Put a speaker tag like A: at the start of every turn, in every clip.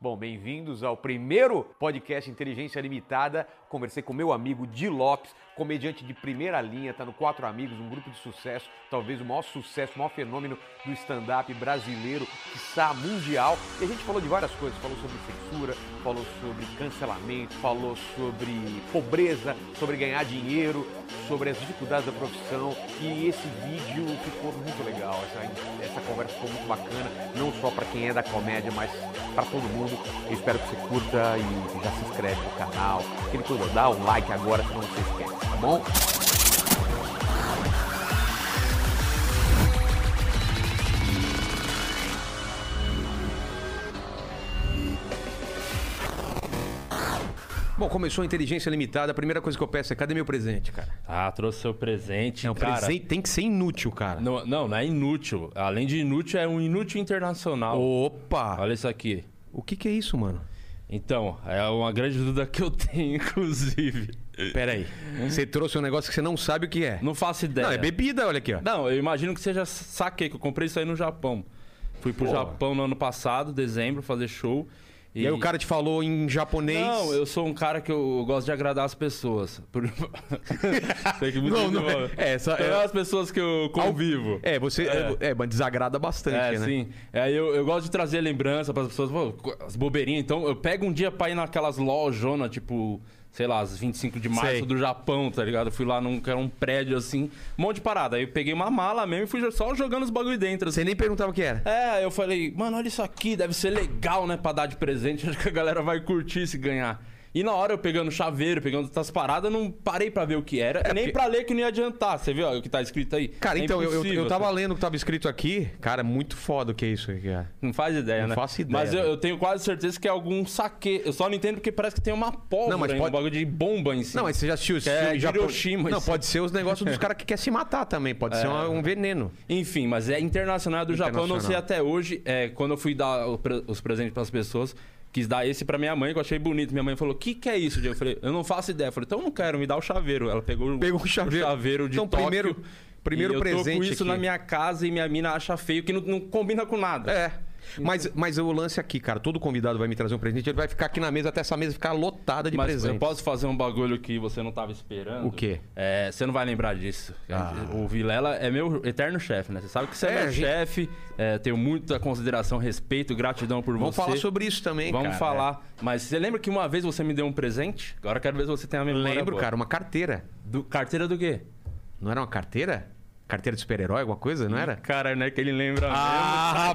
A: Bom, bem-vindos ao primeiro podcast Inteligência Limitada. Conversei com meu amigo Di Lopes, comediante de primeira linha, tá no Quatro Amigos, um grupo de sucesso, talvez o maior sucesso, o maior fenômeno do stand-up brasileiro, quiçá mundial. E a gente falou de várias coisas, falou sobre censura, falou sobre cancelamento, falou sobre pobreza, sobre ganhar dinheiro, sobre as dificuldades da profissão. E esse vídeo ficou muito legal, essa, essa conversa ficou muito bacana, não só para quem é da comédia, mas para todo mundo. Eu espero que você curta e já se inscreve no canal. Aquele coisa, dá um like agora, senão você esquece, tá bom? Bom, começou a inteligência limitada. A primeira coisa que eu peço é cadê meu presente, cara?
B: Ah, trouxe seu presente.
A: Não, o
B: cara.
A: presente tem que ser inútil, cara.
B: Não, não, não é inútil. Além de inútil, é um inútil internacional.
A: Opa!
B: Olha isso aqui.
A: O que, que é isso, mano?
B: Então, é uma grande dúvida que eu tenho, inclusive.
A: Pera aí. Você trouxe um negócio que você não sabe o que é.
B: Não faço ideia.
A: Não, é bebida, olha aqui, ó.
B: Não, eu imagino que seja saque, que eu comprei isso aí no Japão. Fui pro
A: Pô.
B: Japão no ano passado, dezembro, fazer show.
A: E aí o cara te falou em japonês.
B: Não, eu sou um cara que eu gosto de agradar as pessoas. Por... Tem que muito
A: Não, não é. É, essa-
B: Então,
A: é-
B: as pessoas que eu convivo.
A: É, você. É, mas desagrada bastante,
B: É,
A: né?
B: sim. É, eu, eu gosto de trazer lembrança para as pessoas. Pô, as bobeirinhas. Então, eu pego um dia pra ir naquelas lojonas, tipo, sei lá, as 25 de março
A: Sei.
B: do Japão, tá ligado? Eu fui lá num que era um prédio assim, um monte de parada. Aí eu peguei uma mala mesmo e fui só jogando os bagulho dentro. Assim.
A: Você nem perguntava o que era.
B: É, eu falei, mano, olha isso aqui, deve ser legal, né, pra dar de presente. Acho que a galera vai curtir se ganhar. E na hora eu pegando chaveiro, pegando essas paradas, eu não parei pra ver o que era, nem
A: É, porque-
B: pra ler que não ia adiantar. Você viu ó, o que tá escrito aí?
A: Cara,
B: É
A: então, eu- eu, eu
B: impossível,
A: tava
B: tá?
A: lendo o que tava escrito aqui. Cara, muito foda o que é isso aqui, cara.
B: Não faz ideia,
A: Não
B: né?
A: faço ideia,
B: Mas eu,
A: né?
B: eu tenho quase certeza que é algum saque. Eu só não entendo porque parece que tem uma pólvora,
A: Não, mas
B: aí,
A: pode-
B: um bagulho de bomba em cima.
A: Não, mas você já assistiu os
B: Que é
A: filmes japoneses?
B: Hiroshima,
A: Não,
B: isso. É.
A: pode ser os negócios dos caras que querem se matar também. Pode ser uma- um veneno.
B: Enfim, mas é internacional é do Japão, não sei
A: Internacional.
B: até hoje. É, quando eu fui dar o pre- os presentes pras pessoas, quis dar esse pra minha mãe, que eu achei bonito. Minha mãe falou: que que é isso? Diego?" Eu falei: eu não faço ideia. Eu falei: então eu não quero, me dá o chaveiro. Ela pegou,
A: Pegou o chaveiro.
B: de
A: Então,
B: Tóquio.
A: primeiro- primeiro
B: e eu tô com
A: presente
B: isso
A: aqui.
B: na minha casa e minha mina acha feio, que não, não combina com nada.
A: É. Mas, mas o lance aqui, cara, todo convidado vai me trazer um presente, ele vai ficar aqui na mesa até essa mesa ficar lotada de
B: Mas
A: presente.
B: eu posso fazer um bagulho que você não tava esperando?
A: O quê? Ah.
B: É, você não vai lembrar disso. O Vilela é meu eterno chefe, né? Você sabe que você é,
A: É,
B: meu
A: a gente-
B: chefe, é, tenho muita consideração, respeito, gratidão por
A: Vamos
B: você.
A: falar sobre isso também,
B: Vamos
A: cara.
B: falar. Mas você lembra que uma vez você me deu um presente? Agora eu quero ver se você tem a memória.
A: Lembro,
B: boa.
A: cara, uma carteira.
B: Do, carteira do quê?
A: Não era uma carteira? Carteira de super-herói, alguma coisa, não era?
B: Cara, né? Que ele lembra mesmo.
A: Ah,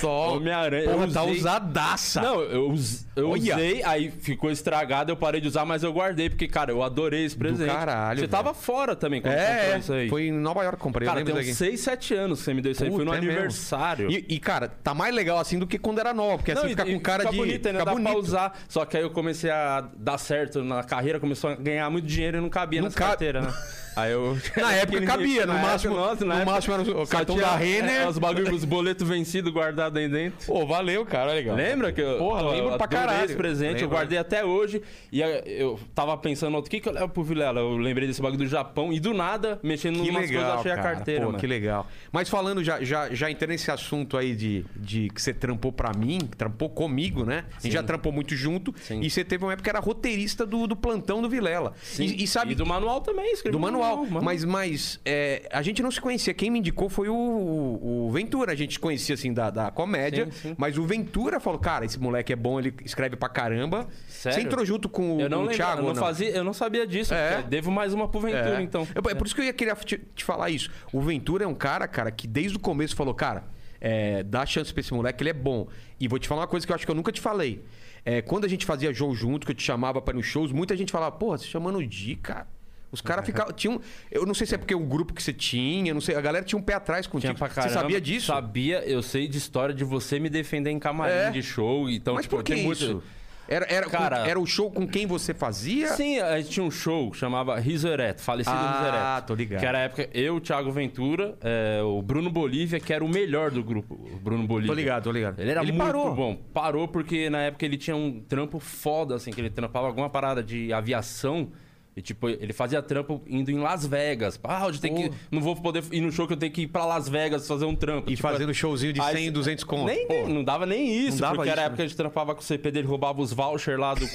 A: só.
B: Homem-Aranha.
A: Porra,
B: Eu
A: tá
B: usei-
A: usadaça.
B: Não, eu, us- eu
A: Olha.
B: usei, aí ficou estragado, eu parei de usar, mas eu guardei, porque, cara, eu adorei esse presente.
A: caralho,
B: Você
A: velho.
B: tava fora também quando
A: é,
B: comprou
A: é.
B: isso aí.
A: foi em Nova York que comprei, eu
B: Cara,
A: lembro
B: tem um
A: daqui.
B: uns 6, 7 anos que você me deu isso aí. Foi no
A: Puta, é mesmo.
B: aniversário.
A: E, e, cara, tá mais legal assim do que quando era nova, porque assim
B: e-
A: fica
B: e
A: com cara
B: fica
A: de.
B: bonito, né?
A: fica
B: Dá pra
A: bonito.
B: usar. Só que aí eu comecei a dar certo na carreira, começou a ganhar muito dinheiro e não cabia
A: Não
B: nessa
A: cabe-
B: carteira, né? Aí eu...
A: Na época cabia, no
B: Na
A: máximo-
B: época, nossa, na
A: no
B: época,
A: máximo era o
B: só
A: cartão
B: tinha,
A: da Renner.
B: é, Os bagulhos, os boletos vencidos guardados aí dentro.
A: Pô, valeu, cara, legal.
B: Lembra que eu.
A: Porra,
B: eu
A: lembro pra
B: adorei
A: caralho.
B: esse presente, eu
A: Lembro.
B: guardei até hoje. E eh, eu tava pensando, o que, que eu levo pro Vilela? Eu lembrei desse bagulho do Japão e do nada, mexendo
A: Que
B: numas
A: legal,
B: coisas, achei
A: cara.
B: a carteira.
A: Pô,
B: mano.
A: que legal. Mas falando, já, já, já entrando nesse assunto aí de, de que você trampou pra mim, que trampou comigo, né? A gente já trampou muito junto. E você teve uma época que era roteirista do, do plantão do Vilela. E, e sabe...
B: E do manual também, escrevi
A: do
B: no
A: manual.
B: mano.
A: Mas, mas é, a gente não se conhecia. Quem me indicou foi o, o, o Ventura. A gente se conhecia, assim, da, da comédia.
B: Sim, sim.
A: Mas o Ventura falou, cara, esse moleque é bom, ele escreve pra caramba.
B: Sério?
A: Você entrou junto com o,
B: Eu não
A: o
B: lembro,
A: Thiago,
B: eu não,
A: ou não?
B: Fazia, eu não sabia disso.
A: É.
B: cara. Devo mais uma pro Ventura,
A: É.
B: então.
A: É, é por isso que eu ia querer te, te falar isso. O Ventura é um cara, cara, que desde o começo falou, cara, é, dá chance pra esse moleque, ele é bom. E vou te falar uma coisa que eu acho que eu nunca te falei. É, quando a gente fazia show junto, que eu te chamava para nos shows, muita gente falava, porra, você chamando o Di, cara. Os
B: É.
A: caras ficavam. Tinham. Eu não sei se é porque o grupo que você tinha, não sei. A galera tinha um pé atrás contigo.
B: Tinha pra
A: você
B: caramba.
A: sabia disso?
B: Sabia, eu sei de história de você me defender em camarim
A: É.
B: de show. Então,
A: Mas
B: tipo,
A: por que
B: tem muito-
A: isso?
C: Era, era, com-
B: Cara-
C: era o show com quem você fazia?
B: Sim, a gente tinha um show que chamava Riso Ereto, falecido
C: Ah,
B: Riso Ereto.
C: tô ligado.
B: Que era a época eu, o Thiago Ventura, é, o Bruno Bolívia, que era o melhor do grupo. O Bruno Bolívia.
C: Tô ligado, tô ligado.
B: Ele era muito
C: parou.
B: bom. Parou porque na época ele tinha um trampo foda, assim, que ele trampava alguma parada de aviação. E, tipo, ele fazia trampo indo em Las Vegas. Ah, hoje tem que. Não vou poder ir no show que eu tenho que ir pra Las Vegas fazer um trampo.
C: E
B: Tipo,
C: fazendo showzinho de
B: aí
C: 100,
B: cê-
C: 200 conto.
B: nem,
C: Pô,
B: nem- não dava nem isso,
C: dava
B: porque era
C: isso, né?
B: a época que a gente trampava com o CP dele, roubava os vouchers lá do,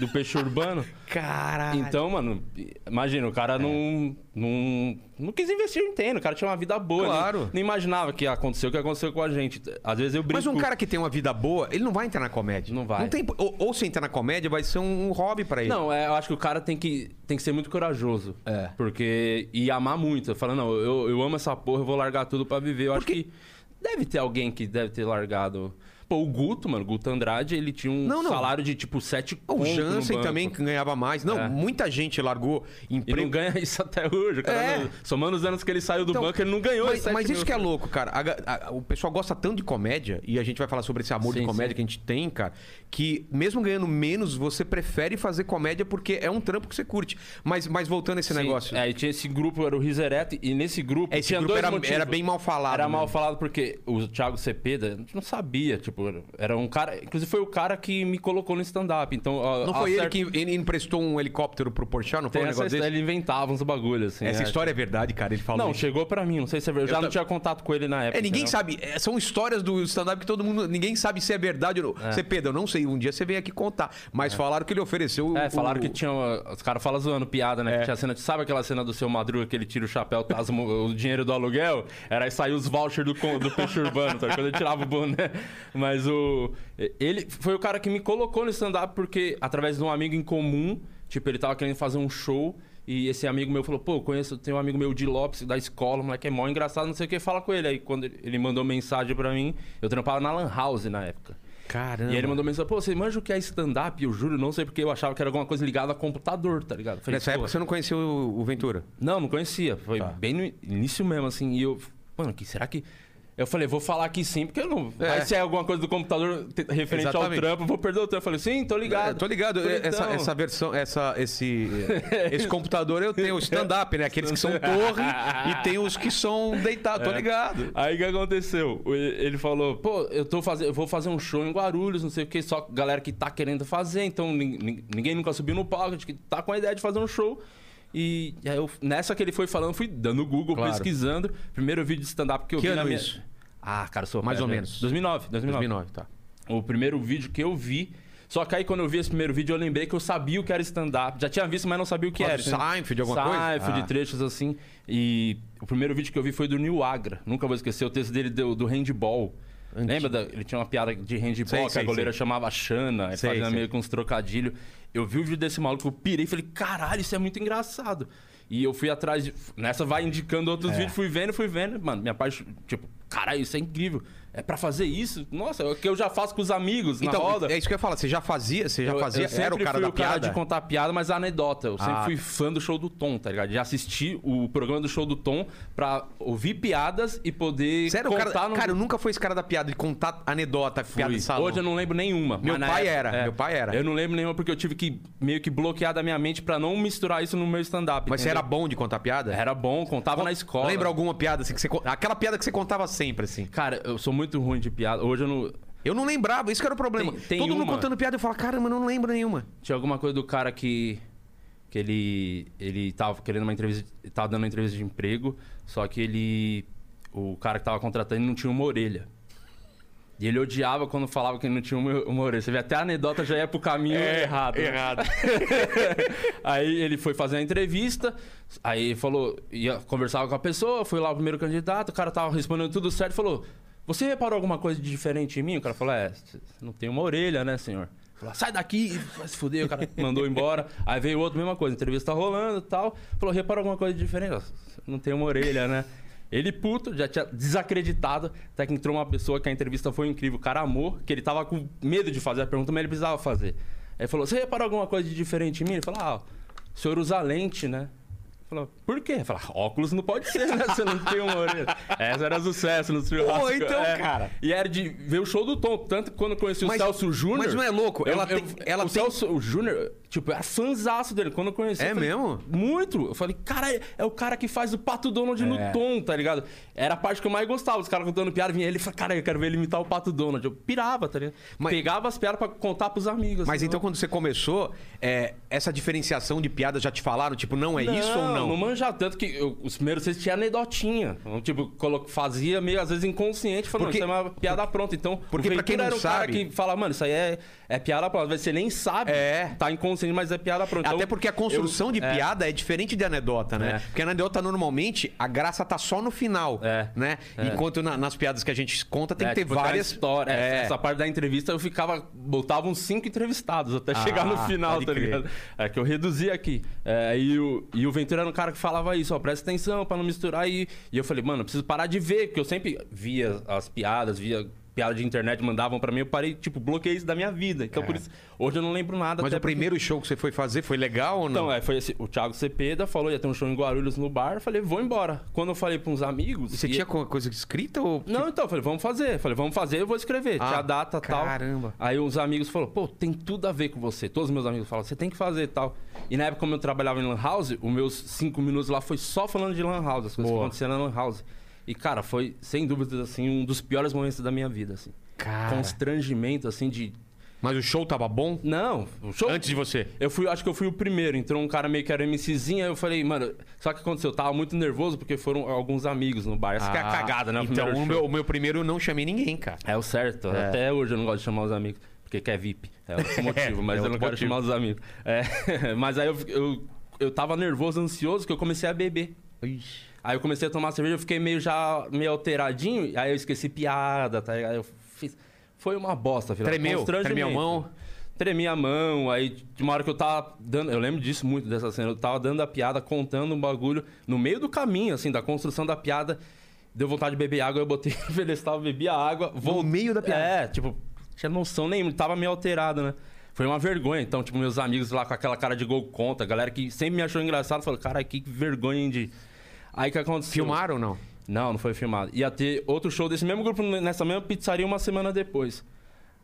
B: do peixe urbano.
C: Caralho.
B: Então, mano, imagina, o
C: É.
B: cara não, não. Não quis investir em tênis, o cara tinha uma vida boa.
C: Claro.
B: Não, não imaginava que ia acontecer o que aconteceu com a gente. Às vezes eu brinco.
C: Mas um cara que tem uma vida boa, ele não vai entrar na comédia.
B: Não vai.
C: tem, ou, ou se entrar na comédia, vai ser um, um hobby pra ele.
B: Não, é, eu acho que o cara tem que, tem que ser muito corajoso. É. Porque. E amar muito. Fala, não, eu, eu amo essa porra, eu vou largar tudo pra viver. Eu acho que deve ter alguém que deve ter largado. Pô, o Guto, mano, o Guto Andrade, ele tinha um
C: Não, não.
B: salário de tipo 7
C: O Jansen também que ganhava mais. Não, muita gente largou
B: É. E
C: emprego.
B: não ganha isso até hoje. O cara
C: É.
B: não- somando os anos que ele saiu do
C: Então,
B: banco, ele não ganhou
C: Mas,
B: esses 7
C: mas isso
B: mil.
C: que é louco, cara. A ga- a- o pessoal gosta tanto de comédia, e a gente vai falar sobre esse amor de
B: Sim,
C: comédia
B: sim.
C: que a gente tem, cara, que mesmo ganhando menos, você prefere fazer comédia porque é um trampo que você curte. Mas, mas voltando a esse
B: Sim,
C: negócio.
B: É, e tinha esse grupo, era o Riso Ereto, e nesse grupo.
C: Esse
B: tinha
C: grupo
B: dois
C: era-
B: motivos.
C: era bem mal falado,
B: Era
C: né?
B: mal falado porque o Thiago Cepeda, a gente não sabia, tipo, era- era um cara. Inclusive foi o cara que me colocou no stand-up. Então, ó,
C: Não
B: ó,
C: foi
B: certo-
C: ele que ele emprestou um helicóptero pro Porchat, não foi
B: Tem
C: um
B: essa
C: negócio
B: história, ele
C: desse?
B: inventava uns bagulhos, assim.
C: Essa
B: é.
C: história é verdade, cara. Ele falou.
B: Não,
C: isso.
B: chegou pra mim, não sei se é verdade. Eu já
C: ta-
B: não tinha contato com ele na época.
C: É, ninguém
B: entendeu?
C: sabe. é, São histórias do stand-up que todo mundo. Ninguém sabe se é verdade ou não. Você, Pedro, eu não sei. Um dia você vem aqui contar. Mas falaram que ele ofereceu.
B: É, falaram
C: o- É.
B: que tinha. uma- Os caras falam zoando piada, né? Que tinha cena. Sabe aquela cena do seu Madruga que ele tira o chapéu, traz mo- o dinheiro do aluguel? Era aí saiu os vouchers do, con- do peixe urbano, sabe? Quando ele tirava o boné. Mas o. Ele foi o cara que me colocou no stand-up porque, através de um amigo em comum, tipo, ele tava querendo fazer um show. E esse amigo meu falou, pô, eu conheço, tem um amigo meu de Lopes, da escola, o moleque é mó engraçado, não sei o que, fala com ele. Aí quando ele- ele mandou mensagem pra mim, eu trampava na Lan House na época.
C: Caramba.
B: E aí ele mandou mensagem, pô, você manja o que é stand-up? Eu juro, não sei porque eu achava que era alguma coisa ligada a computador, tá ligado? Eu Falei,
C: Nessa
B: pô,
C: época você Tá. não conhecia o, o Ventura.
B: Não, não conhecia. Foi bem no início mesmo, assim. E eu, mano, que será que. Eu falei, vou falar aqui sim, porque eu não.
C: É.
B: Aí se é alguma coisa do computador te- referente
C: Exatamente.
B: ao trampo, eu vou perder o tempo. Eu falei, sim, tô ligado.
C: É, tô ligado.
B: Falei,
C: Essa,
B: então.
C: essa versão, essa, esse, esse computador eu tenho, o stand-up, né? Aqueles que são torre e tem os que são deitados.
B: É.
C: Tô ligado.
B: Aí o que aconteceu? O- Ele falou, pô, eu, tô fazendo, eu vou fazer um show em Guarulhos, não sei o que, só galera que tá querendo fazer, então nin- nin- ninguém nunca subiu no palco, acho que tá com a ideia de fazer um show. E aí eu, nessa que ele foi falando, fui dando Google,
C: Claro.
B: pesquisando. Primeiro vídeo de stand-up que eu
C: Que
B: vi na
C: ano
B: minha...
C: isso?
B: Ah, cara, eu sou
C: Mais ou
B: velho.
C: menos.
B: 2009, 2009.
C: 2009, tá.
B: O primeiro vídeo que eu vi. Só que aí quando eu vi esse primeiro vídeo, eu lembrei que eu sabia o que era stand-up. Já tinha visto, mas não sabia o que
C: Mas
B: era.
C: Ah, do Seinfeld, alguma coisa?
B: Seinfeld,
C: Ah.
B: trechos assim. E o primeiro vídeo que eu vi foi do Neil Agra. Nunca vou esquecer o texto dele do, do handball. Lembra? da- ele tinha uma piada de handball
C: Sei,
B: que
C: sei,
B: a goleira
C: sei.
B: chamava Xana. Ele
C: Sei,
B: fazia
C: sei.
B: meio com uns trocadilhos. Eu vi o vídeo desse maluco, eu pirei e falei, caralho, isso é muito engraçado. E eu fui atrás de... Nessa vai indicando outros
C: É.
B: vídeos, fui vendo, fui vendo. Mano, minha parte, tipo, caralho, isso é incrível. É pra fazer isso? Nossa, é o que eu já faço com os amigos na
C: Então,
B: roda.
C: é isso que eu ia falar. Você já fazia, você já
B: Eu-
C: fazia,
B: eu sempre
C: era o cara
B: fui
C: da
B: o cara
C: piada.
B: de contar piada, mas anedota. Eu sempre
C: Ah.
B: fui fã do show do Tom, tá ligado? De assistir o programa do show do Tom pra ouvir piadas e poder
C: Sério, o
B: contar
C: cara,
B: no...
C: cara, eu nunca fui esse cara da piada, de contar anedota, piada de salão.
B: Hoje eu não lembro nenhuma.
C: Meu
B: mas na
C: pai
B: época- é.
C: era, meu pai era.
B: Eu não lembro nenhuma porque eu tive que meio que bloquear da minha mente pra não misturar isso no meu stand-up.
C: Mas você
B: entendeu?
C: era bom de contar piada?
B: Era bom, contava na escola.
C: Lembra alguma piada assim que você con- Aquela piada que você contava sempre, assim.
B: Cara, eu sou muito ruim de piada. Hoje eu não...
C: Eu não lembrava, isso que era o problema.
B: Tem- tem
C: Todo mundo
B: uma-
C: contando piada, eu falava, caramba, eu não lembro nenhuma.
B: Tinha alguma coisa do cara que. Que ele. Ele tava querendo uma entrevista. Tava dando uma entrevista de emprego, só que ele. O cara que tava contratando não tinha uma orelha. E ele odiava quando falava que ele não tinha uma, uma orelha. Você vê, até a anedota já ia pro caminho
C: É,
B: errado. né? aí ele foi fazer a entrevista, aí ele falou, ia, conversava com a pessoa, fui lá o primeiro candidato, o cara tava respondendo tudo certo, falou: Você reparou alguma coisa de diferente em mim? O cara falou: É, você não tem uma orelha, né, senhor? Falou, sai daqui, vai se fuder, o cara mandou embora. Aí veio outro, mesma coisa, entrevista rolando e tal. Falou, reparou alguma coisa de diferente? Ó, você Não tem uma orelha, né? Ele puto, já tinha desacreditado, até que entrou uma pessoa que a entrevista foi incrível. O cara amou, que ele tava com medo de fazer a pergunta, mas ele precisava fazer. Aí ele falou: Você reparou alguma coisa de diferente em mim? Ele falou: Ah, o senhor usa lente, né? Falou, por quê? Fala, óculos não pode ser, né? Você não tem uma orelha. Essa era sucesso no churrasco.
C: Pô, então, cara.
B: E era de ver o show do Tom. Tanto que quando eu conheci o
C: Mas-
B: Celso Júnior...
C: mas não é louco?
B: eu-
C: Ela
B: eu-
C: tem- ela
B: o
C: tem-
B: Celso Júnior, tipo, eu era fãzaço dele. Quando eu conheci...
C: É
B: eu falei,
C: mesmo?
B: Muito. Eu falei, cara, é o cara que faz o Pato Donald
C: É.
B: no Tom, tá ligado? Era a parte que eu mais gostava. Os caras contando piada, vinha ele e falava, cara, eu quero ver ele imitar o Pato Donald. Eu pirava, tá ligado?
C: Mas-
B: Pegava as piadas pra contar pros amigos.
C: Mas
B: assim,
C: então quando você começou, é, essa diferenciação de piada já te falaram? Tipo, não é isso ou não?
B: Não manjava tanto que eu- os primeiros vocês tinham anedotinha. Então, Tipo, colo- fazia meio às vezes inconsciente, falando,
C: Porque-
B: isso é uma piada pronta. Então,
C: porque
B: o
C: pra
B: Ventura
C: quem não
B: era um cara
C: sabe-
B: que fala, mano, isso aí é, é piada pronta. Às vezes Você nem sabe,
C: É.
B: tá inconsciente, mas é piada pronta.
C: Até
B: Então,
C: porque a construção
B: eu-
C: de
B: é.
C: piada é. diferente de anedota, né?
B: É.
C: Porque a anedota, normalmente, a graça tá só no final,
B: É.
C: né? Enquanto na- nas piadas que a gente conta, tem
B: É,
C: que ter
B: tipo, tem uma
C: várias...
B: história.
C: É.
B: Essa parte da entrevista eu ficava. Botava uns cinco entrevistados até chegar no final,
C: Ah, pode
B: tá
C: crer.
B: ligado? É que eu reduzia aqui. É, e, o, e o Ventura era um cara que falava isso, ó, presta atenção pra não misturar. E, e eu falei, mano, eu preciso parar de ver, porque eu sempre via as piadas, via piada de internet, mandavam pra mim, eu parei, tipo, bloqueei isso da minha vida. Então por isso, hoje eu não lembro nada.
C: É. Mas
B: até
C: o primeiro show que você foi fazer foi legal ou não?
B: tá então, é, foi esse- o Thiago Cepeda falou, ia ter um show em Guarulhos no bar, eu falei, vou embora. Quando eu falei pra uns amigos.
C: E Você
B: e-
C: tinha co- coisa escrita ou...
B: não, então, eu falei, vamos fazer. Eu Falei, vamos fazer, eu vou escrever.
C: Ah,
B: tinha a data e tal.
C: caramba.
B: Aí uns amigos falaram, pô, tem tudo a ver com você. Todos os meus amigos falaram, você tem que fazer e tal. E na época, como eu trabalhava em Lan House, os meus cinco minutos lá foi só falando de Lan House, as coisas que aconteciam na Lan House. E, cara, foi, sem dúvidas, assim, um dos piores momentos da minha vida, assim.
C: Cara.
B: Constrangimento, assim, de.
C: Mas o show tava bom?
B: Não, o show.
C: Antes de você?
B: Eu fui, acho que eu fui o primeiro. Entrou um cara meio que era MCzinho, aí eu falei, mano, só que aconteceu, eu tava muito nervoso porque foram alguns amigos no bar. Essa que é a
C: Ah,
B: cagada, né?
C: Então,
B: primeiro
C: o
B: show.
C: meu, o meu primeiro eu não chamei ninguém, cara.
B: É o certo. Até hoje eu não gosto de chamar os amigos, porque quer VIP. É outro motivo, mas
C: é
B: eu
C: outro
B: não quero
C: motivo.
B: chamar os amigos. É, mas aí eu, eu, eu tava nervoso, ansioso, que eu comecei a beber. Aí eu comecei a tomar cerveja, eu fiquei meio já meio alteradinho, e aí eu esqueci piada, tá ligado? Eu fiz- Foi uma bosta, filho.
C: Tremeu? Tremeu a mão?
B: Tremi a mão, aí de uma hora que eu tava dando. Eu lembro disso muito dessa cena. Eu tava dando a piada, contando um bagulho no meio do caminho, assim, da construção da piada. Deu vontade de beber água, eu botei no pedestal, bebi a água. Vou...
C: meio da piada?
B: É, tipo, tinha noção nenhuma, tava meio alterado, né? Foi uma vergonha. Então, tipo, meus amigos lá com aquela cara de gol contra, a galera que sempre me achou engraçado, falou, cara, que vergonha hein, de. Aí que aconteceu.
C: Filmaram ou não?
B: Não, não foi filmado. Ia ter outro show desse mesmo grupo nessa mesma pizzaria uma semana depois.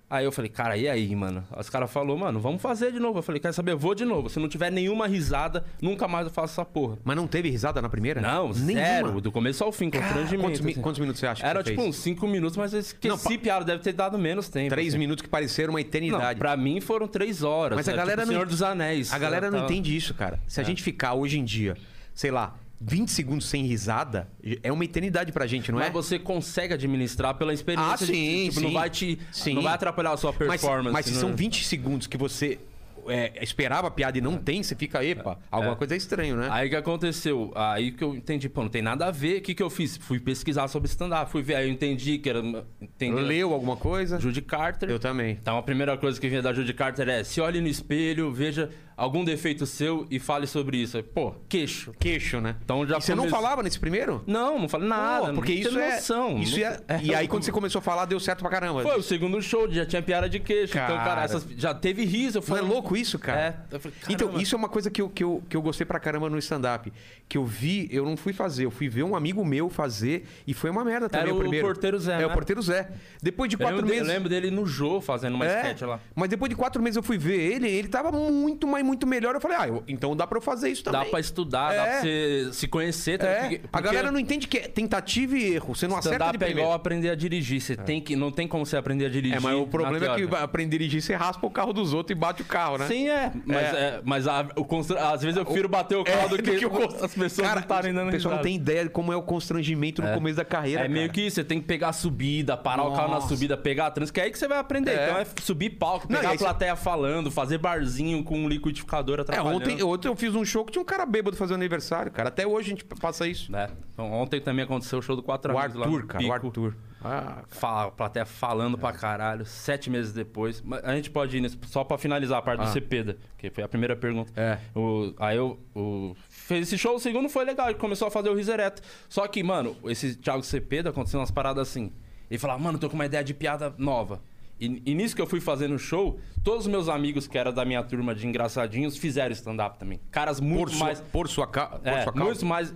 B: Aí eu falei, cara, e aí, mano? Os caras falaram, mano, vamos fazer de novo. Eu falei, quer saber? Eu vou de novo. Se não tiver nenhuma risada, nunca mais eu faço essa porra.
C: Mas não teve risada na primeira?
B: Não,
C: Nenhuma.
B: zero. Do começo ao fim, constrangimento.
C: Quantos, mi-
B: assim.
C: quantos minutos você acha que
B: Era
C: você
B: tipo
C: fez?
B: uns 5 minutos, mas eu esqueci,
C: Não, pa-
B: piada. Deve ter dado menos tempo.
C: Três
B: assim.
C: minutos que pareceram uma eternidade.
B: Não, pra mim foram três horas.
C: Mas a
B: É
C: galera
B: tipo
C: não-
B: Senhor dos Anéis. né,
C: A galera
B: Eu
C: não
B: tava-
C: entende isso, cara. Se a gente ficar hoje em dia, sei lá, 20 segundos sem risada, é uma eternidade pra gente, não é?
B: Mas você consegue administrar pela experiência.
C: Ah,
B: de-
C: sim,
B: tipo,
C: sim.
B: Não vai te.
C: Sim.
B: Não vai atrapalhar a sua
C: Mas,
B: performance.
C: mas se
B: né?
C: são 20 segundos que você é, esperava a piada e não tem, você fica, epa, alguma coisa é estranho, né?
B: Aí que aconteceu? Aí que eu entendi, pô, não tem nada a ver. O que, que eu fiz? Fui pesquisar sobre stand-up, fui ver. Aí eu entendi que era. uma- Entendi.
C: Leu alguma coisa?
B: Judy Carter.
C: Eu também.
B: Então a primeira coisa que vinha da Judy Carter é: se olhe no espelho, veja algum defeito seu e fale sobre isso. Aí, Pô, queixo.
C: Queixo, né?
B: Então já
C: E você não
B: come-
C: falava nesse primeiro?
B: Não, não falei nada.
C: Pô,
B: não
C: porque
B: tem
C: isso é.
B: noção.
C: Isso
B: Não-
C: é... E aí, quando você começou a falar, deu certo pra caramba.
B: Foi o segundo show, já tinha piada de queixo. Então,
C: Cara.
B: cara, essas- já teve riso. Eu
C: Não é
B: falei,
C: louco isso, cara?
B: É. Eu falei,
C: então,
B: caramba.
C: isso é uma coisa que eu, que, eu, que eu gostei pra caramba no stand-up. Que eu vi, eu não fui fazer, eu fui ver um amigo meu fazer e foi uma merda também
B: Era
C: o
B: o
C: primeiro.
B: Porteiro Zé,
C: É,
B: né?
C: o Porteiro Zé. Depois de
B: Eu
C: quatro
B: lembro, dele- eu
C: meses...
B: lembro dele no Jô fazendo uma
C: É,
B: sketch lá.
C: mas depois de quatro meses eu fui ver ele, ele tava muito, mas muito melhor. Eu falei, ah, eu- então dá pra eu fazer isso também.
B: Dá pra estudar, dá
C: É.
B: pra você se conhecer. tá?
C: É,
B: Porque-
C: a
B: porque
C: galera não entende que é tentativa e erro. Você não acerta de
B: Stand-up é
C: primeiro.
B: igual aprender a dirigir. Você tem que, não tem como você aprender a dirigir.
C: É, mas o
B: na
C: problema é que
B: teoria.
C: aprender a dirigir, você raspa o carro dos outros e bate o carro, né?
B: Sim, é. Mas, é, mas a- o constr- às vezes eu prefiro bater o carro do que,
C: é, o const-
B: as pessoas
C: Cara,
B: não estarem dando
C: O pessoal
B: risada.
C: não tem ideia de como é o constrangimento no começo da
B: É
C: carreira.
B: meio
C: cara.
B: que isso, você tem que pegar a subida, parar o carro na
C: Nossa.
B: subida, pegar a trânsito, que é aí que você vai aprender.
C: É.
B: Então é subir palco,
C: Não,
B: pegar
C: e aí
B: a
C: você-
B: plateia falando, fazer barzinho com um liquidificador
C: É,
B: atrapalhando.
C: ontem, ontem eu fiz um show que tinha um cara bêbado fazendo aniversário, cara. Até hoje a gente passa isso.
B: Né? Então, ontem também aconteceu o show do 4
C: O
B: Amigos lá
C: Arthur,
B: no
C: cara. O
B: Pico.
C: Arthur. Ah,
B: Fala, a plateia falando
C: É.
B: pra caralho, sete meses depois. Mas a gente pode ir nesse, só pra finalizar a parte do Cepeda, que foi a primeira pergunta.
C: Ah. É.
B: O- aí eu o- fez esse show, o segundo foi legal, ele começou a fazer o riso ereto. Só que, mano, esse Thiago Cepeda aconteceu umas paradas assim. Ele falava, mano, tô com uma ideia de piada nova. E E, e nisso que eu fui fazendo show, todos os meus amigos que eram da minha turma de engraçadinhos fizeram stand-up também. Caras muito
C: Por, sua-
B: mais.
C: por sua, ca... por
B: É,
C: sua causa.
B: muito mais.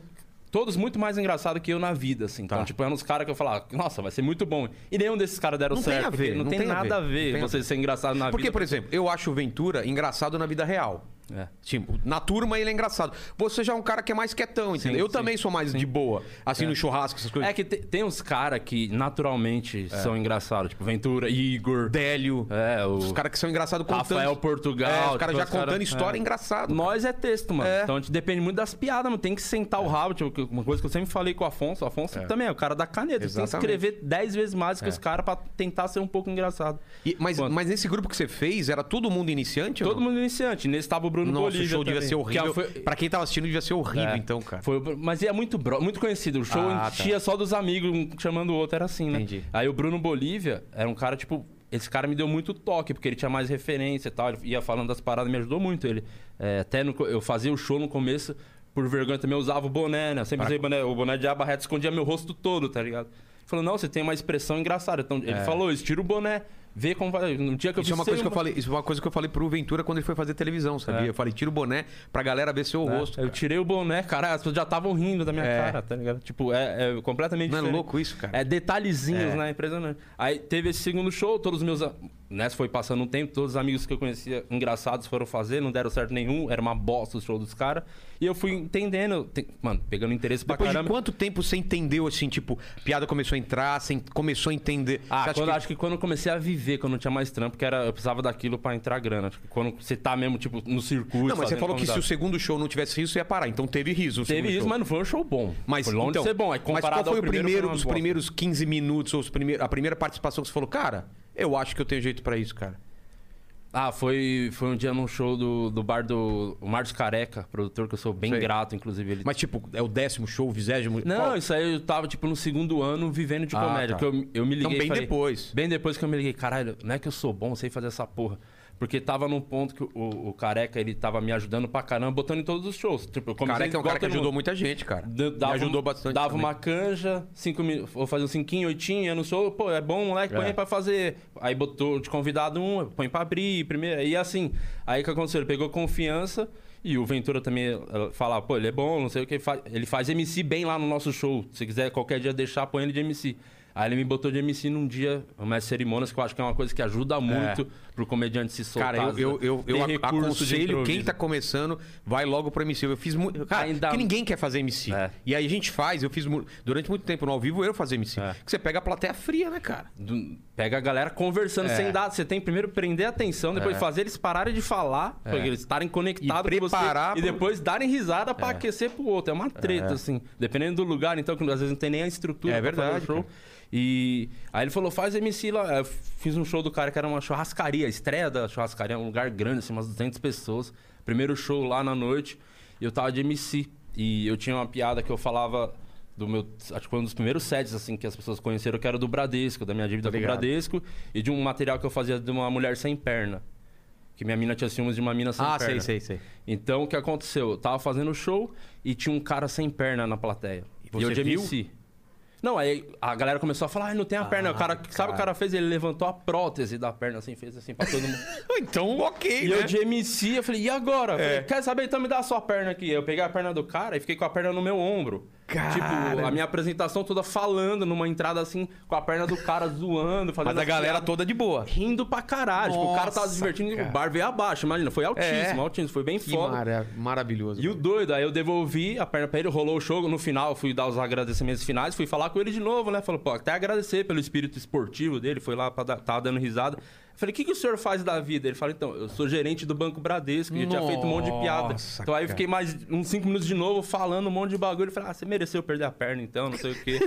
B: Todos muito mais engraçados que eu na vida, assim. Então,
C: Tá.
B: tipo, eram os caras que eu falava, nossa, vai ser muito bom. E nenhum desses caras deram
C: Não tem
B: certo.
C: a
B: porque
C: ver,
B: não, tem, nada a ver
C: não tem a
B: você
C: ver.
B: ser engraçado na
C: Porque,
B: vida.
C: por exemplo, eu acho o Ventura engraçado na vida real.
B: É.
C: Tipo, na turma ele é engraçado. Você já é um cara que é mais quietão, entendeu? eu
B: sim,
C: também sou mais de boa. Assim, no churrasco, essas coisas.
B: É que te- tem uns caras que naturalmente
C: É.
B: são engraçados, tipo Ventura, Igor,
C: Délio.
B: é, o
C: Os caras que são engraçados contando.
B: Rafael Portugal.
C: É, os caras
B: tipo,
C: já contando
B: cara-
C: história
B: é.
C: engraçado.
B: Nós é texto, mano.
C: É.
B: Então a gente depende muito das piadas, mano. Tem que sentar o rabo. Tipo, que- uma coisa que eu sempre falei com o Afonso, o Afonso também é o cara da caneta. Você Tem que
C: Exatamente. É.
B: escrever 10 vezes mais que os caras pra tentar ser um pouco engraçado.
C: E- mas,
B: Quanto?
C: mas nesse grupo que você fez, era todo mundo iniciante? ou
B: Todo
C: não?
B: mundo iniciante. Nesse tava o Bruno
C: Nossa,
B: Bolívia
C: o show devia
B: também.
C: ser horrível.
B: Que é foi-
C: Pra quem tava assistindo, devia ser horrível,
B: É.
C: então, cara.
B: Foi, o- mas é muito, bro- muito conhecido. O show
C: Ah, tá.
B: enchia só dos amigos, um chamando o outro, era assim, né?
C: Entendi.
B: Aí o Bruno Bolívia era um cara, tipo. Esse cara me deu muito toque, porque ele tinha mais referência e tal. Ele ia falando das paradas, me ajudou muito. Ele é, até no co- eu fazia o show no começo, por vergonha também, eu usava o boné, né? Eu sempre usei boné, o boné de aba reta escondia meu rosto todo, tá ligado? Ele falou, não, você tem uma expressão engraçada. Então, ele falou isso, tira o boné, vê como vai. No dia que eu
C: É. Isso é uma
B: fiz,
C: coisa que eu
B: sem-
C: falei, isso é uma coisa que eu falei pro Ventura quando ele foi fazer televisão, sabia? Eu falei, tira o boné pra galera ver seu
B: É,
C: rosto.
B: eu
C: cara.
B: tirei o boné, cara, as pessoas já estavam rindo da minha
C: É.
B: cara, tá ligado? Tipo, é, é completamente
C: Não é
B: diferente.
C: louco isso, cara?
B: É detalhezinhos,
C: É.
B: né? Impressionante. Aí teve esse segundo show, todos os meus... a- Né, foi passando um tempo, todos os amigos que eu conhecia engraçados foram fazer, não deram certo nenhum, era uma bosta o show dos caras. E eu fui entendendo, te- mano, pegando interesse pra
C: Depois de
B: caramba.
C: quanto tempo você entendeu, assim, tipo, piada começou a entrar, você en- começou a entender. Você
B: Ah,
C: acha
B: quando,
C: que-
B: acho que quando eu comecei a viver, quando eu não tinha mais trampo, que era, eu precisava daquilo pra entrar grana. Acho que quando você tá mesmo, tipo, no circuito.
C: Não, mas você
B: fazendo
C: falou que se
B: convidado.
C: o segundo show não tivesse riso, você ia parar. Então teve riso. o
B: Teve
C: segundo
B: isso,
C: show.
B: mas não foi um show bom.
C: Mas,
B: foi longe
C: então,
B: de ser bom. Aí,
C: mas
B: comparado
C: qual foi
B: ao
C: o primeiro,
B: foi uma
C: os
B: bosta.
C: primeiros 15 minutos ou os primeiros, a primeira participação que você falou, cara, eu acho que eu tenho jeito pra isso, cara.
B: Ah, foi, foi um dia num show do, do bar do o Marcos Careca, produtor que eu sou bem
C: Sei.
B: grato, inclusive. Ele...
C: Mas tipo, é o décimo show, o vigésimo?
B: Não,
C: Qual?
B: isso aí eu tava, tipo, no segundo ano vivendo de
C: Ah,
B: comédia.
C: tá.
B: Que eu, eu me liguei
C: Então,
B: e
C: bem
B: falei-
C: depois.
B: Bem depois que eu me liguei, caralho, não é que eu sou bom, eu sei fazer essa porra. Porque tava num ponto que o, o Careca, ele tava me ajudando pra caramba, botando em todos os shows. Tipo, eu comecei
C: Careca é um cara
B: igual
C: que
B: todo
C: ajudou
B: mundo.
C: muita gente, cara.
B: D- Dava, um
C: Me ajudou bastante.
B: Dava
C: também.
B: uma canja, cinco mil, vou fazer um cinquinho, oitinho, eu não sou, pô, é bom, moleque, põe aí pra fazer. Aí botou de convidado um, põe pra abrir primeiro. E assim, aí o que aconteceu? Ele pegou confiança e o Ventura também eh, falava, pô, ele é bom, não sei o que, ele faz. ele faz MC bem lá no nosso show. Se quiser qualquer dia deixar, põe ele de MC. Aí ele me botou de MC num dia, umas cerimônias que eu acho que é uma coisa que ajuda muito pro comediante se soltar.
C: Cara, eu, eu, eu,
B: ter
C: eu ac-
B: recurso de
C: aconselho quem
B: improviso.
C: tá começando, vai logo pro MC. Eu fiz muito. Cara,
B: Ainda-
C: que ninguém quer fazer MC.
B: É.
C: E aí a gente faz, eu fiz mu- durante muito tempo no ao vivo eu fazia MC. Que você pega a plateia fria, né, cara?
B: Do- pega a galera
C: É.
B: conversando sem dar. Você tem que primeiro prender a atenção, depois fazer eles pararem de falar, pra eles estarem conectados
C: É. E
B: com você.
C: preparar
B: E
C: pro-
B: depois darem risada pra aquecer pro outro. É uma treta, assim. Dependendo do lugar, então, que às vezes não tem nem a estrutura
C: É
B: pra fazer o
C: verdade,
B: show. E aí ele falou, faz MC lá. Eu fiz um show do cara que era uma churrascaria, a estreia da churrascaria, um lugar grande, assim, umas 200 pessoas. Primeiro show lá na noite. E eu tava de MC. E eu tinha uma piada que eu falava do meu... Acho que foi um dos primeiros sets, assim, que as pessoas conheceram, que era do Bradesco, da minha dívida com o
C: ligado.
B: Bradesco. E de um material que eu fazia de uma mulher sem perna. Que minha mina tinha ciúmes de uma mina sem
C: ah,
B: perna.
C: sei, sei, sei.
B: Então, o que aconteceu? Eu tava fazendo show e tinha um cara sem perna na plateia. E,
C: você
B: eu de
C: viu?
B: MC. Não, aí a galera começou a falar, ah, não tem a perna. O cara, sabe o que o cara fez? Ele levantou a prótese da perna, assim, fez assim pra todo mundo.
C: Então, ok,
B: E
C: né?
B: eu de MC, eu falei, e agora? Eu
C: É.
B: falei, Quer saber? Então me dá a sua perna aqui. Eu peguei a perna do cara e fiquei com a perna no meu ombro. Tipo, a minha apresentação toda falando numa entrada assim, com a perna do cara zoando, fazendo.
C: Mas a
B: as
C: galera
B: piadas,
C: toda de boa.
B: assim, rindo pra caralho. tipo, o cara tava se divertindo e o bar veio abaixo. Imagina, foi altíssimo,
C: É.
B: altíssimo. Foi bem
C: Que
B: foda.
C: mara- maravilhoso.
B: E o doido, aí eu devolvi a perna pra ele, rolou o jogo. No final, eu fui dar os agradecimentos finais, fui falar com ele de novo, né? Falou, pô, até agradecer pelo espírito esportivo dele, foi lá, pra dar, tava dando risada. Eu falei, o que, que o senhor faz da vida? Ele falou, então, eu sou gerente do Banco Bradesco, e eu tinha feito um monte de piada.
C: Nossa,
B: Então aí eu
C: cara.
B: fiquei mais uns cinco minutos de novo falando um monte de bagulho. Eu falei, ah, você mereceu perder a perna então, não sei o quê.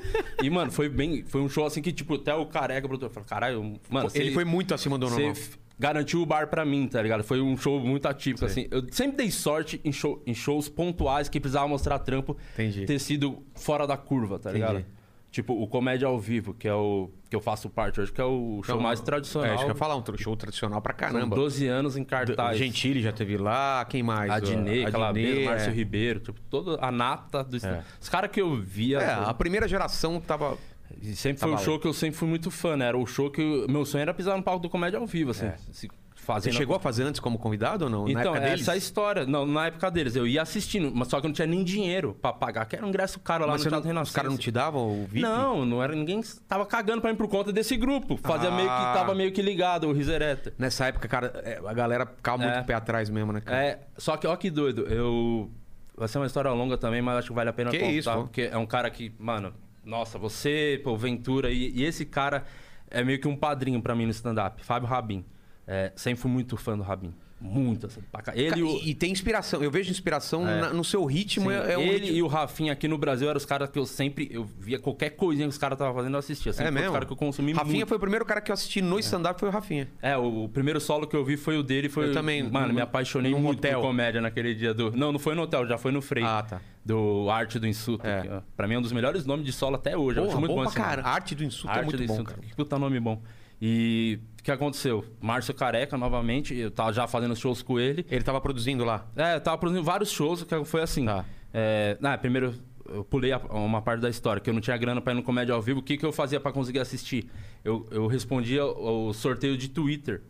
B: e, mano, foi bem. Foi um show assim que, tipo, até o careca, o produtor, falou, caralho, mano,
C: Ele
B: você-
C: foi muito acima do normal.
B: você garantiu o bar pra mim, tá ligado? Foi um show muito atípico, assim. Eu sempre dei sorte em, show- em shows pontuais que precisava mostrar trampo
C: Entendi.
B: ter sido fora da curva, tá
C: Entendi.
B: ligado? Tipo, o Comédia ao Vivo, que é o que eu faço parte hoje, que é o show
C: Então,
B: mais
C: É,
B: tradicional.
C: acho que eu ia falar um tro- show tradicional pra
B: São
C: caramba.
B: 12 anos em cartaz.
C: Gentili já teve lá, quem mais?
B: Adnei, Calabeiro,
C: Adnei,
B: Márcio
C: é.
B: Ribeiro, tipo, toda a nata do... Os caras que eu via...
C: É, a primeira É, geração tava.
B: E sempre foi um
C: maluco.
B: show que eu sempre fui muito fã, né? Era o show que. eu- Meu sonho era pisar no palco do comédia ao vivo, assim. Se
C: É. Você
B: fazendo
C: chegou a fazer antes como convidado ou não? Na
B: Então,
C: época deles?
B: essa história. Não, na época deles. Eu ia assistindo, mas só que eu não tinha nem dinheiro pra pagar, que era um ingresso caro lá
C: Mas
B: no
C: você
B: Teatro
C: não, os
B: Renascença.
C: caras não te davam o VIP?
B: Não, não era ninguém. Tava cagando pra mim por conta desse grupo. Fazia
C: Ah.
B: meio que. Tava meio que ligado, o Risereta.
C: Nessa época, cara, é, a galera ficava muito
B: É.
C: pé atrás mesmo, né, cara?
B: É, só que, ó, que doido. Eu. Vai ser uma história longa também, mas acho que vale a pena
C: Que
B: contar.
C: isso, pô.
B: porque é um cara que, mano, nossa, você, pô, Ventura e, e esse cara é meio que um padrinho pra mim no stand-up. Fábio Rabin. É, sempre fui muito fã do Rabin. Muito, assim. pra ca- Ele,
C: Cara,
B: e o- É.
C: e, e tem inspiração. Eu vejo inspiração na- no seu ritmo.
B: Sim,
C: é, é um
B: ele
C: ritmo-
B: e o Rafinha aqui no Brasil eram os caras que eu sempre. Eu via qualquer coisinha que os caras estavam fazendo, eu assistia. Sempre
C: É
B: foi
C: mesmo?
B: os caras que eu consumi
C: Rafinha
B: muito.
C: foi o primeiro cara que eu assisti no stand-up, foi o Rafinha.
B: É, o, o primeiro solo que eu vi foi o dele. Foi,
C: Eu também,
B: Mano,
C: num-
B: me apaixonei
C: num
B: muito
C: hotel.
B: por comédia naquele dia do. Não, não foi no hotel, já foi no Freio.
C: Ah, tá.
B: Do Arte do Insulto.
C: É.
B: que, ó, pra mim é um dos melhores nomes de solo até hoje. eu
C: Porra,
B: acho muito
C: bom
B: bom
C: pra
B: esse nome.
C: cara. Arte do insulto é
B: Arte
C: muito
B: do
C: bom,
B: Insulto.
C: cara.
B: Que puta nome bom. E o que aconteceu? Márcio Careca, novamente, eu tava já fazendo shows com ele.
C: Ele tava produzindo lá.
B: É, eu tava produzindo vários shows, que foi assim.
C: Tá.
B: É, ah, primeiro, eu pulei a- uma parte da história, que eu não tinha grana pra ir no comédia ao vivo. O que, que eu fazia pra conseguir assistir? Eu, eu respondia o o sorteio de Twitter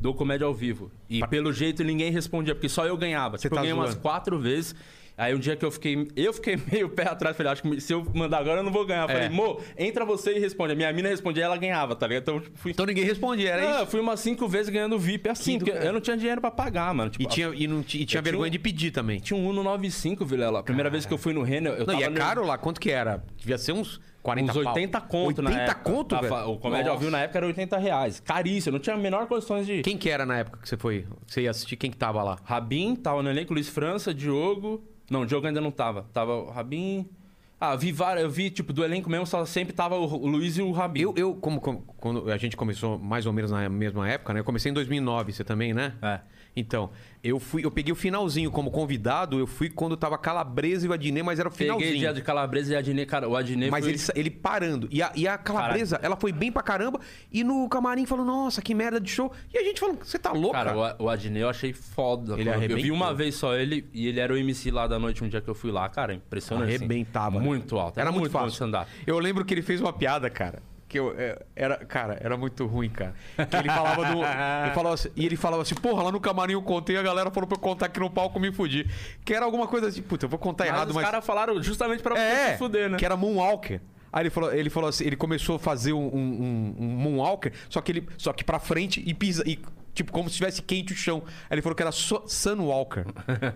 B: do comédia ao vivo. E pelo jeito ninguém respondia, porque só eu ganhava. Tipo,
C: tá
B: eu ganhei umas
C: zoando.
B: quatro vezes. Aí um dia que eu fiquei. Eu fiquei meio pé atrás, falei, acho que se eu mandar agora eu não vou ganhar. Eu
C: É.
B: Falei, mo, entra você e responde. A minha mina respondia ela ganhava, tá ligado? Então, tipo, fui.
C: Então ninguém respondia, era
B: Ah,
C: isso.
B: eu fui umas cinco vezes ganhando VIP assim,
C: do
B: porque
C: caralho.
B: eu não tinha dinheiro pra pagar, mano. Tipo,
C: E tinha, e não, ti- e tinha
B: Eu tinha
C: vergonha
B: um-
C: de pedir também.
B: tinha um 195, Vilela. A primeira vez que eu fui no Renner, eu
C: Não,
B: tava
C: e é
B: nervoso.
C: caro lá? Quanto que era? Devia ser uns 40
B: Uns 80
C: pau.
B: conto, né?
C: 80 conto, velho?
B: O comédia ao vivo na época era 80 reais. Caríssimo, não tinha a menor condições de.
C: Quem que era na época que você foi? Que você ia assistir? Quem que tava lá?
B: Rabin, tava no elenco, Luiz França, Diogo. Não, o Diogo ainda não tava. Tava o Rabin. Ah, vi várias. Eu vi, tipo, do elenco mesmo, só sempre tava o o Luiz e o Rabin.
C: Eu, eu como, como- quando a gente começou mais ou menos na mesma época, né? Eu comecei em 2009, você também, né?
B: É.
C: Então, eu fui, eu peguei o finalzinho como convidado, eu fui quando tava Calabresa e o Adnet, mas era o finalzinho.
B: Peguei dia de Calabresa e Adnê, cara. O Adnê
C: Mas
B: foi...
C: ele, sa- ele parando. E a, e a Calabresa, ela foi bem pra caramba. E no camarim falou, nossa, que merda de show. E a gente falou, você tá louco, cara?
B: Cara, o A- o Adnei eu achei foda.
C: Ele
B: cara. eu vi
C: arrebentou.
B: uma vez só ele e ele era o MC lá da noite um dia que eu fui lá. Cara, impressionante. assim.
C: Arrebentava. né?
B: Muito alto.
C: Era, muito
B: bom de
C: fácil.
B: stand-up.
C: Eu lembro que ele fez uma piada, cara. Que eu, é, era, cara, era muito ruim, cara. Que ele falava do. ele falava assim- e ele falava assim, porra, lá no camarim eu contei, a galera falou pra eu contar aqui no palco me fudir. Que era alguma coisa assim, puta, eu vou contar errado,
B: os
C: mas.
B: caras falaram justamente pra você
C: É,
B: se fuder, né?
C: que era Moonwalker. Aí ele falou, ele falou assim, ele começou a fazer um, um- um- um Moonwalker, só que ele, só que para frente e pisa e tipo como se estivesse quente o chão. Aí ele falou que era só Sunwalker.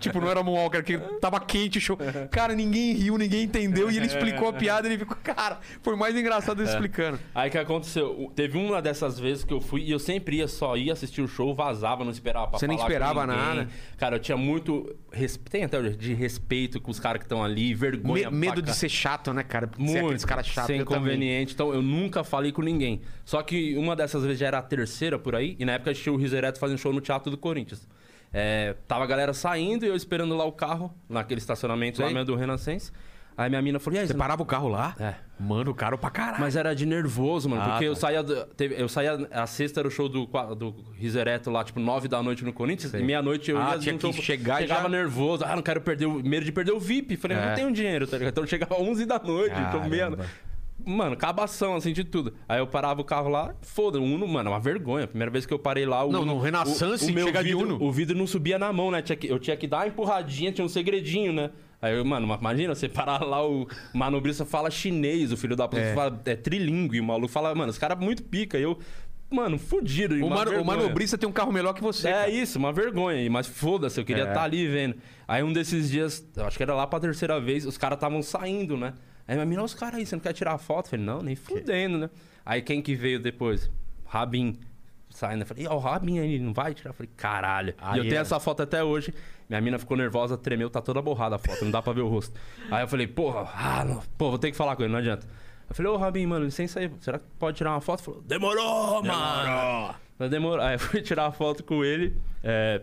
C: tipo, não era Moonwalker, que tava quente o chão. Cara, ninguém riu, ninguém entendeu e ele explicou a piada, ele ficou, cara, foi mais engraçado
B: É.
C: ele explicando.
B: Aí o que aconteceu? O- Teve uma dessas vezes que eu fui e eu sempre ia só ia assistir o show, vazava, não esperava pra
C: Você nem
B: falar com
C: esperava
B: ninguém.
C: nada.
B: Cara, eu tinha muito. res- Tem até hoje de respeito com os caras que estão ali,
C: Me-
B: vergonha.
C: medo
B: pra
C: de
B: ca-
C: ser chato, né, cara? Porque você é
B: Muito.
C: aqueles caras chatos.
B: sem
C: eu também.
B: conveniente. Então eu nunca falei com ninguém. Só que uma dessas vezes já era a terceira por aí, e na época tinha o Risereto fazendo show no Teatro do Corinthians. É, tava a galera saindo e eu esperando lá o carro, naquele estacionamento lá
C: Sei.
B: mesmo do Renascença. Aí minha mina falou: e aí,
C: Você parava o carro lá?
B: É.
C: Mano, caro pra caralho.
B: Mas era de nervoso, mano.
C: Ah,
B: porque
C: tá.
B: eu saía. do- teve- eu saía. A sexta era o show do, qua- do Risereto lá, tipo, nove da noite no Corinthians. E meia-noite eu
C: Ah,
B: ia
C: tinha
B: num
C: que chegar e
B: Chegava
C: já-
B: nervoso. Ah, não quero perder o. Medo de perder o VIP. Falei,
C: É.
B: não tenho dinheiro, tá ligado? Então eu chegava onze da noite, então
C: Caramba.
B: meia Mano, cabação, assim, de tudo. Aí eu parava o carro lá, foda, o Uno, mano, é uma vergonha. Primeira vez que eu parei lá, o
C: Não,
B: Uno-
C: no Renaissance,
B: o, o meu
C: chegar de
B: vidro,
C: Uno.
B: O vidro não subia na mão, né? Tinha que- eu tinha que dar uma empurradinha, tinha um segredinho, né? Aí, eu, mano, imagina, você parar lá, o manobrista fala chinês, o filho da puta
C: É.
B: fala é trilingue, o maluco fala, mano, os caras muito pica. E eu, mano, fudido. e
C: o,
B: uma
C: mano, o
B: vergonha.
C: manobrista tem um carro melhor que você.
B: É
C: cara.
B: isso, uma vergonha. e- Mas foda-se, eu queria
C: É.
B: estar ali vendo. Aí um desses dias, eu acho que era lá pra terceira vez, os caras estavam saindo, né? Aí minha mina, "Olha os caras aí, você não quer tirar foto? Eu falei, não, nem fudendo, né? Aí quem que veio depois? Rabin. Saindo, eu falei, ó, o Rabin aí, não vai tirar? Eu falei, caralho.
C: Aí
B: e eu tenho
C: era.
B: essa foto até hoje. Minha mina ficou nervosa, tremeu, tá toda borrada a foto, não dá pra ver o rosto. Aí eu falei, porra, ah, não, pô, vou ter que falar com ele, não adianta. Eu falei, ô Rabin, mano, licença aí, será que pode tirar uma foto? Ele falou, demorou, mano. Mas demorou. Aí eu fui tirar a foto com ele. é,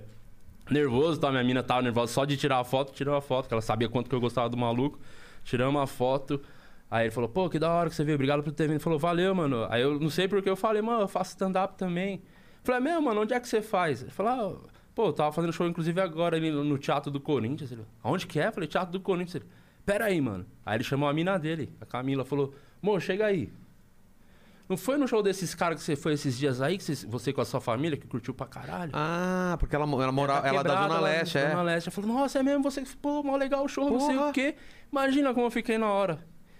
B: nervoso, tá? Minha mina tava nervosa só de tirar a foto, tirou a foto, porque ela sabia quanto que eu gostava do maluco. Tiramos a foto. Aí ele falou, pô, que da hora que você veio, obrigado por ter vindo. Ele falou, valeu, mano. Aí eu não sei porque eu falei, mano, eu faço stand-up também. Eu Falei, meu, mano, onde é que você faz? Ele falou, ah, pô, eu tava fazendo show, inclusive, agora ali no Teatro do Corinthians. Ele, aonde que é? Eu falei, Teatro do Corinthians. Ele, pera aí, mano. Aí ele chamou a mina dele, a Camila, falou, Mô, chega aí. Não foi no show desses caras que você foi esses dias aí, que você, você com a sua família, que curtiu pra caralho?
C: Ah, porque ela, ela mora.
B: Tá
C: ela é da
B: quebrada
C: Zona
B: lá,
C: Leste,
B: Zona
C: é.
B: Leste. Eu falo, nossa, é mesmo você que pô, mó legal o show, não sei
C: Porra.
B: o quê. Imagina como eu fiquei na hora.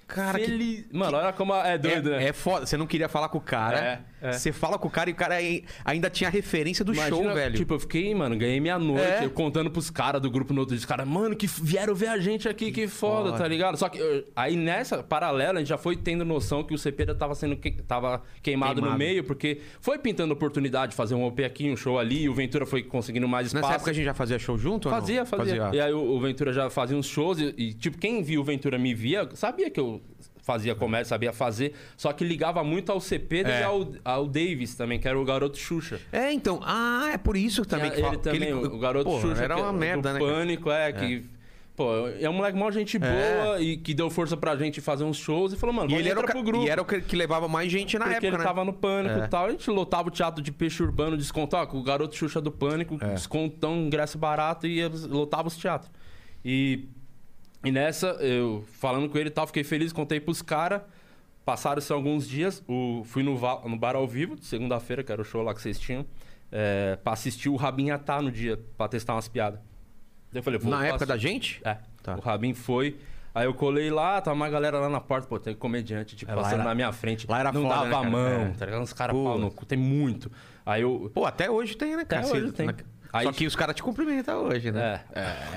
C: Cara, que-
B: Feliz. Mano, olha como é doido, né?
C: É, é foda. Você não queria falar com o cara.
B: É, é.
C: Você fala com o cara e o cara ai- ainda tinha a referência do
B: Imagina,
C: show, velho.
B: Tipo, eu fiquei, mano, ganhei minha noite,
C: É.
B: eu contando pros caras do grupo no outro dia, os caras, mano, que vieram ver a gente aqui, que foda,
C: foda.
B: tá ligado? Só que eu- aí nessa paralela, a gente já foi tendo noção que o CP já tava sendo que, tava queimado,
C: Queimado.
B: no meio, porque foi pintando oportunidade de fazer um OP aqui, um show ali, e o Ventura foi conseguindo mais espaço.
C: Nessa época a gente já fazia show junto? ou não?
B: Fazia, fazia. E aí o, o Ventura já fazia uns shows e, e, tipo, quem viu o Ventura me via, sabia que eu fazia comédia, sabia fazer, só que ligava muito ao CP e
C: É.
B: ao, ao Davis também, que era o garoto Xuxa.
C: É, então. Ah, é por isso também que
B: ele
C: fala- que
B: também, o garoto
C: Porra,
B: Xuxa,
C: Era
B: que- é
C: uma
B: do
C: merda, né? cara?
B: Pânico, é, que... Pô, é um moleque mó gente boa e que deu força pra gente fazer uns shows e falou, mano,
C: E
B: vamos
C: ele era o,
B: entrar
C: ca-
B: pro grupo.
C: e era o que que levava mais gente na
B: Porque
C: época,
B: ele
C: né?
B: tava no pânico
C: É.
B: e tal. A gente lotava o teatro de peixe urbano, descontava com o garoto Xuxa do pânico,
C: É.
B: descontão, ingresso barato e lotava os teatros. E, e nessa, eu falando com ele e tal, fiquei feliz, contei pros caras. Passaram-se alguns dias, o, fui no, va- no bar ao vivo, de segunda-feira, que era o show lá que vocês tinham, é, pra assistir o Rabinha Tá no dia, pra testar umas piadas. Daí Eu falei, vou
C: Na época
B: passar-
C: da gente?
B: é.
C: Tá.
B: O Rabin foi. Aí eu colei lá, tava uma galera lá na porta, pô, tem comediante, tipo,
C: É, lá
B: passando
C: era-
B: na minha frente.
C: lá era
B: Não
C: foda,
B: dava
C: né,
B: a
C: cara?
B: mão,
C: É.
B: tá ligado? Uns caras
C: Pô.
B: pau no cu, tem muito. Aí eu.
C: Pô, até hoje tem, né, cara?
B: Até hoje tem. Aí-
C: Só que os caras te cumprimentam hoje, né?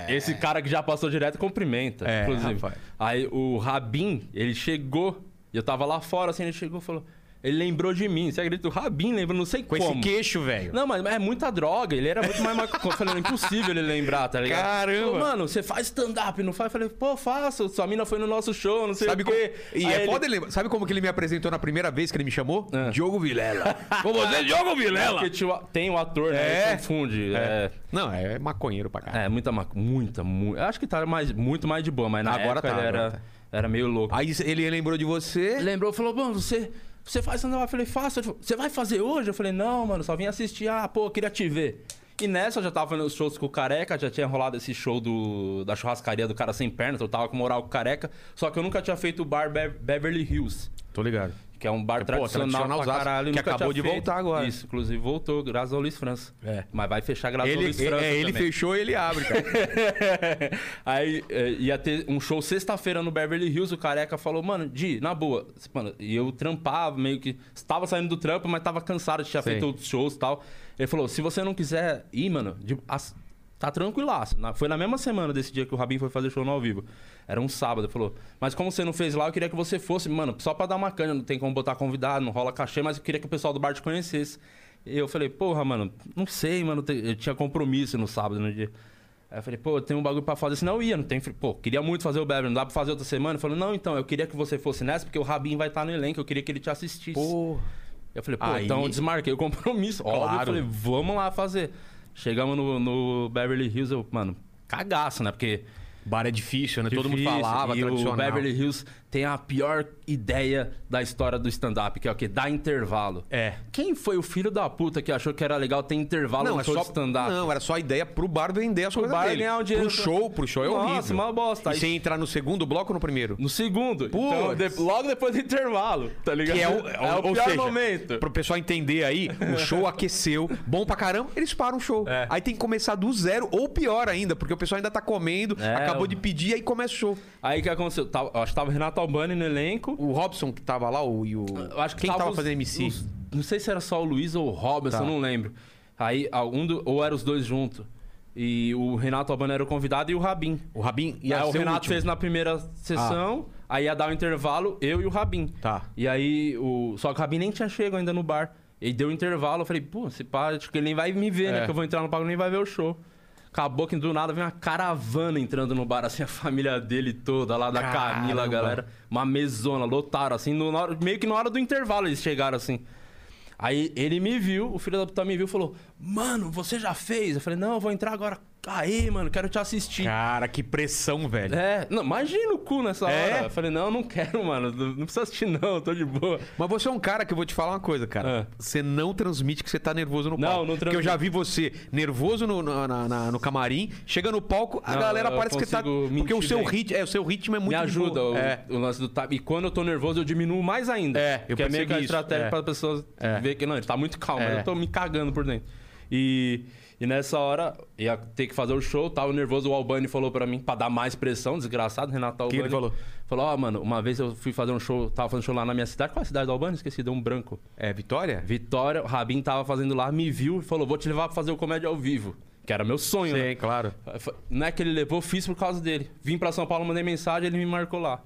B: É, Esse cara que já passou direto cumprimenta,
C: É,
B: inclusive.
C: rapaz.
B: Aí o Rabin, ele chegou, e eu tava lá fora, assim, ele chegou e falou. Ele lembrou de mim, você acredita? O Rabin lembrou, não sei
C: Com
B: como.
C: esse queixo, velho.
B: Não, mas mas é muita droga. Ele era muito mais maconha. Eu falei, não, é impossível ele lembrar, tá ligado?
C: Caramba.
B: Falou, mano, você faz stand-up, não faz? Eu falei, pô, faço. Sua mina foi no nosso show, não sei
C: Sabe
B: o
C: como...
B: quê.
C: E
B: Aí
C: é
B: ele-
C: foda ele lembrar. Sabe como que ele me apresentou na primeira vez que ele me chamou? Diogo Vilela. Com você, Diogo Vilela!
B: Porque tinha o- tem o ator, né?
C: É.
B: Ele confunde. É.
C: Não, é maconheiro pra caralho.
B: É, muita maconha. Muita, muita. Acho que tá mais, muito mais de boa, mas na agora
C: Agora
B: época
C: tá,
B: ele
C: agora
B: era,
C: tá.
B: era meio louco.
C: Aí ele lembrou de você.
B: Ele lembrou, falou, mano, você, você faz stand-up? Eu falei, faço. Ele falou, você vai fazer hoje? Eu falei, não, mano, só vim assistir. Ah, pô, eu queria te ver. E nessa eu já tava fazendo os shows com o Careca, já tinha rolado esse show do, da churrascaria do cara sem perna, então eu tava com moral com o Careca. Só que eu nunca tinha feito o bar Be- Beverly Hills,
C: Tô ligado.
B: que é um bar
C: Pô,
B: tradicional pra
C: tradicionalzaço,
B: caralho.
C: que
B: nunca
C: acabou
B: tinha
C: de voltar agora.
B: Isso, inclusive voltou, graças ao Luiz França.
C: É.
B: Mas vai fechar graças ao
C: Ele,
B: Luiz França
C: é, ele
B: também.
C: fechou e ele abre, cara.
B: Aí eh, ia ter um show sexta-feira no Beverly Hills, o careca falou, mano, Di, na boa. Mano, e eu trampava, meio que. Tava saindo do trampo, mas tava cansado, tinha
C: Sim.
B: feito outros shows e tal. Ele falou: se você não quiser ir, mano, de- as- tá tranquilaço. Na- foi na mesma semana desse dia que o Rabin foi fazer show no ao vivo. Era um sábado. Ele falou: mas como você não fez lá, eu queria que você fosse, mano, só pra dar uma cana, não tem como botar convidado, não rola cachê, mas eu queria que o pessoal do bar te conhecesse. E eu falei: porra, mano, não sei, mano, te- eu tinha compromisso no sábado, no dia. Aí eu falei, pô, eu tenho um bagulho pra fazer, senão eu ia, não tem. fri- Pô, queria muito fazer o Beverly, não dá pra fazer outra semana? Ele falou, não, então, eu queria que você fosse nessa, porque o Rabin vai estar no elenco, eu queria que ele te assistisse. Eu falei, pô,
C: Aí-
B: então eu desmarquei o compromisso. Óbvio,
C: Claro.
B: eu falei, vamos lá fazer. Chegamos no, no Beverly Hills, eu, mano, cagaço, né? Porque.
C: Bar é difícil, né? Todo mundo
B: difícil,
C: falava,
B: e
C: tradicional.
B: o Beverly Hills tem a pior ideia da história do stand-up, que é o quê? Dar intervalo.
C: É.
B: Quem foi o filho da puta que achou que era legal ter intervalo
C: Não,
B: no
C: é
B: show
C: só
B: de stand-up?
C: Não, era só a ideia pro bar vender as coisas
B: bar
C: dele.
B: ganhar um dinheiro
C: Pro
B: pra-
C: show, pro show é
B: Nossa,
C: horrível.
B: uma bosta.
C: E
B: Aí-
C: você entrar no segundo bloco ou no primeiro?
B: No segundo. Então,
C: Putz.
B: de- logo depois do intervalo, tá ligado?
C: Que é o,
B: é o
C: ou
B: pior
C: seja,
B: momento.
C: Pro pessoal entender aí, o show aqueceu, bom pra caramba, eles param o show.
B: É.
C: Aí tem que começar do zero, ou pior ainda, porque o pessoal ainda tá comendo,
B: É,
C: acabou
B: o-
C: de pedir, aí começa o show.
B: Aí o que aconteceu? Tava- acho que tava o Renato Albani no elenco.
C: O Robson que tava lá, o, e o.
B: Eu acho que
C: Quem tava
B: os-
C: fazendo MC?
B: os- não sei se era só o Luiz ou o Robson,
C: Tá.
B: eu não lembro. Aí, algum do- ou eram os dois juntos. E o Renato Albani era o convidado e o Rabin.
C: O Rabin
B: E
C: ia
B: aí Ah, É, o
C: ser
B: Renato
C: último. Ah.
B: fez na primeira sessão, aí ia dar o intervalo, eu e o Rabin.
C: Tá.
B: E aí, o... só que o Rabin nem tinha chego ainda no bar. Ele deu o intervalo, eu falei, pô, esse pá, acho que ele nem vai me ver,
C: É.
B: né? Que eu vou entrar no palco, ele nem vai ver o show. Acabou que do nada vem uma caravana entrando no bar, assim, a família dele toda, lá da Camila,
C: Caramba.
B: a galera. Uma mesona, lotaram, assim, no- na hora- meio que na hora do intervalo eles chegaram, assim. Aí ele me viu, o filho da puta me viu e falou: Mano, você já fez? Eu falei: Não, eu vou entrar agora. Aí, mano, quero te assistir.
C: Cara, que pressão, velho.
B: É, não, imagina o cu nessa
C: É?
B: hora. Eu falei, não, não quero, mano. Não não precisa assistir, não, tô de boa.
C: Mas você é um cara que eu vou te falar uma coisa, cara.
B: Ah.
C: Você não transmite que você tá nervoso no
B: Não,
C: palco.
B: não
C: Porque eu já vi você nervoso no, no- na- na- no camarim, chega no palco, a
B: Não,
C: galera
B: eu
C: parece que tá.
B: consigo
C: Porque o
B: mentir
C: seu,
B: bem.
C: rit... é, o seu ritmo é muito.
B: Me
C: de
B: ajuda
C: boa.
B: o,
C: É.
B: o lance do tab. E quando eu tô nervoso, eu diminuo mais ainda.
C: É, eu
B: Porque é meio
C: percebi
B: que uma
C: isso,
B: estratégia
C: é.
B: pra pessoas
C: É.
B: ver que não, ele tá muito calmo,
C: É.
B: mas eu tô me cagando por dentro. E, e nessa hora, ia ter que fazer o show, tava nervoso. O Albani falou pra mim, pra dar mais pressão, desgraçado, Renato Albani.
C: Que ele falou?
B: Falou, ó, mano, uma vez eu fui fazer um show, tava fazendo show lá na minha cidade. Qual é a cidade do Albani? Esqueci, deu um branco.
C: É, Vitória?
B: Vitória, o Rabin tava fazendo lá, me viu e falou: vou te levar pra fazer o comédia ao vivo. Que era meu sonho, né?
C: Sim, claro.
B: Fa- Não é que ele levou, fiz por causa dele. Vim pra São Paulo, mandei mensagem, ele me marcou lá.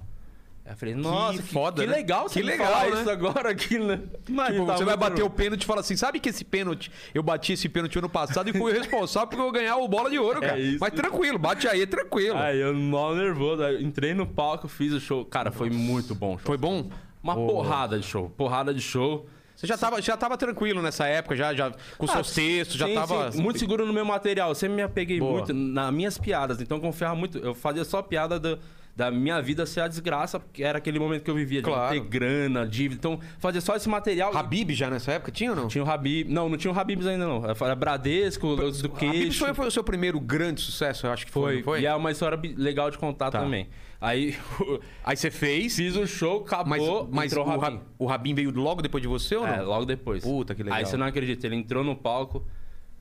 B: Aí eu falei, nossa, que,
C: foda,
B: que
C: né?
B: legal você
C: Que
B: me
C: legal,
B: falar
C: né?
B: isso agora aqui, né? Mas
C: Tipo,
B: tá
C: você vai
B: muito
C: bater
B: bom.
C: o pênalti e fala assim: sabe que esse pênalti, eu bati esse pênalti ano passado e fui o responsável por eu ganhar o bola de ouro, cara.
B: É isso.
C: Mas tranquilo, bate aí, tranquilo.
B: Aí eu mal nervoso, aí eu entrei no palco, fiz o show. Cara, foi muito bom o show.
C: Foi bom?
B: Uma
C: Pô.
B: porrada de show, porrada de show.
C: Você já tava, já tava tranquilo nessa época, já, já com
B: Ah,
C: seus textos, já
B: sim,
C: tava.
B: sim, muito seguro no meu material. Eu sempre me apeguei
C: Boa.
B: muito nas minhas piadas. Então eu confiava muito. Eu fazia só piada do- da minha vida ser a desgraça, porque era aquele momento que eu vivia, de não
C: Claro.
B: ter grana, dívida. Então, fazia só esse material. e-
C: Habib já nessa época tinha ou não?
B: Tinha o Habib. Não, não tinha o Habibs ainda, não. Era Bradesco, Luz do
C: Habib
B: Queixo.
C: foi, foi o seu primeiro grande sucesso, eu acho que foi.
B: Foi.
C: não foi? Tá.
B: E é uma história bi- legal de contar também. Aí
C: Aí você fez,
B: fiz o show,
C: mas,
B: acabou,
C: mas
B: entrou o
C: o,
B: Rabin.
C: Ra- o Rabin veio logo depois de você ou não?
B: É, logo depois.
C: Puta, que legal.
B: Aí você não acredita, ele entrou no palco,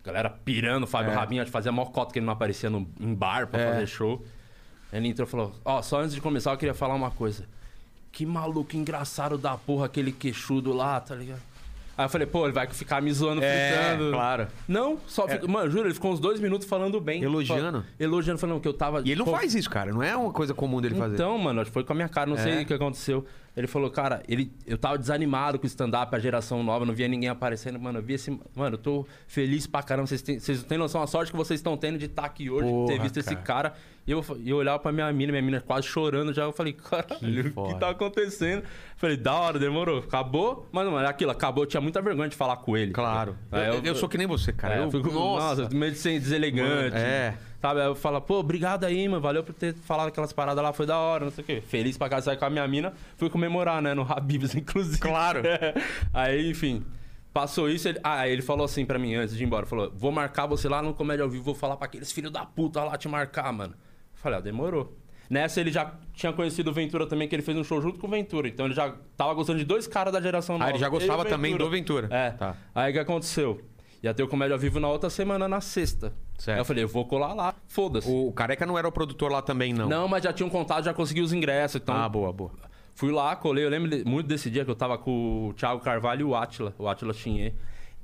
B: galera pirando, o Fábio
C: É.
B: Rabin, acho que fazia mó cota que ele não aparecia no, em bar pra
C: É.
B: fazer show. Ele entrou e falou, ó, só antes de começar eu queria falar uma coisa. Que maluco engraçado da porra, aquele queixudo lá, tá ligado? Aí eu falei, pô, ele vai ficar me zoando,
C: É,
B: fritando.
C: claro. É.
B: Não, só fica... Mano, juro, ele ficou uns dois minutos falando bem.
C: Elogiando?
B: Fal- Elogiando, falando que eu tava...
C: E ele não
B: Pô,
C: faz isso, cara. Não é uma coisa comum dele fazer. É.
B: então, mano, acho que foi com a minha cara, não sei o que aconteceu. Ele falou, cara, ele, eu tava desanimado com o stand-up, a geração nova, não via ninguém aparecendo. Mano, eu vi esse. Mano, eu tô feliz pra caramba. Vocês têm, vocês não têm noção, a sorte que vocês estão tendo de estar aqui hoje, de ter
C: Porra,
B: visto esse
C: cara.
B: cara. E eu, e eu olhava pra minha mina, minha mina quase chorando já. Eu falei, caralho, o
C: foda.
B: que tá acontecendo? Falei, da hora, demorou. Acabou, mas, mano, é aquilo, acabou. Eu tinha muita vergonha de falar com ele.
C: Claro.
B: Aí
C: eu, eu sou que nem você, cara.
B: é,
C: eu,
B: eu fico, nossa, meio de ser deselegante.
C: Mano, é.
B: Sabe? Aí eu falo, pô, obrigado aí, mano. Valeu por ter falado aquelas paradas lá, foi da hora, não sei o quê. Feliz pra casa sair com a minha mina. Fui comemorar, né? No Habibs, inclusive.
C: Claro.
B: É. Aí, enfim. Passou isso, ele... ah, ele falou assim pra mim antes de ir embora, falou, vou marcar você lá no Comédia ao Vivo, vou falar pra aqueles filhos da puta lá te marcar, mano. Eu Falei, ah, demorou. Nessa ele já tinha conhecido o Ventura também, que ele fez um show junto com o Ventura, então ele já tava gostando de dois caras da geração nova.
C: Ah, ele já
B: e o
C: gostava também do Ventura.
B: É,
C: Tá.
B: Aí o que aconteceu? Ia ter o Comédia ao Vivo na outra semana, na sexta.
C: Certo.
B: Aí eu falei, eu vou colar lá, foda-se.
C: O Careca não era o produtor lá também, não.
B: Não, mas já tinha um contato, já consegui os ingressos, então...
C: Ah, boa, boa.
B: Fui lá, colei, eu lembro de- muito desse dia que eu tava com o Thiago Carvalho e o Atila, o Atila Chinhê.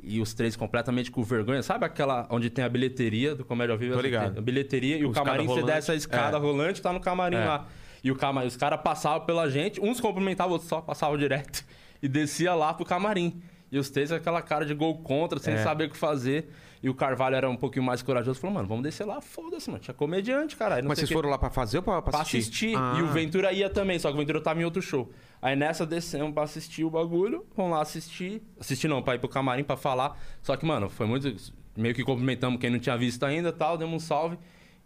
B: E os três completamente com vergonha. Sabe aquela onde tem a bilheteria do Comédia ao Vivo?
C: Tô
B: Essa
C: ligado.
B: tem A bilheteria e o
C: Escada
B: camarim, você
C: rolante.
B: desce a escada
C: É.
B: rolante, tá no camarim
C: É.
B: lá. E o cama- os caras passavam pela gente, uns cumprimentavam, outros só passavam direto. E descia lá pro camarim. E os três com aquela cara de gol contra, sem
C: É.
B: saber o que fazer. E o Carvalho era um pouquinho mais corajoso. Falou, mano, vamos descer lá, foda-se, mano. Tinha comediante, caralho. não
C: Mas
B: sei o
C: vocês
B: quê."
C: foram lá pra fazer ou pra, pra
B: pra
C: assistir?
B: assistir. E o
C: Ah.
B: Ventura ia também, só que o Ventura tava em outro show. Aí nessa descemos pra assistir o bagulho, vamos lá assistir. Assistir não, pra ir pro camarim pra falar. Só que, mano, foi muito. Meio que cumprimentamos quem não tinha visto ainda e tal, demos um salve.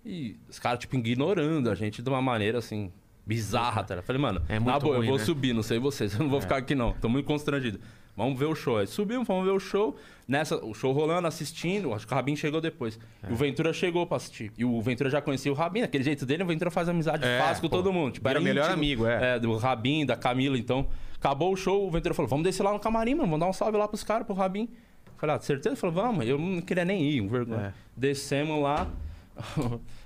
B: E os caras, tipo, ignorando a gente de uma maneira assim. Bizarra, tá? Eu Falei, mano,
C: É
B: na
C: muito
B: boa,
C: ruim,
B: eu vou
C: né? É.
B: subir, não sei vocês, eu não vou ficar aqui não. Tô muito constrangido. Vamos ver o show. Aí subimos, vamos ver o show. Nessa, o show rolando, assistindo. Acho que o Rabin chegou depois.
C: É.
B: E o Ventura chegou pra assistir. E o Ventura já conhecia o Rabin, daquele jeito dele, o Ventura faz amizade
C: É,
B: fácil com
C: pô.
B: todo mundo. Tipo,
C: Vira
B: era
C: melhor
B: íntimo,
C: amigo, é.
B: Do Rabin, da Camila, então. Acabou o show, o Ventura falou: vamos descer lá no camarim, mano, vamos dar um salve lá pros caras, pro Rabin. Falei, ah, de certeza? Ele Falou, vamos, eu não queria nem ir, com
C: É.
B: vergonha. Descemos lá.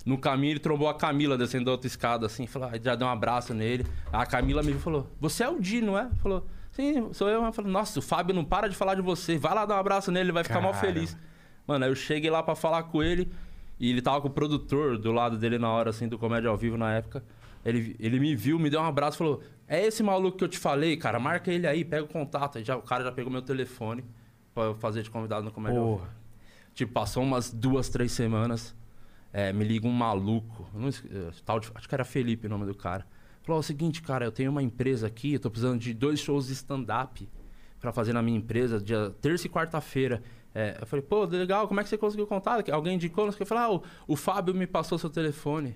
B: No caminho, ele trombou a Camila descendo da outra escada, assim, falou, ah, já deu um abraço nele. A Camila me viu e falou: Você é o Di, não é? Falou, sim, sou eu. Ela falou, nossa, o Fábio não para de falar de você. Vai lá dar um abraço nele, ele vai ficar mal
C: Cara.
B: feliz. Mano, aí eu cheguei lá pra falar com ele e ele tava com o produtor do lado dele na hora, assim, do Comédia ao Vivo na época. Ele, ele me viu, me deu um abraço, falou: É esse maluco que eu te falei, cara, marca ele aí, pega o contato. Aí já, o cara já pegou meu telefone pra eu fazer de convidado no Comédia ao Vivo.
C: Porra.
B: Tipo, passou umas duas, três semanas, é, me liga um maluco, eu não esque- eh, tal de- acho que era Felipe o nome do cara. Falou: "Ó, é o seguinte, cara, eu tenho uma empresa aqui, eu tô precisando de dois shows de stand-up pra fazer na minha empresa, dia terça e quarta-feira. É, eu falei, pô, legal, como é que você conseguiu contar? Alguém indicou? Eu falei, ah, o, o Fábio me passou seu telefone.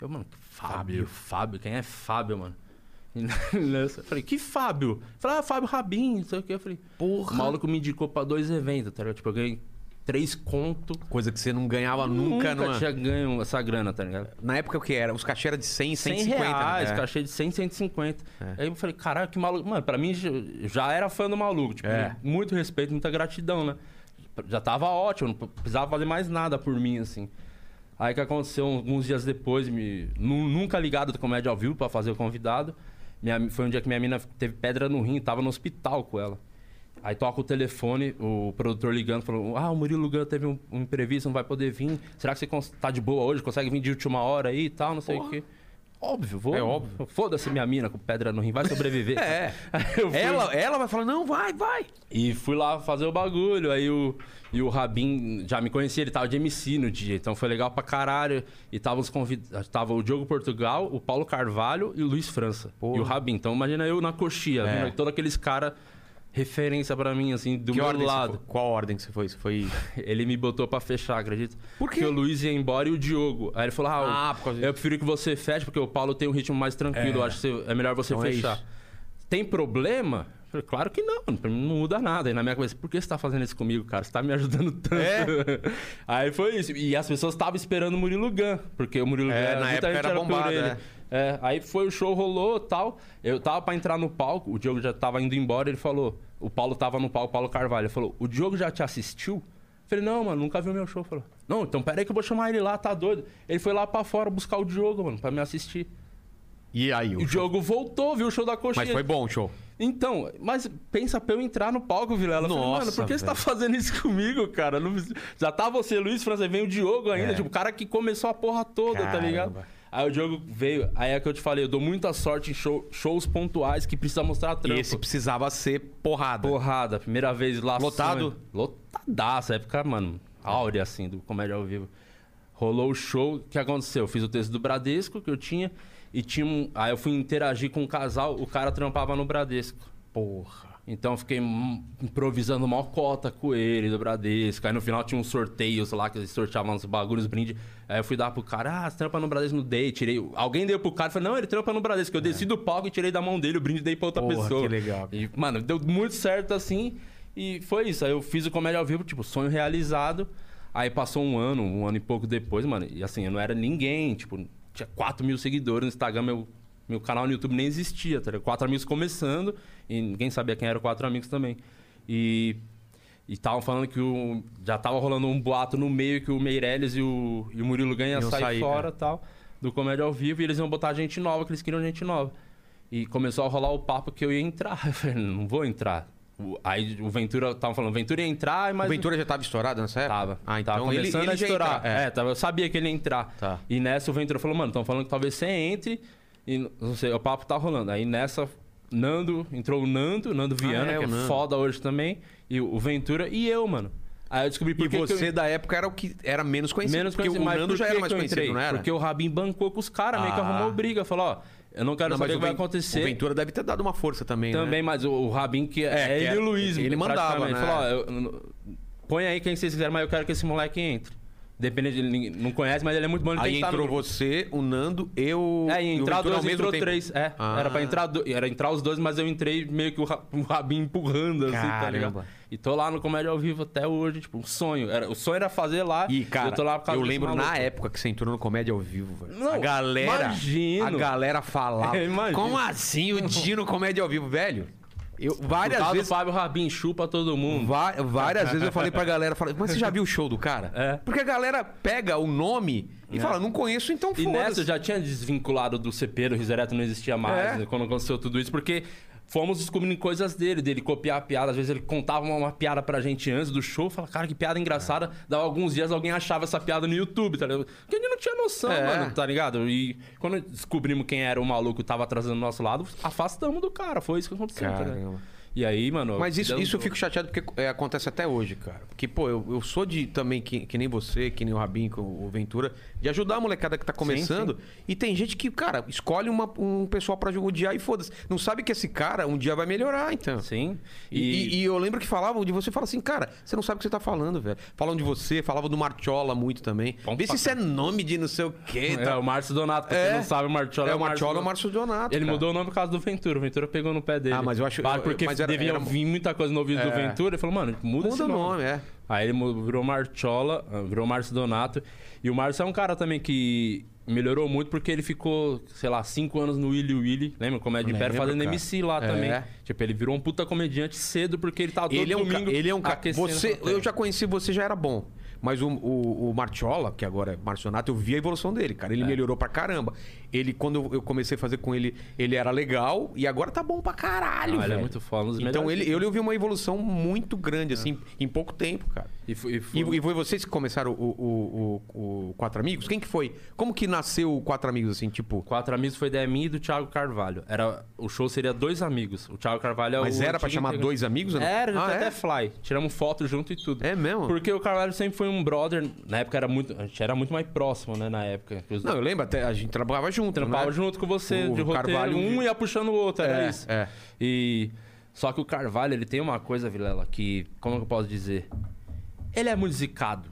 B: Eu, mano, Fábio, Fábio, quem é Fábio, mano? E nessa- eu falei, que Fábio? Eu falei, ah, Fábio Rabin, não sei o que. Eu falei, porra. O maluco me indicou pra dois eventos, tá ligado? Tipo, eu ganhei três conto.
C: Coisa que você não ganhava nunca, não é?
B: tinha ganho essa grana, tá ligado?
C: Na época o que era? Os cachê era de 100,
B: 100
C: 150. né?
B: reais,
C: É.
B: cachê de 100, 150. Aí eu falei, caralho, que maluco. Mano, pra mim j- já era fã do maluco. Tipo,
C: É.
B: muito respeito, muita gratidão, né? Já tava ótimo, não precisava fazer mais nada por mim, assim. Aí o que aconteceu um, alguns dias depois, me, nu- nunca ligado do Comédia ao Vivo pra fazer o convidado. Minha, mi- foi um dia que minha mina teve pedra no rim, tava no hospital com ela. Aí toca o telefone, o produtor ligando, falou: Ah, o Murilo Gun teve um, um imprevisto, não vai poder vir. Será que você cons- tá de boa hoje? Consegue vir de última hora aí e tal? Não sei o quê. Óbvio, vou.
C: É óbvio.
B: Foda-se minha mina com pedra no rim, vai sobreviver.
C: É.
B: Aí eu fui-
C: Ela, ela vai falar, não, vai, vai.
B: e fui lá fazer o bagulho. Aí o, e o Rabin já me conhecia, ele tava de MC no dia. Então foi legal pra caralho. E tava, os convid... tava o Diogo Portugal, o Paulo Carvalho e o Luiz França. E o Rabin. Então imagina eu na coxia,
C: É.
B: vendo todos aqueles caras referência pra mim, assim, do
C: Que
B: meu
C: ordem
B: lado.
C: você foi? Qual ordem que você foi? Você foi...
B: Ele me botou pra fechar, acredita?
C: Por quê?
B: Porque o Luiz ia embora e o Diogo. Aí ele falou: Ah,
C: Ah, por causa
B: eu prefiro que você feche, porque o Paulo tem um ritmo mais tranquilo. Eu acho que você- é melhor você
C: Então é
B: fechar.
C: isso.
B: tem problema? Eu falei, claro que não, pra mim não muda nada. E na minha cabeça, por que você tá fazendo isso comigo, cara? Você tá me ajudando tanto.
C: É?
B: Aí foi isso. E as pessoas estavam esperando o Murilo Gun, porque o Murilo
C: É,
B: Gun
C: na
B: muita
C: época
B: gente
C: era
B: por
C: bombado,
B: ele.
C: é.
B: É, aí foi o show, rolou tal. Eu tava pra entrar no palco, o Diogo já tava indo embora, ele falou. O Paulo tava no palco, o Paulo Carvalho. Ele falou: O Diogo já te assistiu? Eu Falei, não, mano, nunca viu meu show. Ele Falou, não, então peraí que eu vou chamar ele lá, tá doido. Ele foi lá pra fora buscar o Diogo, mano, pra me assistir.
C: E aí?
B: O
C: O...
B: Diogo voltou, viu o show da coxinha.
C: Mas foi bom o show.
B: Então, mas pensa pra eu entrar no palco, Vilela. Eu falei,
C: Nossa,
B: mano, por que você tá
C: velho.
B: fazendo isso comigo, cara? Não- Já tá você, Luiz França, vem o Diogo ainda,
C: É.
B: tipo, o cara que começou a porra toda, tá
C: Caramba.
B: ligado? Aí o Diogo veio, aí é que eu te falei, eu dou muita sorte em show- shows pontuais que precisa mostrar
C: E
B: trampo.
C: esse precisava ser porrada.
B: Porrada, primeira vez lá.
C: Lotado?
B: sonho. Lotadaço, época, mano, áurea, assim, do comédia ao vivo. Rolou o show, o que aconteceu? Eu fiz o texto do Bradesco que eu tinha, e tinha um... Aí eu fui interagir com um casal, o cara trampava no Bradesco. Porra. Então eu fiquei hum, improvisando uma cota com ele do Bradesco. Aí no final tinha uns sorteios lá, que eles sorteavam uns bagulhos, brinde. Aí eu fui dar pro cara, ah, você trampa no Bradesco, não dei, tirei. Alguém deu pro cara, falei, não, ele trampa no Bradesco. Eu desci do palco e tirei da mão dele, o brinde dei pra outra
C: Porra,
B: pessoa.
C: que legal.
B: E, mano, deu muito certo assim. E foi isso. Aí eu fiz o comédia ao vivo, tipo, sonho realizado. Aí passou um ano, um ano e pouco depois, mano. E assim, eu não era ninguém. Tipo, tinha 4 mil seguidores no Instagram, meu, meu canal no YouTube nem existia, tá ligado? Quatro amigos começando. E ninguém sabia quem eram quatro amigos também. E. E estavam falando que o, já tava rolando um boato no meio que o Meirelles e o, e o Murilo Ganha
C: Iam
B: sair,
C: sair,
B: fora
C: né?
B: e tal, do Comédia ao Vivo, e eles iam botar gente nova, que eles queriam gente nova. E começou a rolar o papo que eu ia entrar. Eu falei, não vou entrar. O- aí o Ventura, tava falando, Ventura ia entrar, mas...
C: O Ventura já tava estourado nessa época?
B: Tava.
C: Ah, então
B: tava
C: ele-
B: começando
C: ele
B: a
C: já
B: estourar.
C: entra-
B: É,
C: é.
B: tava, eu sabia que ele ia entrar.
C: Tá.
B: E nessa o Ventura falou, mano, estão falando que talvez você entre. E não sei, o papo tá rolando. Aí nessa, Nando, entrou o Nando, Nando Viana,
C: é,
B: que
C: o
B: é
C: Nando.
B: foda hoje também. E o Ventura e eu, mano. Aí eu descobri por
C: E
B: que que eu-
C: você da época era o que era menos conhecido.
B: Menos
C: porque
B: conhecido,
C: o
B: mas
C: Nando
B: por
C: já
B: que
C: era
B: que
C: mais
B: eu
C: conhecido,
B: entrei?
C: não era?
B: Porque o Rabin bancou com os caras, meio que
C: Ah.
B: arrumou briga. Falou, ó, eu não quero
C: Não,
B: saber o que vai
C: Ven-
B: acontecer.
C: O Ventura deve ter dado uma força também, né?
B: Também, mas o, o Rabin, que é,
C: que
B: ele
C: era-
B: e o Luiz.
C: ele mandava,
B: praticamente.
C: né?
B: Falou, ó, eu- eu- põe aí quem vocês quiserem, mas eu quero que esse moleque entre. Dependendo de ele não conhece, mas ele é muito bom, ele tem
C: Aí
B: que estar
C: entrou
B: no...
C: você, o Nando, eu
B: É, e
C: e o
B: entrar
C: Ventura
B: dois,
C: ao mesmo
B: entrou
C: tempo.
B: três. É,
C: Ah.
B: era pra entrar, do- era entrar os dois, mas eu entrei meio que o, ra- o Rabin empurrando, assim, tá ligado?
C: Caramba.
B: E tô lá no Comédia ao Vivo até hoje, tipo, um sonho. Era, o sonho era fazer lá.
C: E, cara,
B: eu tô lá por
C: eu,
B: causa desse
C: lembro na
B: maluco.
C: época que você entrou no Comédia ao Vivo, velho.
B: Não,
C: a galera.
B: imagino.
C: A galera falava.
B: É, imagino.
C: Como assim o Dino Comédia ao Vivo, velho? Eu,
B: O
C: várias
B: tal do
C: vezes.
B: Fábio Rabin chupa todo mundo.
C: va- várias vezes eu falei pra galera, falei, mas você já viu o show do cara?
B: É.
C: Porque a galera pega o nome e fala, não conheço, então
B: E nessa eu
C: foda-se.
B: já tinha desvinculado do CP, do Risereto não existia mais,
C: É.
B: né, quando aconteceu tudo isso, porque fomos descobrindo coisas dele, dele copiar a piada. Às vezes ele contava uma, uma piada pra gente antes do show, falava, cara, que piada engraçada.
C: É.
B: Dava alguns dias alguém achava essa piada no YouTube, tá ligado? Porque a gente não tinha noção,
C: É.
B: mano, tá ligado? E quando descobrimos quem era o maluco que tava atrasando do nosso lado, afastamos do cara. Foi isso que aconteceu, tá ligado?
C: Caramba.
B: E aí, mano.
C: Mas isso,
B: deu- um
C: isso eu fico chateado porque é, acontece até hoje, cara. Porque, pô, eu, eu sou de também, que, que nem você, que nem o Rabinho, que o o Ventura, de ajudar a molecada que tá começando. E tem gente que, cara, escolhe uma- um pessoal pra odiar e foda-se. Não sabe que esse cara um dia vai melhorar, então.
B: Sim.
C: E, e- e eu lembro que falavam de você, fala assim, cara, você não sabe o que você tá falando, velho. Falam de você, falavam do Marchola muito também.
B: Bom
C: Vê se
B: pra
C: isso é nome de não sei o quê.
B: É,
C: tá?
B: o Márcio Donato, pra quem não sabe, o Martiola
C: é o Marchola, é o Márcio Donato.
B: Ele
C: cara.
B: mudou o nome por causa do Ventura. O Ventura pegou no pé dele.
C: Ah, mas eu acho-
B: Bah,
C: eu-
B: Porque
C: mas era-
B: devia
C: era-
B: ouvir muita coisa no ouvido do
C: É.
B: Ventura. Ele falou, mano, muda, esse
C: Muda o
B: nome.
C: nome, é.
B: Aí ele mu- virou Marchola, ah, virou Márcio Donato. E o Márcio é um cara também que melhorou muito porque ele ficou, sei lá, cinco anos no Willy Willy. Lembra? Comédia de Pé
C: Lembro,
B: fazendo
C: cara.
B: MC lá
C: É.
B: também. Tipo, ele virou um puta comediante cedo porque ele tava todo
C: Ele é um ca-
B: domingo
C: Ele é um cara.
B: aquecendo essa
C: Você,
B: plateia.
C: eu já conheci você, já era bom. Mas o, o, o Marchola, que agora é Marcionato, eu vi a evolução dele, cara.
B: É.
C: Ele melhorou pra caramba. Ele, quando eu, eu comecei a fazer com ele, ele era legal e agora tá bom pra caralho,
B: Não, ele
C: velho.
B: é muito foda, um dos
C: Então
B: melhores. É.
C: ele, eu, eu vi uma evolução muito grande, assim, em pouco tempo, cara.
B: E foi, e
C: E,
B: foi-
C: e foi vocês que começaram o, o, o- o Quatro Amigos? Quem que foi? Como que nasceu o Quatro Amigos, assim, tipo?
B: Quatro amigos foi ideia minha e do Thiago Carvalho. Era, o show seria dois amigos. O Thiago Carvalho é o.
C: Mas era pra
B: antigo
C: chamar
B: integrante.
C: dois amigos? ou não?
B: Era,
C: ah,
B: até
C: é?
B: fly. Tiramos foto junto e tudo.
C: É mesmo?
B: Porque o Carvalho sempre foi um brother. Na época era muito. A gente era muito mais próximo, né? Na época. Os
C: Não, eu lembro, até a gente trabalhava junto,
B: trampava
C: né?
B: junto com você,
C: O
B: de roteiro.
C: Carvalho-
B: um ia puxando o outro, era
C: É,
B: isso.
C: é.
B: E. Só que o Carvalho, ele tem uma coisa, Vilela, que. Como eu posso dizer? Ele é muito zicado.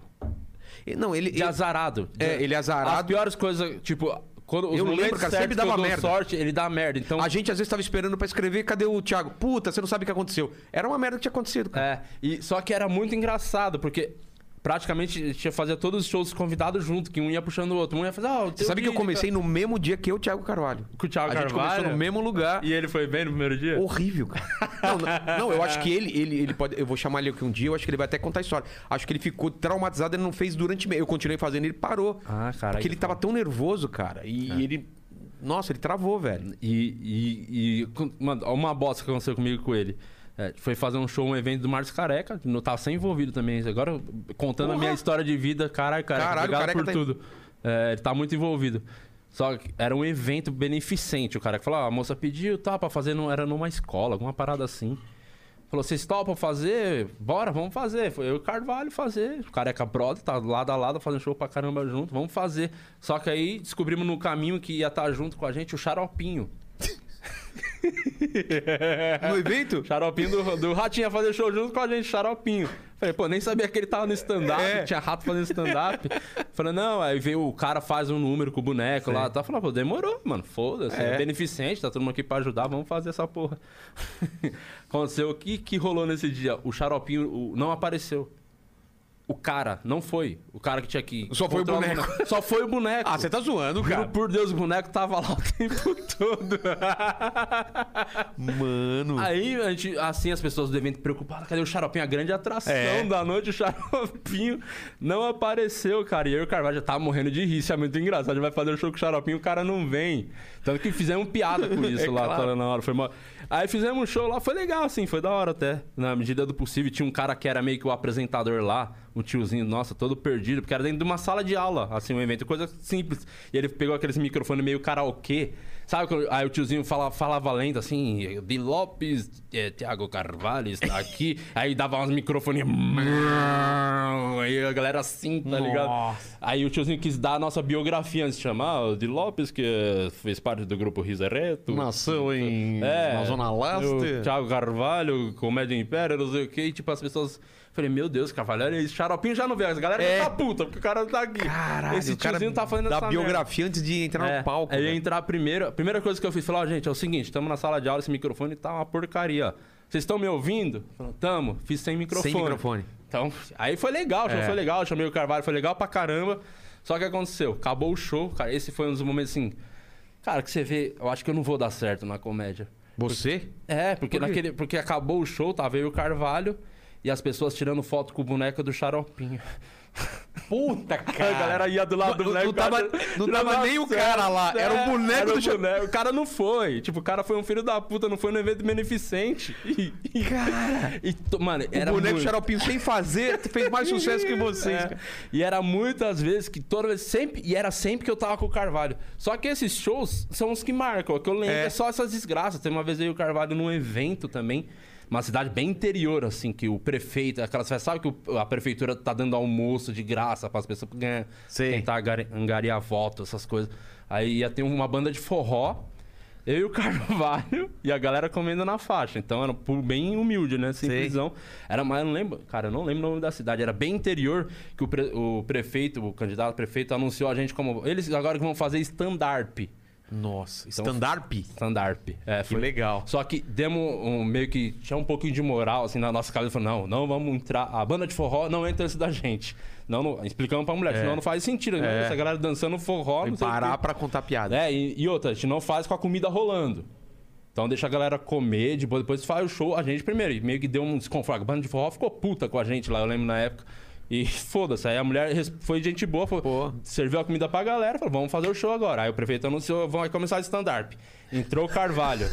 C: Não, ele...
B: De
C: ele-
B: azarado. De-
C: É, ele é azarado.
B: As piores coisas, tipo. Quando, os
C: Eu lembro,
B: momentos
C: cara,
B: certos
C: sempre
B: que eu
C: dava
B: dou
C: merda.
B: sorte, ele dá merda. Então,
C: A gente às vezes tava esperando pra escrever, cadê o Thiago? Puta, você não sabe o que aconteceu. Era uma merda que tinha acontecido, cara.
B: É, e, só que era muito engraçado, porque praticamente tinha fazia todos os shows convidados junto, que um ia puxando o outro. Um ia fazer, ah, o
C: Você
B: teu
C: sabe que eu
B: vídeo,
C: comecei no mesmo dia que eu, Thiago Carvalho.
B: Com o Thiago
C: a gente começou
B: Carvalho?
C: no mesmo lugar.
B: tá?" E ele foi bem no primeiro dia?
C: Horrível, cara. Não, não, não, eu acho que ele, ele, ele pode. Eu vou chamar ele aqui um dia, eu acho que ele vai até contar a história. Acho que ele ficou traumatizado, ele não fez durante. meio. Eu continuei fazendo, ele parou.
B: Ah, cara,
C: Porque
B: aí É.
C: ele tava tão nervoso, cara. E ele. Nossa, ele travou, velho.
B: E, e, e com- mano, uma bosta que aconteceu comigo e com ele. É, foi fazer um show, um evento do Márcio Careca, que não tava sem envolvido também. Agora, contando a minha história de vida, caralho, careca,
C: Caralho,
B: obrigado
C: Careca
B: por
C: tá em-
B: tudo. É, ele tá muito envolvido. Só que era um evento beneficente. O cara que falou, ah, a moça pediu, tá, pra fazer, não, era numa escola, alguma parada assim. Falou, vocês topam fazer? Bora, vamos fazer. Foi eu e o Carvalho fazer. O Careca Brother tá lado a lado fazendo show pra caramba junto. Vamos fazer. Só que aí descobrimos no caminho que ia estar junto com a gente o Xaropinho.
C: No evento?
B: Xaropinho do, do Ratinho ia fazer show junto com a gente, Xaropinho. Falei, pô, nem sabia que ele tava no stand-up,
C: É.
B: tinha rato fazendo stand-up. Falei, não, aí veio o cara, faz um número com o boneco lá, tá? Falei, pô, demorou, mano, foda-se, é. beneficente, tá todo mundo aqui pra ajudar, vamos fazer essa porra. Aconteceu, o que que rolou nesse dia? O Xaropinho o- não apareceu. O cara, não foi. O cara que tinha que...
C: Só foi o
B: controlar
C: boneco.
B: Só foi o boneco.
C: Ah, você tá zoando,
B: Juro
C: cara.
B: por Deus, o boneco tava lá o tempo todo.
C: Mano.
B: Aí, a gente, assim, as pessoas do evento preocupadas, cadê o xaropinho? A grande atração
C: É.
B: da noite, o xaropinho não apareceu, cara. E eu e o Carvalho já tava morrendo de rir, isso é muito engraçado. A gente vai fazer o show com o xaropinho, o cara não vem. Tanto que fizemos piada com isso
C: É
B: lá
C: claro.
B: tá, na hora. Foi mó- Aí fizemos um show lá, foi legal, assim, foi da hora até. Na medida do possível, tinha um cara que era meio que o apresentador lá, um tiozinho, nossa, todo perdido, porque era dentro de uma sala de aula, assim, um evento, coisa simples. E ele pegou aqueles microfones meio karaokê. Sabe, quando- aí o tiozinho fala, falava lento assim, Di Lopes, é, Thiago Carvalho está aqui. aí dava uns microfones. Aí a galera assim, tá ligado? Aí o tiozinho quis dar a nossa biografia antes de chamar, o Di Lopes, que eh, fez parte do grupo Risa Reto.
C: Nasceu em. na Zona
B: O
C: Leste.
B: Thiago Carvalho, Comédia Império, não sei o quê. E, tipo, as pessoas... Falei, meu Deus, Carvalho, olha isso. Xaropinho já não vê. A galera
C: É.
B: já tá puta, porque o cara não tá aqui.
C: Caralho,
B: Esse
C: o cara
B: tiozinho tá fazendo
C: da
B: essa merda.
C: biografia antes de entrar
B: É,
C: no palco.
B: Aí eu
C: velho.
B: entrar primeiro. A primeira coisa que eu fiz, falar, ó, gente, é o seguinte, estamos na sala de aula, esse microfone tá uma porcaria, ó. Vocês estão me ouvindo? Falando, tamo, fiz sem microfone.
C: microfone.
B: Então, aí foi legal, já
C: É.
B: foi legal, chamei o Carvalho, foi legal pra caramba. Só que aconteceu, acabou o show, cara. Esse foi um dos momentos assim. Cara, que você vê, eu acho que eu não vou dar certo na comédia.
C: Você?
B: É, porque,
C: Por quê?
B: naquele, porque acabou o show, tava eu e o Carvalho e as pessoas tirando foto com o boneco do Xaropinho.
C: Puta,
B: A galera ia do lado do
C: Não-
B: boneco.
C: não tava-
B: cara,
C: não tava
B: tirava
C: nem o
B: selfie.
C: cara lá, Ah, era o
B: É,
C: boneco
B: era o
C: do Xaropinho.
B: boneco. O cara não foi. Tipo, o cara foi um filho da puta, não foi no evento beneficente. E, e- e to- mano, era
C: o boneco
B: muito-
C: xaropinho sem fazer fez mais sucesso que vocês,
B: É.
C: cara.
B: E era muitas vezes que toda vez, sempre, e era sempre que eu tava com o Carvalho. Só que esses shows são os que marcam, o que eu lembro
C: É.
B: é, só essas desgraças. Tem uma vez aí o Carvalho num evento também. uma cidade bem interior, assim, que o prefeito, aquelas festas, sabe que o- a prefeitura tá dando almoço de graça para as pessoas ganhar,
C: Sei.
B: tentar angari- angariar voto, essas coisas. Aí ia ter uma banda de forró, eu e o Carvalho e a galera comendo na faixa. Então era um pulo bem humilde, né? Simplesão. Era, mas eu não lembro, cara, eu não lembro o nome da cidade. Era bem interior que o, pre- o prefeito, o candidato a prefeito, anunciou a gente como. Eles agora que vão fazer stand-up.
C: Nossa, então stand-up?
B: Stand-up. É, foi
C: legal.
B: Só que demos um- meio que. Tinha um pouquinho de moral, assim, na nossa cabeça. Falando, não, não vamos entrar. A banda de forró não entra antes da gente. Não, não- explicamos pra
C: É.
B: mulher, senão não faz sentido. né? Essa galera dançando forró.
C: E
B: não sei o quê.
C: É. parar pra contar piada.
B: É, e, e outra, a gente não faz com a comida rolando. Então deixa a galera comer, depois, depois faz o show, a gente primeiro. E meio que deu um desconforto. A banda de forró ficou puta com a gente lá, eu lembro na época. E foda-se, aí a mulher res- foi gente boa, foi, serviu a comida pra galera, falou, vamos fazer o show agora. Aí o prefeito anunciou, vai começar o stand-up. Entrou o Carvalho.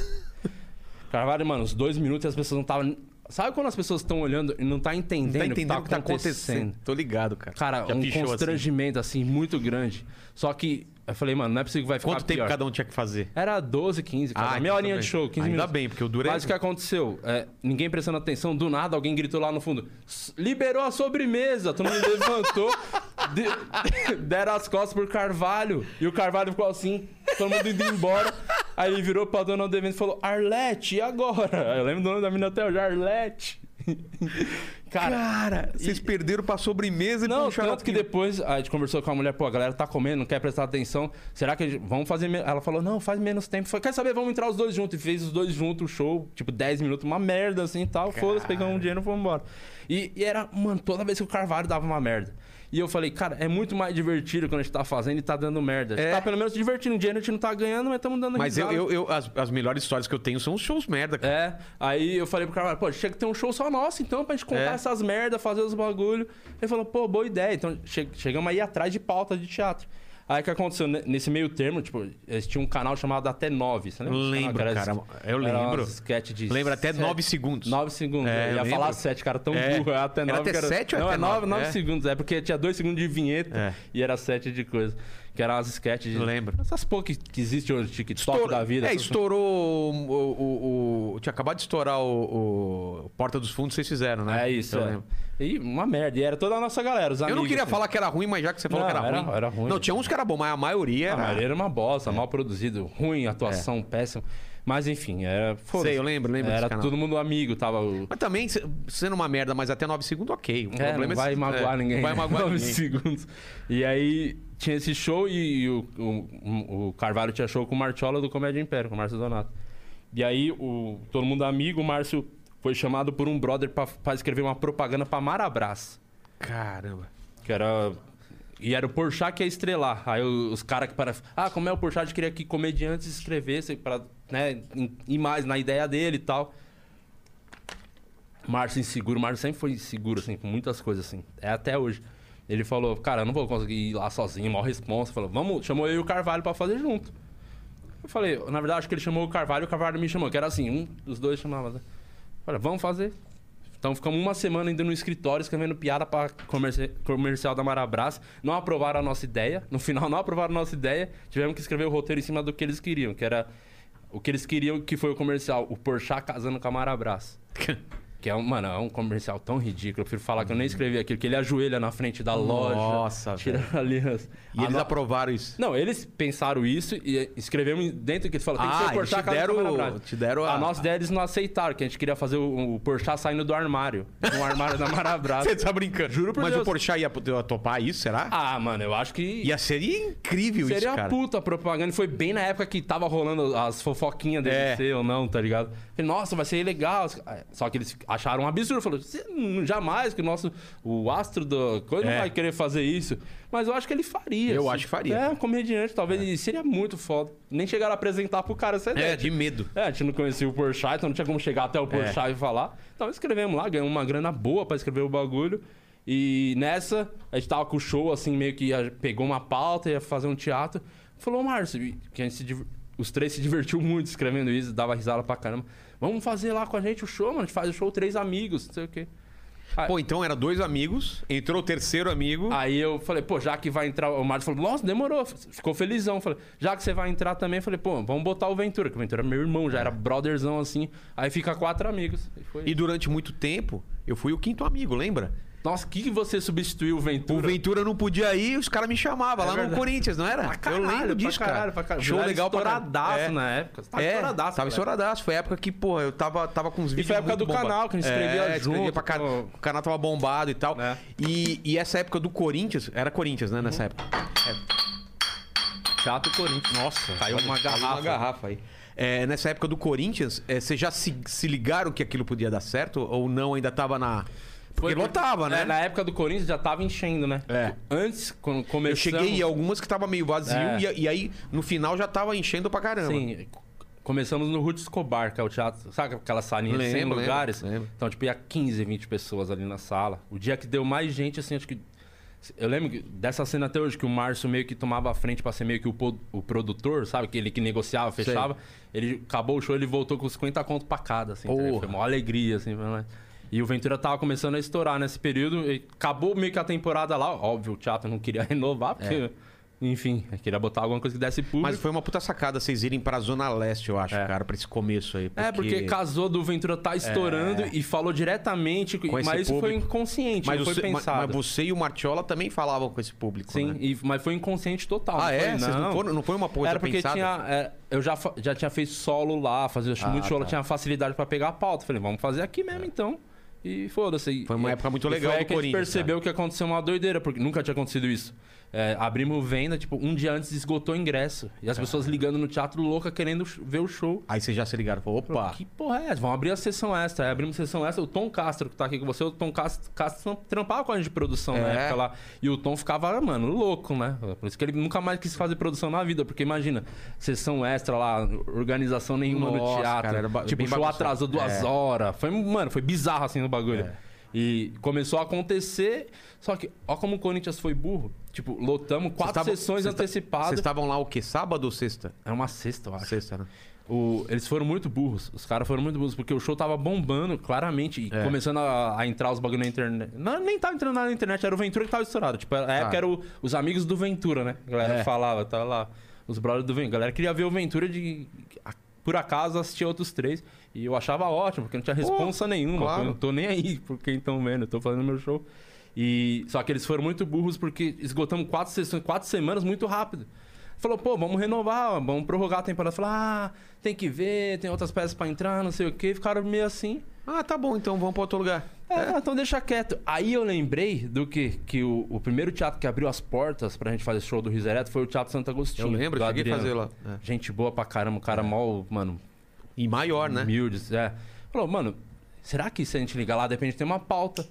B: Carvalho, mano, os dois minutos e as pessoas não estavam... Sabe quando as pessoas estão olhando e não tá entendendo,
C: Não tá entendendo
B: o que tá acontecendo?
C: Tô ligado, cara.
B: Cara,
C: Já
B: um
C: pichou, assim.
B: constrangimento, assim. muito grande. Só que eu falei, mano, não é possível que vai ficar
C: Quanto tempo
B: pior.
C: cada um tinha que fazer?
B: Era 12, 15, cara.
C: Ah, então
B: meia horinha
C: também.
B: de show, 15
C: Ainda
B: minutos.
C: bem, porque o duro é-
B: Mas o que aconteceu? É, ninguém prestando atenção, do nada alguém gritou lá no fundo: "S- liberou a sobremesa! Todo mundo levantou, de- deram as costas pro Carvalho. E o Carvalho ficou assim, todo mundo indo embora. Aí ele virou pra dona do evento e falou: Arlete, e agora? Eu lembro do nome da menina até hoje, Arlete.
C: Cara, vocês perderam pra um sobremesa e
B: Não,
C: puxaram
B: tanto que
C: a piada.
B: depois a gente conversou com a mulher, pô, a galera tá comendo, não quer prestar atenção. Será que a gente- vamos fazer menos? Ela falou, não, faz menos tempo. Falei, quer saber? Vamos entrar os dois juntos. E fez os dois juntos, o show, tipo, 10 minutos, uma merda assim e tal. Foda-se, pegamos um dinheiro e fomos embora. E, e era, mano, toda vez que o Carvalho dava uma merda. E eu falei, cara, é muito mais divertido quando a gente tá fazendo e tá dando merda. A gente
C: É.
B: tá pelo menos se divertindo. O dinheiro a gente não tá ganhando, mas estamos dando
C: Mas eu,
B: risada.
C: eu, eu- as, as melhores histórias que eu tenho são os shows merda, cara.
B: É, aí eu falei pro Carvalho, pô, tinha que ter um show só nosso, então, pra gente contar
C: É.
B: essas merda, fazer os bagulho. Ele falou, pô, boa ideia. Então, che- chegamos aí atrás de pauta de teatro. Aí o que aconteceu? Ne- Nesse meio termo, tipo, eles tinham um canal chamado Até 9, você lembra? desse
C: Lembro,
B: canal? Que era-
C: cara, eu
B: era
C: lembro.
B: umas sketch de
C: Lembra até
B: sete-
C: 9 segundos.
B: 9 segundos.
C: É,
B: eu
C: eu
B: ia
C: lembro.
B: falar 7, cara, tão
C: É.
B: burro. é Até
C: Era
B: 9.
C: até
B: que
C: sete ou
B: Não,
C: até
B: é 9,
C: nove?
B: 9
C: É.
B: segundos. É porque tinha 2 segundos de vinheta
C: É.
B: e era 7 de coisa. Que eram umas sketch de...
C: Lembro.
B: Essas poucas que existem hoje, TikTok
C: Estourou-
B: da vida.
C: É,
B: essas-
C: estourou o, o- o- Tinha acabado de estourar o, o Porta dos Fundos, vocês fizeram, né?
B: É isso,
C: Eu
B: é.
C: lembro.
B: E uma merda. E era toda a nossa galera, os
C: Eu
B: amigos.
C: não queria
B: assim.
C: falar que era ruim, mas já que você falou
B: Não,
C: que era,
B: era-
C: ruim.
B: era ruim.
C: Não, tinha uns que era bom, mas a maioria
B: A
C: era.
B: maioria era uma bosta,
C: É.
B: mal produzido, ruim, atuação péssima. Mas enfim, era. foda-se.
C: Sei, eu lembro, lembro desse
B: Era
C: canal.
B: todo mundo amigo, tava. o-
C: Mas também, se- sendo uma merda, mas até 9 segundos, ok. O
B: É,
C: problema
B: não
C: é
B: vai
C: se-
B: magoar
C: é,
B: ninguém. né?
C: Vai magoar
B: Nove
C: ninguém.
B: segundos. E aí tinha esse show e o, o- o Carvalho tinha show com o Marchola do Comédia Império, com o Márcio Donato. E aí o, todo mundo amigo, o Márcio foi chamado por um brother pra, pra escrever uma propaganda pra Marabras.
C: Caramba.
B: Que era. E era o Porchat que ia estrelar. Aí o- os caras que para. Ah, como é o Porchat? Queria que comediantes escrevessem pra né, em- ir mais na ideia dele e tal. Márcio inseguro. Márcio sempre foi inseguro, assim, com muitas coisas, assim. É até hoje. Ele falou, cara, eu não vou conseguir ir lá sozinho, maior responsa. Falou, vamos, chamou eu e o Carvalho pra fazer junto. Eu falei, na verdade, acho que ele chamou o Carvalho e o Carvalho me chamou, que era assim, um dos dois chamava. né? Olha, vamos fazer. Então ficamos uma semana indo no escritório escrevendo piada para comercial da Marabras. Não aprovaram a nossa ideia. No final, não aprovaram a nossa ideia. Tivemos que escrever o roteiro em cima do que eles queriam, que era o que eles queriam que foi o comercial, o Porchat casando com a Marabras. Que é um, mano, é um comercial tão ridículo. Eu prefiro falar que eu nem escrevi aquilo, que ele ajoelha na frente da loja.
C: Nossa,
B: tira a aliança.
C: E
B: A
C: eles
B: no-
C: aprovaram isso.
B: não, eles pensaram isso e escrevemos dentro que eles falaram, tem que
C: Ah,
B: ser o
C: eles
B: Porchat
C: te
B: casando
C: deram-
B: com a Ana Braga.
C: te deram a-
B: a nossa ideia é eles não aceitaram, que a gente queria fazer o, o Porchat saindo do armário. Um armário da Marabras.
C: Você tá brincando. Juro
B: por
C: Mas
B: Deus.
C: o Porchat ia ia topar isso, será?
B: Ah, mano, eu acho que...
C: Ia ser incrível
B: Seria
C: isso, cara.
B: a puta a propaganda. E Foi bem na época que tava rolando as fofoquinhas dele
C: É.
B: ser ou não, tá ligado? Falei, nossa, vai ser legal. Só que eles acharam um absurdo. Falou, "Cê não- jamais que o nosso. O astro do. Coisa
C: É.
B: não vai querer fazer isso. Mas eu acho que ele faria.
C: Eu
B: Se-
C: acho que faria.
B: É, um comediante, talvez. E seria muito foda. Nem chegaram a apresentar pro cara essa
C: É,
B: ideia.
C: de medo.
B: É, a gente não conhecia o Porchat, então não tinha como chegar até o Porchat e falar. Então escrevemos lá, ganhamos uma grana boa pra escrever o bagulho. E nessa, a gente tava com o show, assim, meio que ia- pegou uma pauta, ia fazer um teatro. Falou, Márcio, e que a gente se div- os três se divertiu muito escrevendo isso, dava risada pra caramba. Vamos fazer lá com a gente o show, mano. A gente faz o show Três Amigos, não sei o quê. Ah.
C: Pô, então era dois amigos, entrou o terceiro amigo.
B: Aí eu falei, pô, já que vai entrar. O Mário falou, nossa, demorou. Ficou felizão. Falei, já que você vai entrar também, falei, pô, vamos botar o Ventura, que o Ventura é meu irmão, já era brotherzão assim. Aí fica quatro amigos. E foi
C: E durante muito tempo, eu fui o quinto amigo, lembra?
B: Nossa, o que, que você substituiu o
C: O
B: Ventura?
C: Ventura não podia ir, os caras me chamavam
B: É
C: lá no
B: verdade.
C: Corinthians, não era?
B: Pra caralho,
C: eu lembro disso,
B: pra caralho,
C: cara.
B: pra caralho.
C: Show
B: Virado
C: legal pra
B: estouradaço
C: caralho.
B: na época. Você tava
C: é,
B: estouradaço,
C: Tava
B: moleque.
C: estouradaço. Foi a época que, porra, eu tava, tava com uns vídeos.
B: foi a época
C: muito
B: do canal, que a gente escrevia
C: é, escrevia
B: junto,
C: pra car-
B: pô.
C: O canal tava bombado e tal.
B: É.
C: E, e essa época do Corinthians, era Corinthians,
B: Uhum.
C: né, nessa época.
B: Chato Corinthians. Nossa, caiu uma garrafa.
C: Uma garrafa aí. É, nessa época do Corinthians, é, vocês já se, se ligaram que aquilo podia dar certo? Ou não, ainda tava na. Porque lotava, né?
B: É, na época do Corinthians já tava enchendo, né?
C: É.
B: Antes, quando começou.
C: Eu cheguei em algumas que tava meio vazio
B: É.
C: e, e aí no final já tava enchendo pra caramba.
B: Sim, começamos no Ruth Escobar, que é o teatro, sabe aquela salinha de 100
C: Lembro,
B: lugares?
C: lembro, lembro.
B: Então, tipo, ia 15, 20 pessoas ali na sala. O dia que deu mais gente, assim, acho que. Eu lembro que- dessa cena até hoje que o Márcio meio que tomava a frente pra ser meio que o, po- o produtor, sabe? Que ele que negociava, fechava. Ele acabou o show, ele voltou com 50 conto pra cada, assim. entendeu?
C: Porra.
B: Foi uma alegria, assim. foi uma- E o Ventura tava começando a estourar nesse período. e acabou meio que a temporada lá. Óbvio, o teatro não queria renovar, porque... Enfim, queria botar alguma coisa que desse público.
C: É. Mas foi uma puta sacada vocês irem pra Zona Leste, eu acho,
B: É.
C: cara, pra esse começo aí.
B: É, porque casou do Ventura tá estourando e falou diretamente,
C: É. Com esse
B: mas isso foi
C: público.
B: inconsciente,
C: mas,
B: não foi
C: você, ma-
B: pensado.
C: mas você e o Martiola também falavam com esse público,
B: Sim,
C: né?
B: e- mas foi inconsciente total.
C: Ah,
B: não
C: é?
B: Foi,
C: Vocês não foram- não foi uma coisa
B: Era porque
C: pensada? Ah,
B: tinha. é, eu já, fa- já tinha feito solo lá, fazia acho, muito
C: tá.
B: solo, tinha facilidade pra pegar a pauta. Falei, vamos fazer aqui mesmo então. E foda-se. E-
C: É. Foi uma época muito
B: e
C: legal
B: Foi aí
C: do
B: que a gente
C: Corinthians,
B: percebeu que aconteceu uma doideira, porque nunca tinha acontecido isso. É, abrimos venda, tipo, um dia antes esgotou o ingresso. E as pessoas ligando no teatro louca querendo sh- ver o show.
C: Aí vocês já se ligaram, falou, opa.
B: Que porra é essa? Vamos abrir a sessão extra. Aí abrimos a sessão extra. O Tom Castro, que tá aqui com você, o Tom Castro, Castro trampava com a gente de produção na
C: É.
B: época lá. E o Tom ficava, mano, louco, né? Por isso que ele nunca mais quis fazer produção na vida. Porque imagina, sessão extra lá, organização nenhuma
C: Nossa,
B: no teatro.
C: cara, era ba-
B: tipo,
C: bem
B: o show
C: bagunçado.
B: atrasou duas
C: É.
B: horas. Foi, mano, foi bizarro assim o bagulho. E começou a acontecer, só que ó como o Corinthians foi burro. Tipo, lotamos quatro
C: tavam-
B: sessões
C: vocês ta- Vocês
B: antecipadas.
C: estavam lá o quê? Sábado ou sexta?
B: É uma sexta, eu acho.
C: Sexta, né?
B: O- eles foram muito burros. Os caras foram muito burros, porque o show tava bombando, claramente, e
C: É.
B: começando a, a entrar os bagulho na internet. Não, nem tava entrando nada na internet, era o Ventura que tava estourado. Tipo, na época era o- os amigos do Ventura, né? A galera
C: Tá. É.
B: falava, tava lá. Os brothers do Ventura. A galera queria ver o Ventura de. a- por acaso assistia outros três. E eu achava ótimo, porque não tinha responsa nenhuma.
C: claro.
B: Eu não tô nem aí por quem estão vendo, eu tô fazendo meu show. E só que eles foram muito burros porque esgotamos quatro sessões, quatro semanas muito rápido. Falou, pô, vamos renovar, vamos prorrogar a temporada. Falou, ah, tem que ver, tem outras peças pra entrar, não sei o quê. Ficaram meio assim.
C: Ah, tá bom, então vamos pra outro lugar.
B: É, então deixa quieto. Aí eu lembrei do que, que o, o primeiro teatro que abriu as portas pra gente fazer show do Risereto foi o Teatro Santo Agostinho.
C: Eu lembro,
B: do
C: eu cheguei a
B: Adriano.
C: fazer lá. É.
B: Gente boa pra caramba, o cara mal, mano,
C: E maior, né?
B: humildes, é. Falou, mano, será que se a gente ligar lá, de repente tem uma pauta?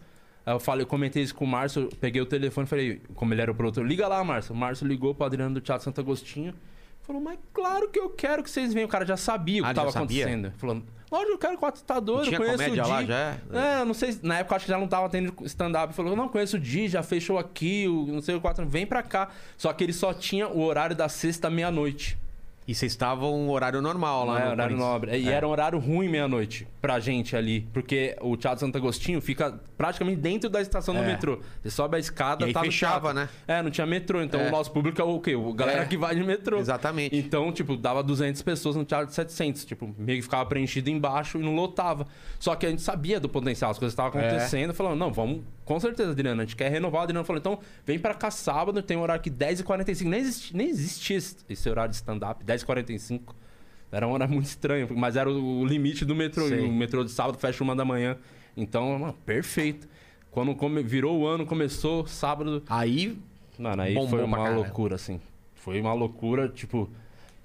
B: Aí eu falei, eu comentei isso com o Márcio, peguei o telefone e falei, como ele era o produtor, liga lá, Márcio. O Márcio ligou pro Adriano do Teatro Santo Agostinho. Falou, mas claro que eu quero que vocês venham. O cara já sabia o
C: Ah,
B: que
C: ele já
B: tava
C: sabia?
B: acontecendo. Falou, lógico, eu quero com o
C: Não
B: atitador, eu
C: tinha
B: conheço
C: comédia
B: o Di.
C: lá, já?
B: É, eu não sei, na época eu acho que já não tava tendo stand-up. Falou, não, conheço o Di, já fechou aqui, o não sei o quatro, vem pra cá. Só que ele só tinha o horário da sexta à meia-noite.
C: E vocês estavam no horário normal lá
B: Não,
C: no
B: é horário
C: Corinthians.
B: nobre. E era um horário ruim meia-noite pra gente ali. Porque o Teatro Santo Agostinho fica praticamente dentro da estação do
C: É.
B: metrô. Você sobe a escada,
C: E aí
B: tá no
C: fechava,
B: teatro.
C: né?
B: É, não tinha metrô. Então
C: É.
B: o nosso público é o quê? O galera
C: É.
B: que vai de metrô.
C: Exatamente.
B: Então, tipo, dava 200 pessoas no teatro de 700. Tipo, meio que ficava preenchido embaixo e não lotava. Só que a gente sabia do potencial, as coisas
C: É.
B: estavam acontecendo. Falando, não, vamos... Com certeza, Adriano, a gente quer renovar. O Adriano falou, então, vem pra cá sábado, tem um horário aqui 10h45. Nem existia, nem existia esse- esse horário de stand-up, 10h45. Era uma hora muito estranha, mas era o limite do metrô. E o metrô de sábado fecha uma da manhã. Então, mano, perfeito. Quando come- virou o ano, começou sábado.
C: Aí,
B: Mano, aí
C: Bombou
B: foi
C: pra
B: uma
C: caralho.
B: loucura, assim. Foi uma loucura, tipo,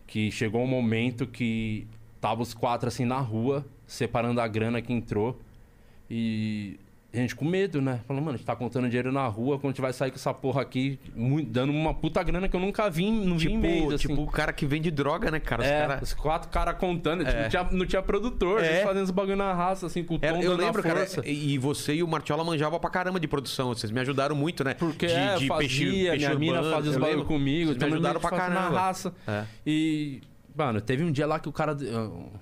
B: que chegou um momento que tava os quatro, assim, na rua, separando a grana que entrou. E a gente com medo, né? Falando, mano, a gente tá contando dinheiro na rua, quando a gente vai sair com essa porra aqui, muito- dando uma puta grana que eu nunca vi, em- não vi em
C: tipo,
B: mês, assim.
C: tipo o cara que vende droga, né, cara? Os
B: É,
C: cara-
B: os quatro caras contando, tipo, não, tinha, não tinha produtor,
C: É.
B: eles fazendo os bagulho na raça, assim, com o tom
C: Era- eu
B: dando a
C: lembro, cara,
B: força.
C: e e você e o Martiola manjavam pra caramba de produção. Vocês me ajudaram muito, né?
B: Porque
C: de,
B: é, eu fazia, minha mina
C: urbano,
B: fazia os
C: eu
B: bagulho
C: lembro.
B: comigo,
C: Vocês me
B: então
C: ajudaram pra
B: na
C: caramba.
B: raça.
C: É.
B: E, mano, teve um dia lá que o cara... eh,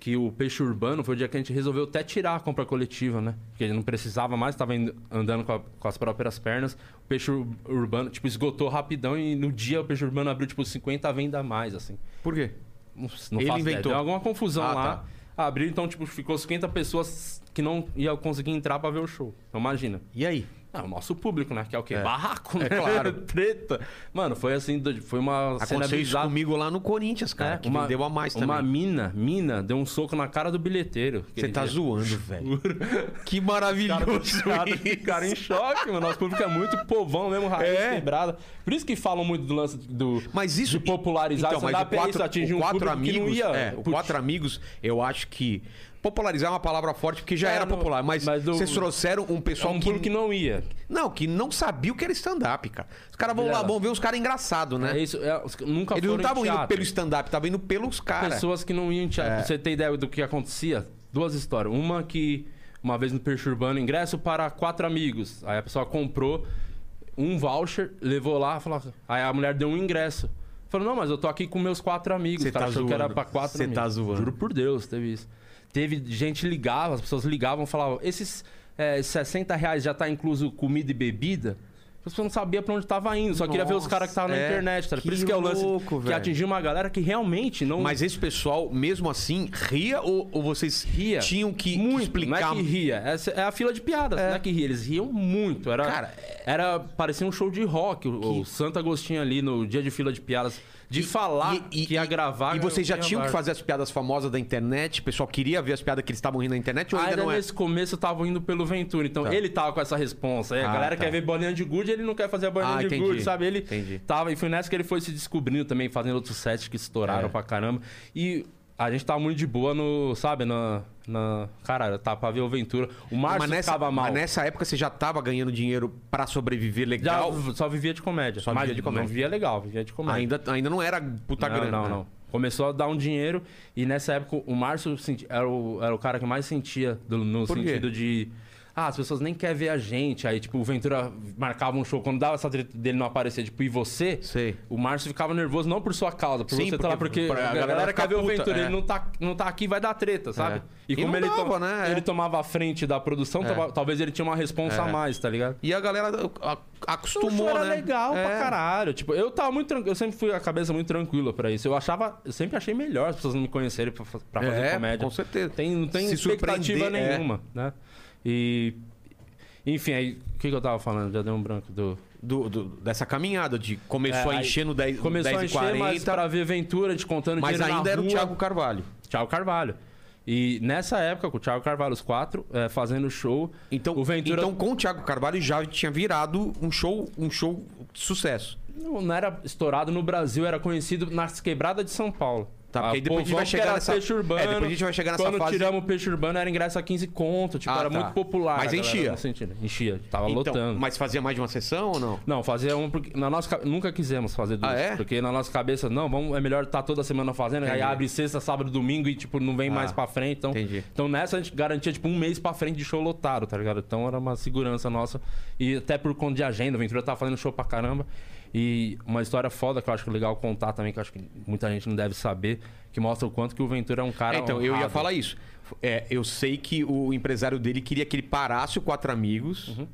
B: que o peixe urbano foi o dia que a gente resolveu até tirar a compra coletiva, né? Porque ele não precisava mais, estava andando com, a- com as próprias pernas. O peixe ur- urbano, tipo, esgotou rapidão e no dia o peixe urbano abriu, tipo, 50 vendas a mais, assim.
C: Por quê?
B: Não, não
C: Ele
B: faço ideia.
C: inventou.
B: Deu alguma confusão
C: Ah,
B: lá. Abriu, então, tipo, ficou 50 pessoas que não iam conseguir entrar pra ver o show. Então, imagina.
C: E aí?
B: Ah, o nosso público, né? Que é o quê? Barraco, né?
C: É claro.
B: Treta. Mano, foi assim, do- foi uma cena
C: Aconteceu isso
B: bizarra. É,
C: comigo lá no Corinthians, cara. que me deu a mais também.
B: Uma mina, mina, deu um soco na cara do bilheteiro.
C: Você
B: aquele
C: tá
B: dia.
C: zoando, velho. Que maravilhoso.
B: Cara, ficaram em choque, mano. Nosso público é muito povão mesmo, raiz
C: É.
B: quebrada. Por isso que falam muito do lance do
C: Mas isso
B: de popularizar
C: então,
B: essa
C: mas o
B: data,
C: quatro,
B: isso atinge
C: o
B: um
C: quatro
B: público que
C: amigos,
B: não ia.
C: é, o
B: Putz,
C: quatro amigos, eu acho que popularizar é uma palavra forte porque já
B: É,
C: era
B: não-
C: popular, mas,
B: mas do-
C: vocês trouxeram um
B: é
C: pessoal
B: um
C: que, né?
B: público que não ia.
C: não, que não sabia o que era stand up, cara. Os caras vão lá,
B: Vilela.
C: vão ver os caras engraçados,
B: É
C: né?
B: isso, é, os que nunca
C: Eles não
B: foram em
C: estavam indo
B: teatro.
C: pelo stand up, estavam indo pelos caras.
B: pessoas que não iam em
C: É.
B: teatro. Pra você ter ideia do que acontecia? Duas histórias. Uma que, uma vez no Peixe Urbano, ingresso para quatro amigos. Aí a pessoa comprou um voucher, levou lá, falou... aí a mulher deu um ingresso. Falou, não, mas eu tô aqui com meus quatro amigos.
C: Você
B: O cara
C: tá
B: achou que era
C: zoando.
B: pra quatro
C: Você
B: amigos.
C: tá zoando.
B: Juro por Deus, teve isso. Teve gente ligava, as pessoas ligavam, falavam, esses é, 60 reais já tá incluso comida e bebida? As pessoas não sabiam pra onde tava indo, só queria ver os
C: Nossa,
B: caras que estavam na
C: é.
B: internet. Tá? ligado? Por
C: Que
B: isso que é o lance
C: louco,
B: que
C: velho.
B: atingiu uma galera que realmente não...
C: Mas esse pessoal, mesmo assim, ria ou, ou vocês
B: ria.
C: tinham que
B: muito,
C: explicar?
B: Não é que ria. Essa é a fila de piadas. Não é que ria. Eles riam muito. Era,
C: Cara, é-
B: era parecia um show de rock. O, o Santo Agostinho ali no dia de fila de piadas. De falar que ia gravar.
C: E vocês já
B: ia
C: tinham que
B: gravar.
C: fazer as piadas famosas da internet? O pessoal queria ver as piadas que eles estavam rindo na internet ou
B: Ainda
C: ainda não é?
B: Ah,
C: Tá.
B: nesse começo eu tava indo pelo Ventura, então ele tava com essa responsa. Aí a
C: Ah,
B: galera
C: tá.
B: quer ver bolinha de gude, ele não quer fazer a bolinha
C: Ah,
B: de
C: entendi.
B: gude, sabe? Ele
C: Entendi.
B: tava e foi nessa que ele foi se descobrindo também, fazendo outros sets que estouraram
C: É.
B: pra caramba. E a gente tava muito de boa no, sabe, na na cara, tá pra ver o Ventura. O Márcio
C: mas, nessa,
B: ficava mal.
C: mas nessa época você já tava ganhando dinheiro pra sobreviver
B: Já
C: legal.
B: só vivia de comédia.
C: Só
B: Mas
C: vivia de comédia.
B: Não vivia legal, vivia de comédia.
C: Ainda, ainda não era puta
B: não,
C: grana.
B: não,
C: né?
B: não. Começou a dar um dinheiro e nessa época o Márcio senti- era, o, era o cara que mais sentia do- no
C: Por quê?
B: sentido de. Ah, as pessoas nem querem ver a gente. Aí, tipo, o Ventura marcava um show. Quando dava essa treta dele não aparecer, tipo, e você?
C: Sei.
B: O Márcio ficava nervoso não por sua causa, por
C: Sim,
B: você estar lá,
C: porque-
B: porque
C: pra- a
B: a
C: galera
B: galera,
C: fica
B: quer ver o
C: puta,
B: Ventura.
C: é.
B: Ele não tá, não tá aqui, vai dar treta, sabe?
C: É. E não
B: ele,
C: dava, né? É.
B: ele tomava a frente da produção, tava- talvez ele tinha uma responsa a mais, tá ligado?
C: E a galera a- acostumou,
B: o show era
C: né?
B: legal pra
C: É.
B: caralho. Tipo, eu tava muito tranquilo. Eu sempre fui a cabeça muito tranquila pra isso. Eu achava, eu sempre achei melhor as pessoas não me conhecerem pra, fa- pra fazer
C: É,
B: comédia.
C: com certeza.
B: Tem, não tem
C: Se
B: expectativa
C: surpreender, é.
B: nenhuma, né? E. Enfim, aí, o que, que eu tava falando? Já deu um branco do.
C: Do- do- dessa caminhada de começou
B: É,
C: a
B: aí
C: encher no 10,
B: Começou a
C: 10 e
B: encher, mas
C: 40,
B: pra ver Ventura te contando
C: mas
B: dinheiro na
C: ainda era o
B: rua.
C: Thiago Carvalho.
B: Thiago Carvalho. E nessa época, com o Thiago Carvalho, os quatro, eh, fazendo show.
C: Então,
B: o Ventura
C: então com o Thiago Carvalho já tinha virado um show, um show de sucesso.
B: Não, não era estourado no Brasil, era conhecido nas quebradas de São Paulo.
C: Tá, porque
B: Ah,
C: aí depois a gente
B: povão
C: vai
B: que
C: chegar
B: era
C: nessa-
B: Peixe urbano,
C: É, depois a gente vai chegar nessa
B: quando
C: fase-
B: tiramos o peixe urbano, era ingresso a 15 conto, tipo,
C: Ah,
B: era
C: tá.
B: muito popular.
C: Mas
B: a galera
C: enchia.
B: não sentia. Enchia, tava
C: Então,
B: lotando.
C: mas fazia mais de uma sessão ou não?
B: Não, fazer um porque na nossa ca- nunca quisemos fazer duas,
C: Ah, é?
B: porque na nossa cabeça não, vamos é melhor estar toda semana fazendo, aí
C: Entendi. Ah,
B: abre sexta, sábado, domingo e tipo não vem mais pra frente, então.
C: entendi.
B: Então nessa a gente garantia tipo um mês pra frente de show lotado, tá ligado? Então era uma segurança nossa e até por conta de agenda, o Ventura tava fazendo show pra caramba. E uma história foda que eu acho legal contar também, que eu acho que muita gente não deve saber, que mostra o quanto que o Ventura é um cara
C: É, então, eu ia
B: honrado.
C: falar isso. É, eu sei que o empresário dele queria que ele parasse o Quatro Amigos.
B: Uhum.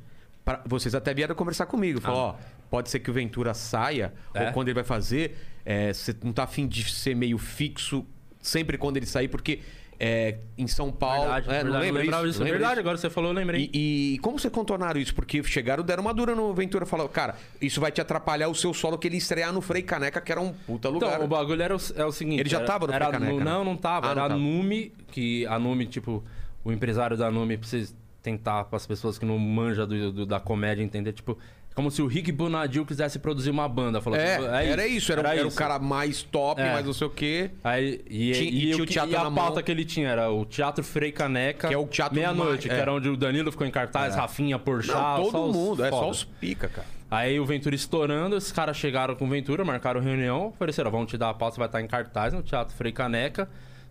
C: pra- vocês até vieram conversar comigo. Falou, ó, pode ser que o Ventura saia, ou
B: Ah. É?
C: quando ele vai fazer, é, você não tá afim de ser meio fixo sempre quando ele sair, porque é, em São Paulo...
B: Verdade,
C: é,
B: verdade,
C: não
B: eu
C: lembra
B: lembrava
C: isso?
B: disso.
C: Lembra
B: Verdade,
C: disso?
B: agora você falou, eu lembrei.
C: E, e como você contornaram isso? Porque chegaram, deram uma dura no Ventura. Falaram, cara, isso vai te atrapalhar o seu solo que ele estrear no Frei Caneca, que era um puta lugar.
B: Então, o bagulho era o, é o seguinte.
C: Ele já
B: era,
C: tava no
B: era
C: Frei Caneca,
B: nu-
C: né?
B: Não, não tava.
C: Ah,
B: era
C: não tava.
B: a Nume, que a Nume, tipo, o empresário da Nume, pra vocês tentar, para as pessoas que não manjam do, do- da comédia entender, tipo, como se o Rick Bonadil quisesse produzir uma banda. Falou,
C: É,
B: tipo,
C: era isso. Era, era o cara mais top,
B: É.
C: mais não sei o quê.
B: Aí, e,
C: Tinha-
B: e o
C: e tinha o
B: que-
C: teatro
B: e a
C: na
B: pauta
C: mão.
B: que ele tinha era o Teatro Frei Caneca.
C: Que é o teatro mais-
B: Meia-noite, que
C: é.
B: era onde o Danilo ficou em cartaz, Rafinha, Porchat...
C: Não,
B: só
C: todo
B: os
C: mundo. É só
B: foda.
C: os pica, cara.
B: Aí o Ventura estourando, esses caras chegaram com o Ventura, marcaram reunião, ofereceram, vamos te dar a pauta, você vai estar em cartaz no Teatro Frei Caneca.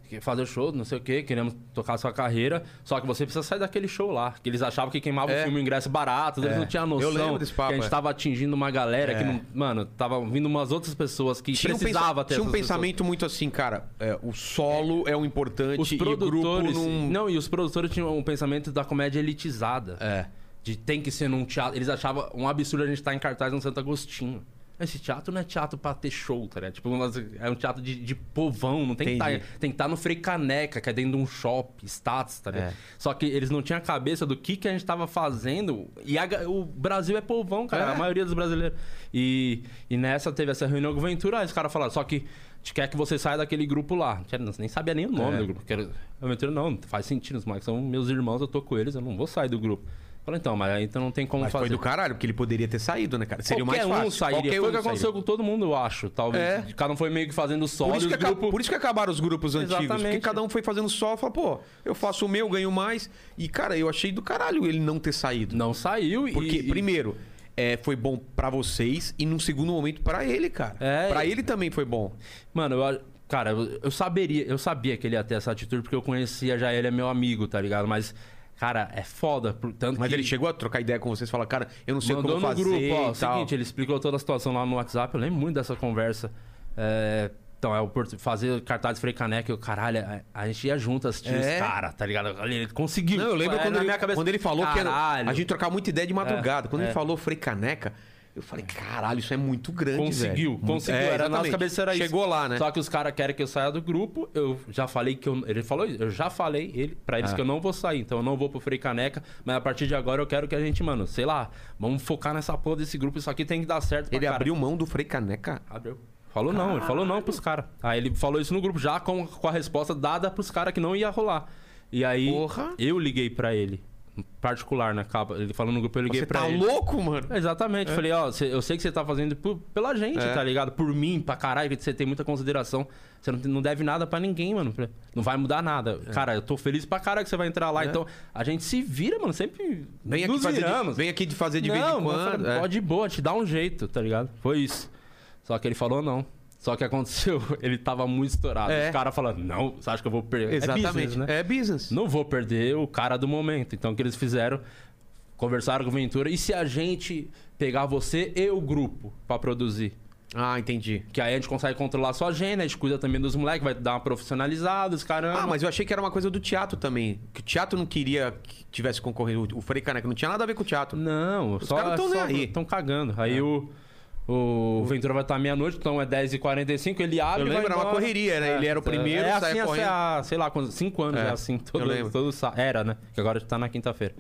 B: que- fazer show, não sei o quê, queremos tocar sua carreira, só que você precisa sair daquele show lá. Que eles achavam que queimava
C: É.
B: o filme o ingresso barato, eles
C: É.
B: não tinham
C: Eu
B: noção
C: lembro desse papo,
B: que a gente
C: é.
B: tava atingindo uma galera que
C: É.
B: não. Mano, tava vindo umas outras pessoas que
C: Tinha um,
B: precisava
C: pensa-
B: ter
C: tinha um
B: essas pessoas.
C: pensamento muito assim, cara. é, o solo é o importante
B: Os
C: e o
B: produtores.
C: grupo não...
B: Não, e os produtores tinham um pensamento da comédia elitizada.
C: É.
B: De tem que ser num teatro. Eles achavam um absurdo a gente estar em cartaz no Santo Agostinho. Esse teatro não é teatro pra ter show, tá ligado? Tipo, umas- é um teatro de, de povão, não tem que
C: Entendi.
B: estar tem que tá no Frei Caneca, que é dentro de um shopping, status, tá
C: É.
B: ligado? Só que eles não tinham a cabeça do que, que a gente tava fazendo. E a ga- o Brasil é povão, cara,
C: É.
B: a maioria dos brasileiros. E, e nessa teve essa reunião com o Ventura, aí os caras falaram, só que a gente quer que você saia daquele grupo lá. Eu nem sabia nem o
C: É.
B: nome do grupo. Quero... Eu Ventura, não, faz sentido, os moleques são meus irmãos, eu tô com eles, eu não vou sair do grupo. Falei, então, mas aí então não tem como
C: Mas
B: fazer.
C: foi do caralho, porque ele poderia ter saído, né, cara? Seria o
B: Qualquer
C: mais fácil.
B: um sairia.
C: Qualquer
B: foi o
C: um
B: que aconteceu
C: sairia.
B: com todo mundo, eu acho, talvez.
C: É.
B: Cada um foi meio que fazendo só,
C: Por
B: e
C: isso,
B: os
C: que aca-
B: grupos...
C: por isso que acabaram os grupos antigos. Porque
B: Exatamente.
C: cada um foi fazendo solo e falou, pô, eu faço o meu, ganho mais. E, cara, eu achei do caralho ele não ter saído.
B: Não saiu e...
C: Porque,
B: e-
C: primeiro, é, foi bom pra vocês e, num segundo momento, pra ele, cara.
B: É.
C: pra ele também foi bom.
B: Mano, eu, a- cara, eu, eu saberia, eu sabia que ele ia ter essa atitude porque eu conhecia já ele, é meu amigo, tá ligado? Mas, cara, é foda, por- tanto
C: Mas
B: que
C: ele chegou a trocar ideia com vocês e falar, cara, eu não sei
B: mandou
C: como
B: no
C: fazer
B: grupo, ó, é
C: e tal.
B: seguinte, ele explicou toda a situação lá no WhatsApp, eu lembro muito dessa conversa. É, então, é opor- fazer cartaz de Frei Caneca, eu, caralho, a, a gente ia junto assistir
C: É.
B: os caras, tá ligado? Olha, Ele conseguiu.
C: Não, eu lembro
B: É,
C: quando,
B: na
C: ele,
B: minha cabeça,
C: quando ele falou que era-
B: caralho. É,
C: a gente trocava muita ideia de madrugada. quando ele falou Frei Caneca, eu falei, caralho, isso é muito grande,
B: Conseguiu,
C: velho.
B: conseguiu.
C: É,
B: era na nossa
C: exatamente.
B: cabeça era isso.
C: Chegou lá, né?
B: Só que os caras querem que eu saia do grupo. Eu já falei que eu. Ele falou, isso, eu já falei ele, pra
C: É.
B: eles que eu não vou sair, então eu não vou pro Frei Caneca. Mas a partir de agora eu quero que a gente, mano, sei lá, vamos focar nessa porra desse grupo. Isso aqui tem que dar certo. pra
C: Ele
B: cara.
C: abriu mão do Frei Caneca.
B: Abriu. Falou não, ele falou não pros caras. Aí ele falou isso no grupo já com, com a resposta dada pros caras que não ia rolar. E aí
C: Porra.
B: eu liguei pra ele, particular na capa. Ele falou no grupo, eu liguei
C: Você
B: pra
C: tá
B: ele.
C: louco, mano? É.
B: Exatamente. Falei, ó, cê- eu sei que você tá fazendo por- pela gente, tá ligado? Por mim, pra caralho, que você tem muita consideração. Você não, não deve nada pra ninguém, mano. Falei, Não vai mudar nada.
C: É.
B: Cara, eu tô feliz pra caralho que você vai entrar lá. Então, a gente se vira, mano. Sempre
C: Vem É. aqui,
B: nos
C: fazer de,
B: viramos.
C: vem aqui de fazer de vez
B: Não,
C: em
B: mas eu
C: quando.
B: falei,
C: é.
B: Pode ir boa, te dá um jeito, tá ligado? Foi isso. Só que ele falou não. Só que aconteceu, ele tava muito estourado.
C: É.
B: Os caras falando, não, você acha que eu vou perder?
C: Exatamente.
B: É business, né?
C: É business.
B: Não vou perder o cara do momento. Então, o que eles fizeram? Conversaram com o Ventura. E se a gente pegar você e o grupo pra produzir?
C: Ah, entendi.
B: Que aí a gente consegue controlar a sua agenda, a gente cuida também dos moleques, vai dar uma profissionalizada, os caramba.
C: Ah, mas eu achei que era uma coisa do teatro também. Que o teatro não queria que tivesse concorrendo. O Frei Caneca não tinha nada a ver com o teatro.
B: Não, só
C: caras tão
B: só
C: nem aí. É.
B: Estão cagando. Aí o, o Ventura vai estar meia-noite, então é 10h45, ele abre.
C: Eu
B: e vai
C: lembro, era uma
B: embora.
C: correria, né? Ele era o primeiro,
B: é
C: saia
B: assim,
C: correndo.
B: há, sei lá, quantos- cinco anos
C: É,
B: é, assim. Todo,
C: eu lembro.
B: todo sa- era, né? Que agora a gente tá na quinta-feira.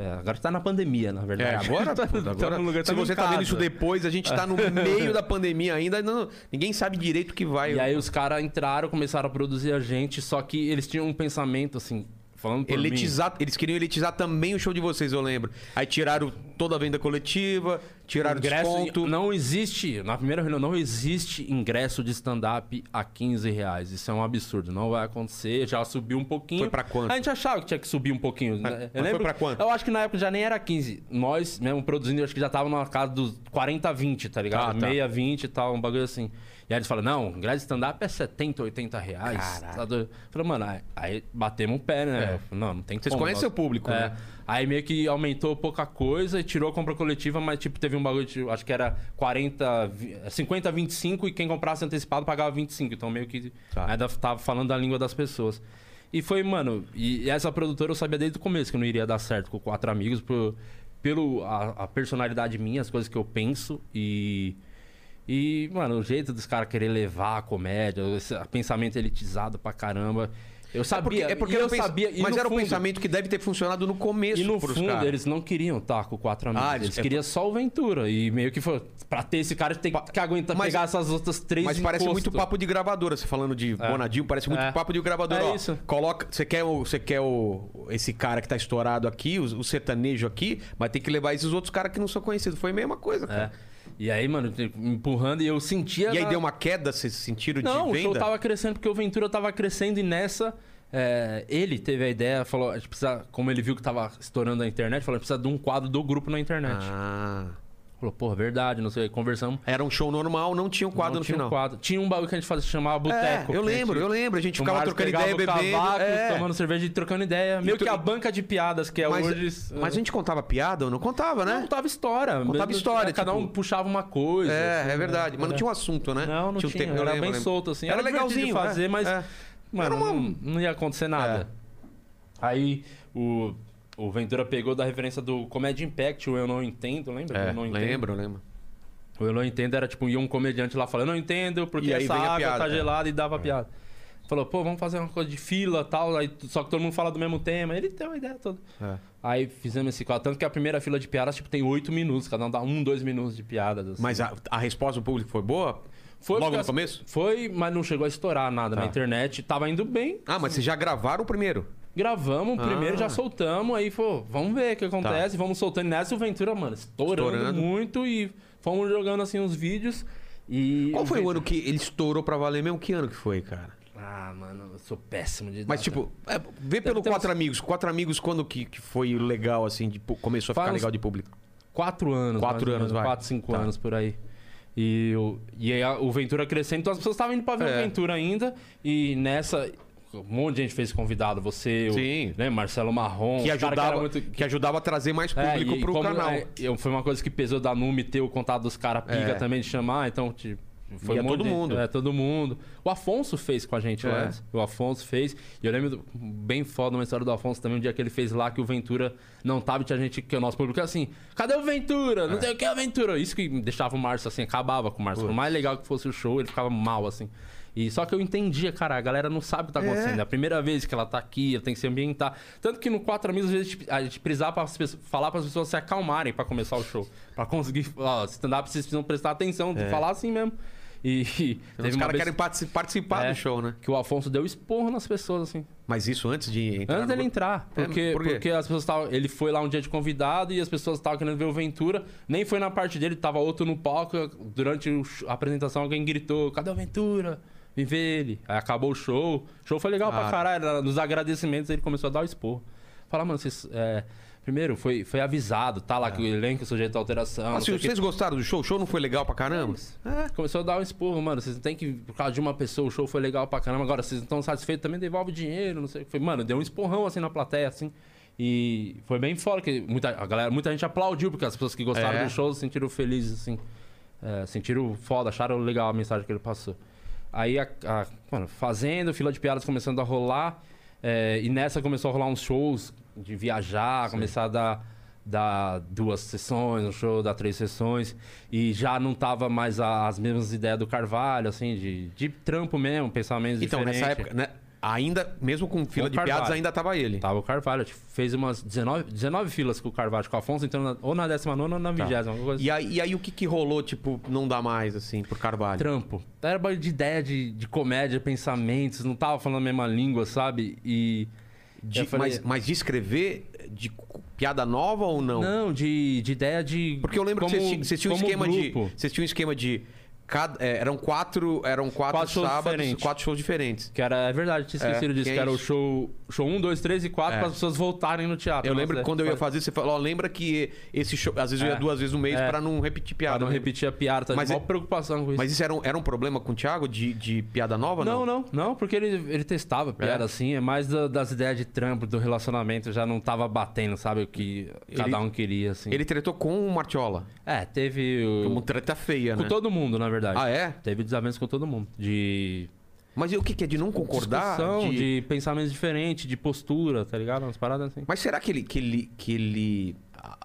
B: É, agora a gente tá na pandemia, na
C: É,
B: verdade.
C: agora,
B: Tá-
C: puta,
B: tá
C: agora
B: num lugar-
C: se
B: num
C: você tá vendo
B: casa.
C: isso depois, a gente tá no meio da pandemia ainda, não- ninguém sabe direito o que vai.
B: E aí os caras entraram, começaram a produzir a gente, só que eles tinham um pensamento, assim, falando por mim.
C: Elitizar- eles queriam elitizar também o show de vocês, eu lembro. Aí tiraram toda a venda coletiva, tiraram
B: ingresso
C: desconto.
B: Não existe, na primeira reunião, não existe ingresso de stand-up a 15 reais. Isso é um absurdo, não vai acontecer. Já subiu um pouquinho.
C: Foi pra quanto?
B: A gente achava que tinha que subir um pouquinho. né?
C: mas
B: Eu
C: foi
B: lembro-
C: pra quanto?
B: Eu acho que na época já nem era 15. Nós, mesmo produzindo, eu acho que já tava numa casa dos 40, 20, tá ligado?
C: Ah, tá.
B: Meia, 20 e tal, um bagulho assim. E aí eles falam, não, ingresso de stand-up é 70, 80 reais. Tá doido? Eu falei, mano, aí, aí batemos o pé, né? Eu falei, Não, não tem
C: É.
B: É.
C: Vocês conhecem
B: nossa.
C: o público, né?
B: Aí meio que aumentou pouca coisa e tirou a compra coletiva, mas tipo, teve um bagulho, de, acho que era 40, vi- 50, 25 e quem comprasse antecipado pagava 25. Então meio que
C: Tá.
B: ainda tava falando da língua das pessoas. E foi, mano, e essa produtora eu sabia desde o começo que não iria dar certo com quatro amigos, por, pelo a, a personalidade minha, as coisas que eu penso e. E, mano, o jeito dos caras querer levar a comédia, esse pensamento elitizado pra caramba. Eu sabia,
C: é porque
B: e
C: era
B: eu
C: o pens-
B: sabia. e
C: Mas
B: no
C: era um
B: fundo-
C: pensamento que deve ter funcionado no começo
B: e no
C: pros
B: fundo,
C: caras.
B: eles não queriam estar com quatro amigos.
C: Ah, eles-
B: eles queriam só o Ventura. E meio que foi. Pra ter esse cara, tem que aguentar
C: mas-
B: pegar essas outras três
C: Mas parece
B: encosto.
C: muito papo de gravadora, você falando de Bonadinho, parece muito
B: É.
C: papo de gravadora.
B: É
C: ó,
B: isso.
C: Coloca, você quer o, você quer o esse cara que tá estourado aqui, o, o sertanejo aqui, mas tem que levar esses outros caras que não são conhecidos. Foi a mesma coisa,
B: É.
C: cara.
B: E aí, mano, tipo, empurrando e eu sentia.
C: E aí
B: na-
C: deu uma queda, vocês sentiram de
B: Não, o show
C: venda?
B: tava crescendo porque o Ventura tava crescendo e nessa. é, ele teve a ideia, falou, a gente precisa, como ele viu que tava estourando a internet, falou, a gente precisa de um quadro do grupo na internet.
C: Ah.
B: Falou, pô, verdade, não sei. Conversamos.
C: Era um show normal, não tinha um quadro
B: não
C: no
B: tinha um
C: final.
B: quadro. Tinha um bagulho que a gente fazia que chamava boteco.
C: É, eu
B: que a gente-
C: lembro, eu lembro. A gente
B: o
C: Tipo, ficava
B: Marcos
C: trocando
B: pegava
C: ideia,
B: o
C: bebendo.
B: cavaco,
C: é.
B: tomando cerveja e trocando ideia. Meio
C: tu-
B: que a banca de piadas que é
C: mas,
B: hoje.
C: mas a gente contava piada ou não contava,
B: Não,
C: né?
B: contava história.
C: Contava história,
B: Cada
C: tipo-
B: um puxava uma coisa.
C: é,
B: assim,
C: é
B: né?
C: verdade. Mas não tinha um assunto, né?
B: Não, não tinha.
C: um tema, eu
B: era
C: lembro,
B: bem
C: lembro.
B: solto, assim.
C: Era,
B: divertido
C: legalzinho
B: de fazer,
C: é,
B: mas.
C: é.
B: Mano,
C: Era uma- É.
B: não, não ia acontecer nada. Aí o, o Ventura pegou da referência do Comedy Impact, o Eu Não Entendo, lembra?
C: É,
B: eu não entendo.
C: lembro, lembro.
B: O Eu Não Entendo era tipo, ia um comediante lá falando, eu não entendo, porque
C: E aí
B: essa
C: vem a
B: água
C: piada,
B: tá
C: é.
B: gelada e dava piada. Falou, pô, vamos fazer uma coisa de fila tal, aí, só que todo mundo fala do mesmo tema. Ele deu a ideia toda.
C: É.
B: Aí fizemos esse quadro, tanto que a primeira fila de piadas, tipo, tem oito minutos, cada um dá um, dois minutos de piadas. assim.
C: Mas a, a resposta do público foi boa?
B: Foi
C: Logo
B: porque
C: no
B: as-
C: começo? Tá.
B: Foi, mas não chegou a estourar nada na internet. Tava indo bem.
C: Ah, mas vocês já gravaram o primeiro?
B: Gravamos o primeiro,
C: Ah.
B: já soltamos. Aí, pô, vamos ver o que acontece. Vamos soltando nessa e o Ventura, mano, estourando,
C: Tá. Estourando.
B: muito. E fomos jogando, assim, uns vídeos. E...
C: Qual foi o
B: Ventura-
C: ano que ele estourou pra valer mesmo? Que ano que foi, cara?
B: Ah, mano, eu sou péssimo de
C: Mas,
B: data.
C: tipo, é, vê pelo
B: ter uns-
C: Quatro Amigos. Quatro Amigos, quando que, que foi legal, assim, de pu- começou a
B: Faz
C: ficar
B: uns-
C: legal de público?
B: Quatro anos. mais
C: Quatro
B: ou
C: anos,
B: menos,
C: vai.
B: Quatro, cinco
C: Tá.
B: anos por aí. E, o e aí a- o Ventura crescendo, então as pessoas estavam indo pra ver
C: É.
B: o Ventura ainda. E nessa, um monte de gente fez convidado. Você,
C: Sim.
B: O, né, Marcelo Marrom.
C: Que
B: os cara
C: ajudava,
B: era
C: que, ajudava a trazer mais público
B: É, e
C: pro
B: como,
C: canal. Então,
B: é, eu- foi uma coisa que pesou da Numi ter o contato dos caras pica
C: É.
B: também de chamar, então tipo, foi
C: Ia
B: um monte
C: todo
B: de-
C: mundo.
B: É, todo mundo. O Afonso fez com a gente
C: É.
B: lá. O Afonso fez. E eu lembro do- bem foda uma história do Afonso também, um dia que ele fez lá que o Ventura não tava e tinha gente que o nosso público era assim: cadê o Ventura? Não sei o que é o Ventura. Isso que deixava o Márcio assim, acabava com o Márcio. Por mais legal que fosse o show, ele ficava mal assim. E só que eu entendia, cara, a galera não sabe o que tá acontecendo. É a primeira vez que ela tá aqui, ela tem que se ambientar. Tanto que no Quatro Amigos, às vezes, tipo, a gente precisava pras pessoas- falar para as pessoas se acalmarem pra começar o show. Pra conseguir. Ó, stand-up, vocês precisam prestar atenção, falar assim mesmo. E teve
C: Os
B: uma
C: caras
B: vez
C: querem partici- participar
B: É.
C: do show, né?
B: que o Afonso deu esporro nas pessoas, assim.
C: Mas isso antes de entrar.
B: Antes
C: no
B: dele
C: grupo?
B: entrar.
C: É,
B: Porque,
C: por quê?
B: porque as pessoas tavam, ele foi lá um dia de convidado e as pessoas estavam querendo ver o Ventura. Nem foi na parte dele, tava outro no palco. Durante o sh- a apresentação, alguém gritou: Cadê o Ventura? Vem ver ele. Aí acabou o show. O show foi legal
C: Ah.
B: pra caralho. Era- Nos agradecimentos, ele começou a dar o expor. Falar, mano, vocês. é, Primeiro, foi, foi avisado, tá lá que o elenco é sujeito à alteração. não
C: Ah, se
B: sei o quê.
C: vocês gostaram do show? O show não foi legal pra caramba? É.
B: Começou a dar um esporro, mano. Vocês não tem que. Por causa de uma pessoa, o show foi legal pra caramba. Agora, vocês não estão satisfeitos, também devolve o dinheiro, não sei o que. Foi, mano, deu um esporrão assim na plateia, assim. E foi bem fora, que muita, a galera, muita gente aplaudiu, porque as pessoas que gostaram
C: É.
B: do show se sentiram felizes, assim. É, sentiram foda, acharam legal a mensagem que ele passou. Aí, a, a- mano, fazendo, fila de piadas começando a rolar. é, e nessa começou a rolar uns shows de viajar, começar a dar, dar duas sessões, um show dar três sessões. E já não tava mais a- as mesmas ideias do Carvalho, assim, de, de trampo mesmo, pensamentos
C: Então,
B: diferentes.
C: nessa época, né? Ainda, mesmo com fila
B: Com
C: de
B: Carvalho.
C: piadas, ainda tava ele.
B: Tava o Carvalho, a gente fez umas 19, 19 filas com o Carvalho, com o Afonso, entrando na- ou na 19 ou na
C: Tá.
B: 20, alguma coisa
C: E aí, e aí o que que rolou, tipo, não dá mais, assim, pro Carvalho?
B: Trampo. Era bagulho de ideia de, de comédia, pensamentos, não tava falando a mesma língua, sabe? E.
C: De-
B: eu falei,
C: mas, mas de escrever de cu- piada nova ou não?
B: Não, de, de ideia de.
C: Porque eu lembro que
B: como-
C: vocês ti- vocês tinham um
B: como
C: esquema
B: grupo.
C: de. Vocês tinham um esquema de. cada- é, eram quatro. Eram quatro,
B: Quatro shows
C: sábados,
B: diferentes.
C: quatro shows diferentes.
B: Que era, é verdade, tinha esquecido
C: É,
B: disso.
C: que
B: Que,
C: é
B: era o
C: isso.
B: show, show 1, 2, 3 e 4
C: É.
B: para as pessoas voltarem no teatro.
C: Eu lembro
B: Nossa,
C: que quando eu
B: pra-
C: ia fazer, você falou, ó, lembra que esse show. Às vezes eu ia
B: É.
C: duas vezes no mês
B: É.
C: pra não repetir
B: pra
C: piada.
B: não
C: né?
B: repetir a piada, tá
C: Mas
B: Mas maior
C: é-
B: preocupação com isso.
C: Mas isso era um, era um problema com o Thiago de, de piada nova? Não,
B: Não, não, não, porque ele, ele testava piada
C: É.
B: assim, é mais da- das ideias de trampo, do relacionamento, já não tava batendo, sabe? O que
C: Ele-
B: cada um queria, assim.
C: Ele tretou com o Martiola.
B: É, teve. o-
C: Uma treta feia,
B: Com
C: né?
B: todo mundo, na verdade.
C: Ah, é?
B: Teve desavenças com todo mundo. De
C: Mas e o que, que é de não concordar?
B: discussão,
C: de-
B: de... pensamentos diferentes, de postura, tá ligado? Umas paradas assim.
C: Mas será que ele. Que ele, que ele... Ah,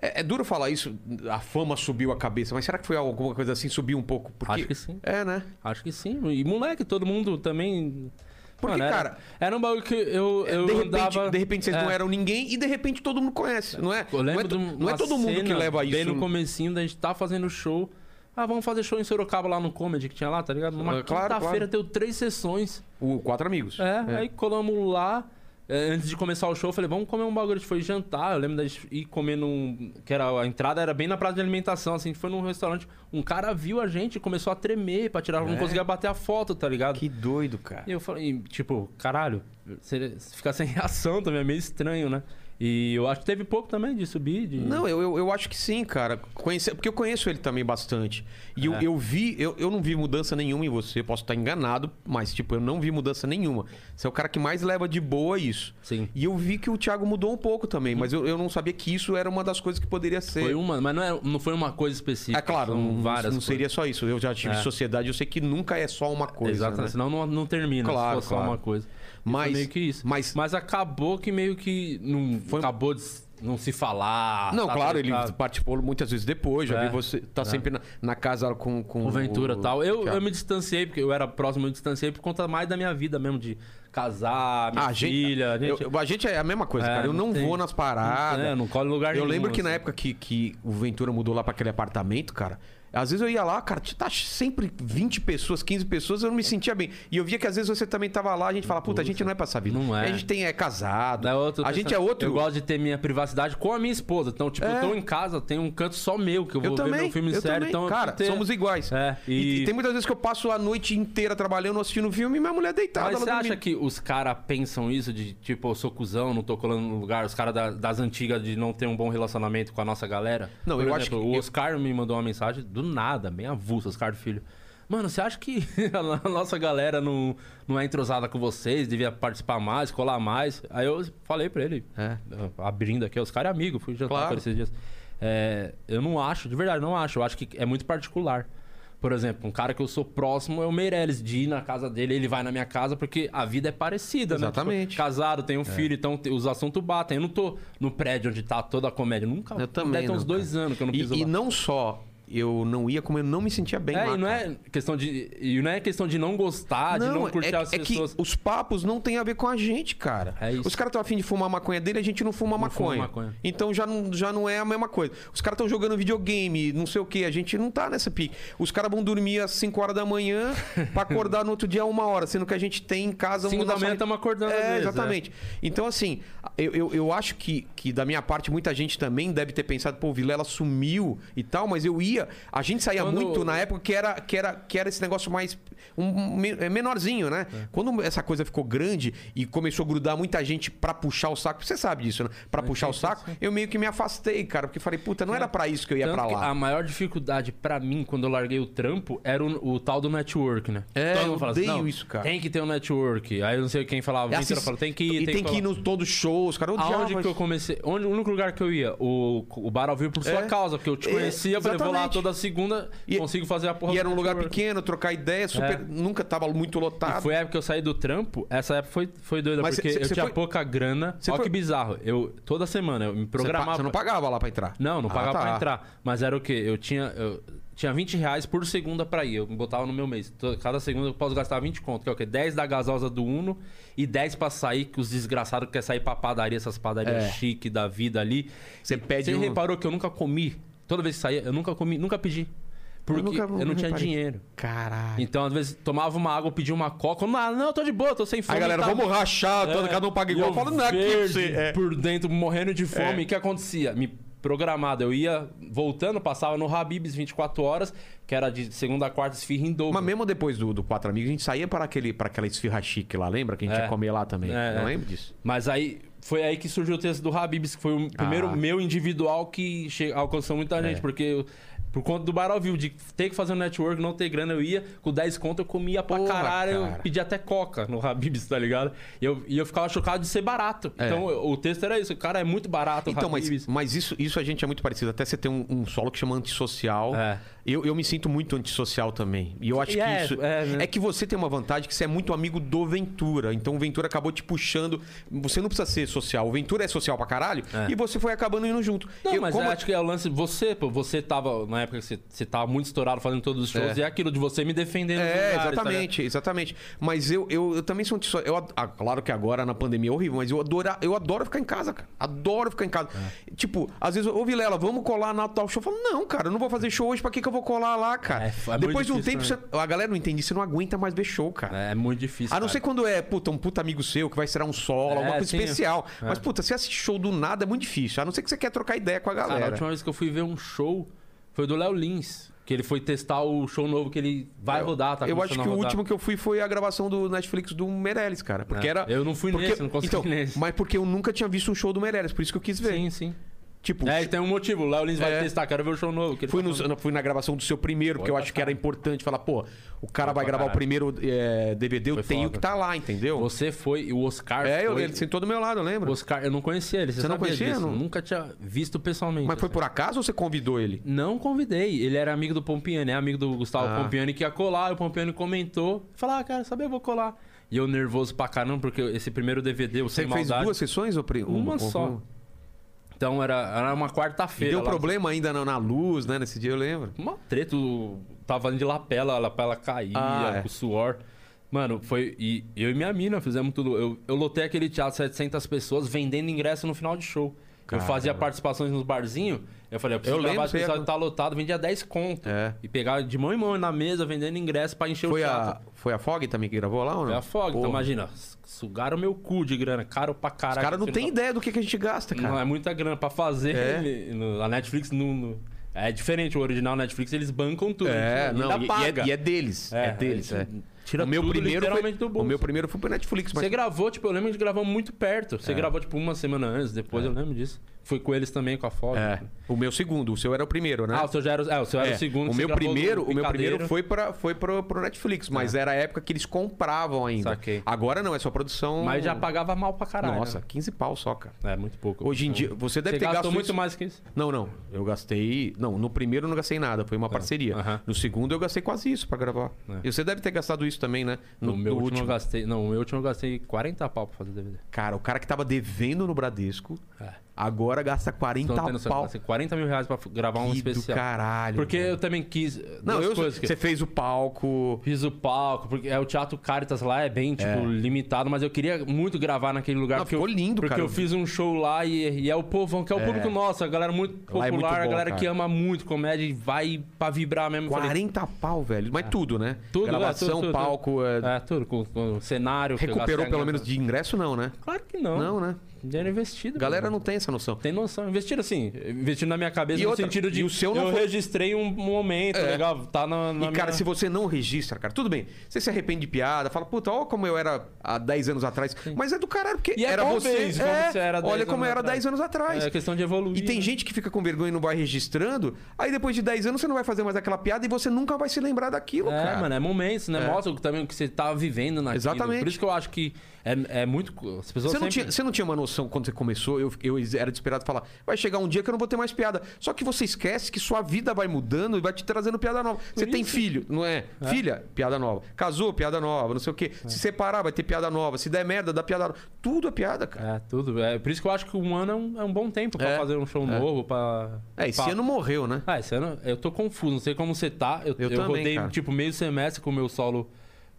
C: É, é duro falar isso, a fama subiu a cabeça, mas será que foi alguma coisa assim, subiu um pouco? Porque...
B: Acho que sim.
C: É, né?
B: Acho que sim. E moleque, todo mundo também.
C: Porque,
B: Mano, era-
C: cara, é,
B: Era um bagulho que eu, eu
C: de, repente,
B: andava-
C: de repente vocês
B: É.
C: não eram ninguém e de repente todo mundo conhece, não é?
B: Eu
C: Não é,
B: lembro
C: to-
B: de um-
C: não é
B: uma
C: todo mundo que
B: cena
C: leva isso.
B: Bem no comecinho, da gente tá fazendo show. Ah, vamos fazer show em Sorocaba lá no Comedy que tinha lá, tá ligado? Uma
C: Ah, claro,
B: quinta-feira
C: claro.
B: deu três sessões.
C: O Quatro Amigos.
B: É, aí colamos lá. é, Antes de começar o show, eu falei, vamos comer um bagulho. A gente foi jantar. Eu lembro da gente ir comendo um. Que era, a entrada era bem na praça de alimentação, assim. A gente foi num restaurante. Um cara viu a gente e começou a tremer pra tirar. Não conseguia bater a foto, tá ligado?
C: É. Que doido, cara.
B: E eu falei, tipo, caralho, você ficar sem reação também é meio estranho, né? E eu acho que teve pouco também de subir. De...
C: Não, eu, eu, eu acho que sim, cara. Conhecer, porque eu conheço ele também bastante.
B: É.
C: E eu, eu vi, eu, eu não vi mudança nenhuma em você, posso estar enganado, mas, tipo, eu não vi mudança nenhuma. Você é o cara que mais leva de boa isso.
B: Sim.
C: E eu vi que o Thiago mudou um pouco também, mas eu, eu não sabia que isso era uma das coisas que poderia ser.
B: Foi uma, mas não, é- não foi uma coisa específica.
C: É claro,
B: são
C: não,
B: várias
C: não seria só isso. Eu já tive
B: É.
C: sociedade, eu sei que nunca é só uma coisa.
B: Exatamente,
C: né?
B: senão não, não termina,
C: Claro,
B: se for só
C: claro.
B: uma coisa. E foi
C: Mas-
B: meio que isso.
C: mas-
B: acabou que meio que não
C: Foi- um
B: acabou de não se falar.
C: Não,
B: tá
C: claro, ele um
B: tretado.
C: participou muitas vezes depois. Já
B: É.
C: vi você. Tá sempre na, na casa com, com,
B: com Ventura e tal. Eu,
C: Thiago.
B: eu me distanciei, porque eu era próximo, eu me distanciei por conta mais da minha vida mesmo, de casar, minha
C: Ah, a gente-
B: filha.
C: eu- eu- a gente é a mesma coisa,
B: É,
C: cara. Eu não,
B: não tem-
C: vou nas paradas.
B: É, não cola em lugar
C: Eu
B: nenhum,
C: lembro que na
B: assim.
C: época que, que o Ventura mudou lá pra aquele apartamento, cara. Às vezes eu ia lá, cara, tá sempre 20 pessoas, 15 pessoas, eu não me sentia bem. E eu via que às vezes você também tava lá, a gente fala, puta, a gente não é pra essa vida.
B: Não é.
C: A gente tem, é casado.
B: Da outra
C: a
B: pessoa-
C: gente é outro.
B: Eu gosto de ter minha privacidade com a minha esposa. Então, tipo,
C: É.
B: eu tô em casa, tem um canto só meu, que eu vou
C: Eu
B: ver
C: também.
B: meu filme
C: eu
B: sério.
C: também.
B: Então, eu
C: cara,
B: tenho-
C: somos iguais.
B: É,
C: e...
B: e-
C: e tem muitas vezes que eu passo a noite inteira trabalhando, assistindo um filme e minha mulher deitada.
B: Mas
C: ela
B: você acha
C: dormindo.
B: que os caras pensam isso de tipo, eu sou cuzão, não tô colando no lugar, os caras da- das antigas de não ter um bom relacionamento com a nossa galera?
C: Não,
B: Por
C: eu acho
B: exemplo,
C: que-
B: O
C: eu-
B: Oscar me mandou uma mensagem do nada, bem avulso, Oscar do Filho. Mano, você acha que a nossa galera não, não é entrosada com vocês, devia participar mais, colar mais? Aí eu falei pra ele, ah,
C: É.
B: abrindo aqui, os caras amigos, fui jantar
C: Claro.
B: com ele esses dias. É, eu não acho, de verdade, não acho. Eu acho que é muito particular. Por exemplo, um cara que eu sou próximo é o Meirelles, de ir na casa dele, ele vai na minha casa, porque a vida é parecida, né?
C: Exatamente. É.
B: Tipo, casado, tem um filho, então te- os assuntos batem. Eu não tô no prédio onde tá toda a comédia. Nunca.
C: Eu também
B: Deve ter uns
C: não,
B: dois
C: cara.
B: anos que eu não piso
C: e, e
B: lá.
C: não só eu não ia, como eu não me sentia bem
B: é,
C: lá.
B: e não
C: cara.
B: é questão de. E não é questão de não gostar, de não curtir
C: é,
B: as
C: é que
B: pessoas.
C: os papos não tem a ver com a gente, cara.
B: É isso.
C: Os caras estão afim de fumar a maconha dele, a gente não fuma
B: Não fuma
C: maconha.
B: maconha.
C: Então já não, já não é a mesma coisa. Os caras estão jogando videogame, não sei o que, a gente não tá nessa pique. Os caras vão dormir às 5 horas da manhã pra acordar no outro dia a uma hora, sendo que a gente tem em casa...
B: Cinco
C: uma
B: da
C: nossa-
B: manhã tamo acordando às
C: É,
B: vezes,
C: exatamente. Então, assim, eu, eu, eu acho que, que da minha parte, muita gente também deve ter pensado, pô, o Vilela sumiu e tal, mas eu ia... A gente saía
B: Quando-
C: muito na época que era, que era, que era esse negócio mais. Um, me- é menorzinho, né? Quando essa coisa ficou grande e começou a grudar muita gente pra puxar o saco, você sabe disso, né?
B: É
C: Pra puxar o saco, eu meio que me afastei, cara, porque falei, puta, não era pra isso que eu ia
B: Tanto
C: pra
B: que
C: lá. É
B: A maior dificuldade pra mim quando eu larguei o trampo era o, o tal do network, né?
C: É, eu
B: fala
C: odeio isso, cara.
B: Tem que ter um network. Aí eu não sei quem falava,
C: É
B: é
C: assist-
B: falou, tem que ir,
C: e tem que
B: colar.
C: ir nos todos os shows, cara. Eu odiava
B: Aonde que eu
C: isso.
B: comecei? Onde, o único lugar que eu ia? O, o bar ao vivo por sua
C: É.
B: causa, porque eu te
C: É,
B: conhecia, eu falei, vou lá
C: exatamente.
B: toda segunda,
C: E-
B: consigo fazer a porra
C: E
B: do
C: era um lugar
B: network.
C: pequeno, trocar ideia, super-
B: É.
C: nunca tava muito
B: E
C: lotado.
B: foi a época que eu saí do trampo, essa época foi, foi doida,
C: Mas
B: porque
C: cê- cê-
B: eu
C: cê
B: tinha
C: foi-
B: pouca grana.
C: cê
B: Olha
C: foi-
B: que bizarro. Eu, toda semana, eu me
C: Você pa-
B: programava.
C: Você não pagava lá pra entrar?
B: Não, não
C: Ah,
B: pagava
C: tá.
B: pra entrar. Mas era o quê? Eu tinha, eu tinha 20 reais por segunda pra ir. Eu botava no meu mês. To- Cada segunda eu posso gastar 20 conto, que é o quê? 10 da gasosa do Uno e 10 pra sair, que os desgraçados querem sair pra padaria, essas padarias
C: É.
B: chique da vida ali.
C: Você
B: E
C: pede
B: Você
C: um-
B: reparou que eu nunca comi? Toda vez que saía, eu nunca comi, nunca pedi. Porque eu,
C: nunca-
B: não
C: nunca
B: tinha
C: reparei.
B: dinheiro.
C: Caralho.
B: Então, às vezes, tomava uma água, eu pedia uma coca. Não, não, eu tô de boa, tô sem fome.
C: Aí, galera,
B: tá
C: vamos rachar, todo,
B: é,
C: cada um paga
B: e
C: igual.
B: eu
C: Falando aqui pra
B: verde
C: você. é.
B: por dentro, morrendo de fome. O que acontecia? Me programado, eu ia voltando, passava no Habibs 24 horas, que era de segunda a quarta, esfirra em dobro.
C: Mas mesmo depois do, do Quatro Amigos, a gente saía para, aquele, para aquela esfirra chique lá, lembra? Que a gente
B: É.
C: ia comer lá também.
B: É,
C: não
B: é.
C: lembro disso.
B: Mas aí foi aí que surgiu o texto do Habibs, que foi o primeiro
C: Ah. É.
B: meu individual que che- alcançou muita gente, porque eu- por conta do Bar ao Vivo, de ter que fazer um network, não ter grana, eu ia, com 10 conto eu comia pra
C: Porra,
B: caralho,
C: cara.
B: eu pedia até coca no Habibs, tá ligado? E eu, e eu ficava chocado de ser barato. Então eu- o texto era isso, cara, é muito barato o
C: É. Então,
B: Habib's.
C: mas, mas isso, isso a gente é muito parecido. Até você tem um, um solo que chama antissocial.
B: É.
C: Eu, eu me sinto muito antissocial também. E eu acho
B: E
C: que
B: é,
C: isso.
B: é, né?
C: É que você tem uma vantagem que você é muito amigo do Ventura. Então o Ventura acabou te puxando. Você não precisa ser social. O Ventura é social pra caralho. E você foi acabando indo junto.
B: É. Não,
C: Eu-
B: mas
C: como-
B: eu acho que é o lance. Você, pô, você tava. Na época que você, você tava muito estourado fazendo todos os shows,
C: É.
B: e é aquilo de você me defendendo. nos
C: É,
B: lugares, tá ligado?
C: exatamente, exatamente. Mas eu, eu, eu também sou antissocial. Eu, ad- ah, claro que agora na pandemia é horrível, mas eu adoro, eu adoro ficar em casa, cara. Adoro ficar em casa.
B: É.
C: Tipo, às vezes, eu- ô Vilela, vamos colar na tal show. Eu falo, não, cara, eu não vou fazer show hoje, pra que, que eu vou colar lá, cara?
B: É, é muito
C: Depois de um tempo,
B: difícil,
C: você- a galera não entende, você não aguenta mais ver show, cara.
B: É, é muito difícil.
C: A não
B: cara.
C: ser quando é, puta, um puta amigo seu que vai ser um solo, alguma
B: É,
C: coisa
B: sim.
C: especial. Mas, puta, se assistir show do nada é muito difícil. A não ser que você quer trocar ideia com a
B: Cara, a
C: galera.
B: última vez que eu fui ver um show. foi Foi do Léo Lins, que ele foi testar o show novo que ele vai rodar, tá
C: eu acho
B: começando a
C: que o
B: rodar.
C: último que eu fui foi a gravação do Netflix do Meirelles, cara. Porque
B: É,
C: era.
B: eu não fui
C: porque...
B: nesse, não consegui
C: então,
B: nesse.
C: Mas porque eu nunca tinha visto um show do Meirelles, por isso que eu quis ver.
B: Sim, sim.
C: Tipo,
B: É, e tem um motivo. O Léo Lins vai
C: É.
B: testar, quero ver o show novo. que ele
C: fui,
B: tá
C: no-
B: falando. tá
C: na- fui na gravação do seu primeiro, porque eu acho que era importante falar, pô, o cara vai
B: pra
C: gravar o
B: caralho.
C: primeiro é, DVD, eu
B: Foi
C: tenho
B: foda.
C: que tá lá, entendeu?
B: Você foi, e o Oscar
C: É, eu,
B: foi.
C: ele sentou do meu lado, eu
B: o
C: lembro.
B: Oscar, eu não conhecia ele, você,
C: Você não
B: sabia
C: conhecia?
B: disso?
C: Não.
B: Nunca tinha visto pessoalmente.
C: Mas foi
B: assim.
C: por acaso ou você convidou ele?
B: Não convidei. Ele era amigo do Pompiani, é amigo do Gustavo
C: Ah.
B: Pompiani que ia colar. E o Pompiani comentou. Falou, ah, cara, sabe, eu vou colar. E eu nervoso pra caramba, porque esse primeiro DVD, o
C: Você
B: Sem
C: fez
B: Maldade...
C: duas sessões ou pri-
B: Uma só.
C: uma?
B: Então era, era uma
C: E
B: quarta-feira.
C: deu
B: lá no-
C: problema ainda na, na luz, né? Nesse dia eu lembro.
B: Uma treta, o- tava de lapela, a lapela caía,
C: Ah, é.
B: com suor. Mano, foi. E eu e minha mina fizemos tudo. Eu, eu lotei aquele teatro 700 pessoas vendendo ingresso no final de show. Eu fazia participações nos barzinhos. Eu falei, eu preciso
C: Eu
B: gravar
C: lembro,
B: esse episódio,
C: você ia-
B: tá lotado, vendia 10 conto.
C: É.
B: E pegava de mão em mão na mesa, vendendo ingresso pra encher
C: Foi
B: o teatro.
C: a, foi a Fog também que gravou lá ou não?
B: Foi a Fog, então
C: Porra.
B: imagina. Sugaram meu cu de grana, caro pra
C: Os
B: caralho.
C: caras não
B: Você
C: têm
B: tá-
C: ideia do que, que a gente gasta, cara.
B: não é muita grana pra fazer.
C: É.
B: no- a Netflix não, não- É diferente, o original Netflix eles bancam tudo.
C: É,
B: eles
C: não,
B: ainda
C: e,
B: paga.
C: e é, e é deles. É,
B: É,
C: deles,
B: aí
C: é.
B: tira
C: o meu
B: tudo
C: primeiro
B: literalmente
C: foi,
B: do bolso.
C: O meu primeiro foi pro Netflix, mas
B: Você gravou, tipo, eu lembro de gravar muito perto.
C: É.
B: Você gravou, tipo, uma semana antes, depois eu lembro disso. Fui com eles também, com a Fog.
C: é, o meu segundo, o seu era o primeiro, né?
B: Ah, o seu já era, é, o seu era
C: É,
B: o segundo. que
C: o
B: você
C: meu
B: gravou do
C: primeiro, o meu primeiro
B: Picadeiro. É.
C: foi para foi pro, pro Netflix, mas era a época que eles compravam ainda.
B: Saquei.
C: Agora não, é só produção.
B: Mas já pagava mal pra caralho.
C: Nossa,
B: né?
C: 15 pau só, cara.
B: É, muito pouco.
C: Hoje em dia, você deve
B: Você
C: ter
B: gastou
C: gasto
B: muito
C: isso-
B: mais que isso.
C: Não, não. Eu gastei. Não, no primeiro eu não gastei nada, foi uma parceria.
B: É, aham. É.
C: No segundo eu gastei quase isso pra gravar. E você deve ter gastado isso também, né?
B: No, meu
C: no
B: último, eu gastei. Não, o meu último eu gastei 40 pau pra fazer DVD.
C: Cara, o cara que tava devendo no Bradesco,
B: É.
C: agora gasta
B: Então,
C: 40
B: tem noção,
C: pau.
B: gastei 40 mil reais pra f- gravar um
C: Que do
B: especial.
C: caralho.
B: Porque
C: velho.
B: eu também quis.
C: Não,
B: duas
C: eu,
B: coisas que-
C: você fez o palco.
B: Fiz o palco, porque é o Teatro Caritas lá é bem, tipo, limitado, mas eu queria muito gravar naquele lugar.
C: Não,
B: porque
C: ficou
B: eu,
C: lindo,
B: Porque
C: cara.
B: eu fiz um show lá e, e é o povão, que é o público nosso, a galera muito popular,
C: Lá é muito
B: a
C: bom,
B: galera
C: cara.
B: que ama muito comédia e vai pra vibrar mesmo. Eu falei,
C: 40 pau, velho. Mas tudo, né?
B: tudo, é,
C: Gravação,
B: tudo, tudo,
C: palco. é,
B: tudo. É, tudo, com, com cenário. que eu gastei
C: Recuperou
B: a
C: pelo
B: grana.
C: menos de ingresso, não, né?
B: Claro que não.
C: Não, né?
B: Dinheiro investido.
C: Galera
B: mano.
C: não tem essa noção.
B: Tem noção. Investiram assim, investindo na minha cabeça
C: E
B: no
C: outra,
B: sentido de.
C: e o seu não
B: eu
C: foi- É.
B: registrei um momento, legal, tá na. na
C: E, cara,
B: minha-
C: se você não registra, cara, tudo bem. Você se arrepende de piada, fala, puta, olha como eu era há 10 anos atrás. Mas é do caralho, porque
B: E é
C: era
B: bom
C: você.
B: ver isso, como
C: é,
B: você era há 10
C: olha como
B: anos
C: eu era
B: atrás.
C: 10 anos atrás.
B: É questão de evoluir.
C: E tem
B: né?
C: gente que fica com vergonha e não vai registrando. Aí depois de 10 anos você não vai fazer mais aquela piada e você nunca vai se lembrar daquilo,
B: É,
C: cara.
B: mano, é momentos, né? Mostra também o que você tá vivendo naquilo.
C: Exatamente.
B: Por isso que eu acho que é, é muito. As pessoas
C: Você não,
B: sempre...
C: tinha, você não tinha uma noção quando você começou, eu, eu era desesperado falar, vai chegar um dia que eu não vou ter mais piada. Só que você esquece que sua vida vai mudando e vai te trazendo piada nova. você tem filho, não é? Filha, piada nova. Casou, piada nova, não sei o quê.
B: É.
C: Se separar, vai ter piada nova. Se der merda, dá piada nova. Tudo é piada, cara.
B: É, tudo. É, por isso que eu acho que um ano é um, é um bom tempo pra
C: É,
B: fazer um show novo, pra.
C: É, esse
B: pra-
C: ano morreu, né?
B: Ah, esse ano eu tô confuso, não sei como você tá. Eu,
C: Eu
B: eu,
C: também,
B: rodei,
C: cara.
B: tipo, meio semestre com o meu solo,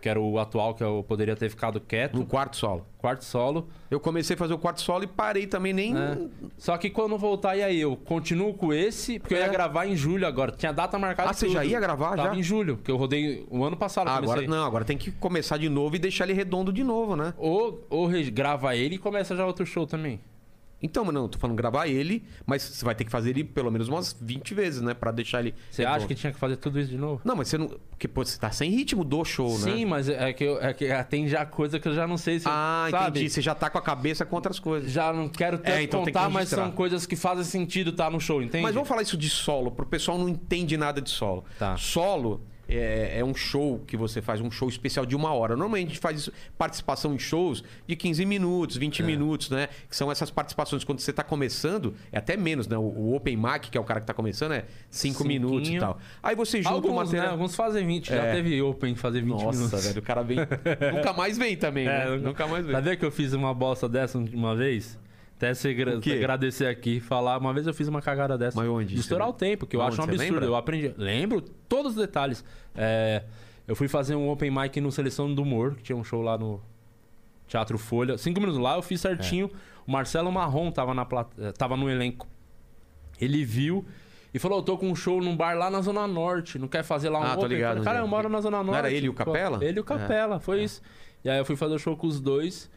B: que era o atual, que eu poderia ter ficado quieto.
C: No quarto solo.
B: Quarto solo.
C: Eu comecei a fazer o quarto solo e parei também, nem.
B: né? Só que quando eu voltar, e aí? Eu continuo com esse, porque eu
C: É.
B: ia gravar em julho agora. Tinha data marcada.
C: Ah,
B: e
C: você já
B: tudo.
C: ia gravar,
B: Tava
C: já?
B: em julho, porque eu rodei o ano passado. eu
C: Ah, agora
B: comecei.
C: não, agora tem que começar de novo e deixar ele redondo de novo, né?
B: Ou, ou re- grava ele e começa já outro show também.
C: Então, mas não, tô falando gravar ele, mas você vai ter que fazer ele pelo menos umas 20 vezes, né? Pra deixar ele.
B: Você acha que tinha que fazer tudo isso de novo?
C: Não, mas você não. Porque, pô, você tá sem ritmo do show, né?
B: Sim, mas é que, eu- é que já tem já coisa que eu já não sei se. eu-
C: Ah,
B: sabe?
C: entendi. Você já tá com a cabeça com outras coisas.
B: Já não quero tanto
C: É, então tem que
B: contar, mas
C: registrar.
B: são coisas que fazem sentido tá no show, entende?
C: Mas vamos falar isso de solo, pro pessoal não entende nada de solo.
B: Tá.
C: Solo é, é um show que você faz, um show especial de uma hora. Normalmente a gente faz isso- participação em shows de 15 minutos,
B: É.
C: 20 minutos, né? Que são essas participações quando você tá começando, é até menos, né? O, o Open Mic, que é o cara que tá começando, é 5
B: Cinquinho.
C: minutos e tal. Aí você junta o
B: Alguns,
C: material.
B: né? Alguns fazem 20. Já
C: É.
B: teve open fazer 20
C: Nossa,
B: minutos.
C: velho, o cara vem. nunca mais vem também,
B: É,
C: né? Nunca mais vem.
B: Sabia que eu fiz uma bosta dessa uma vez? Até se gra-
C: quê?
B: agradecer aqui, falar. Uma vez eu fiz uma cagada dessa.
C: Mas onde?
B: De estourar o tempo, que eu
C: Onde?
B: acho um
C: Você
B: absurdo.
C: lembra?
B: Eu aprendi. Lembro todos os detalhes. É, eu fui fazer um open mic no Seleção do Humor, que tinha um show lá no Teatro Folha. Cinco minutos lá, eu fiz certinho.
C: É.
B: O Marcelo Marrom tava, na plat... eh, tava no elenco. Ele viu e falou: Eu tô com um show num bar lá na Zona Norte. Não quer fazer lá um
C: Ah, tô
B: open? Eu
C: ligado,
B: falei, Cara, eu
C: onde é?
B: moro na Zona Norte.
C: Não era ele e o
B: Pô,
C: Capela?
B: Ele e o
C: É.
B: Capela, foi isso. E aí eu fui fazer o show com os dois.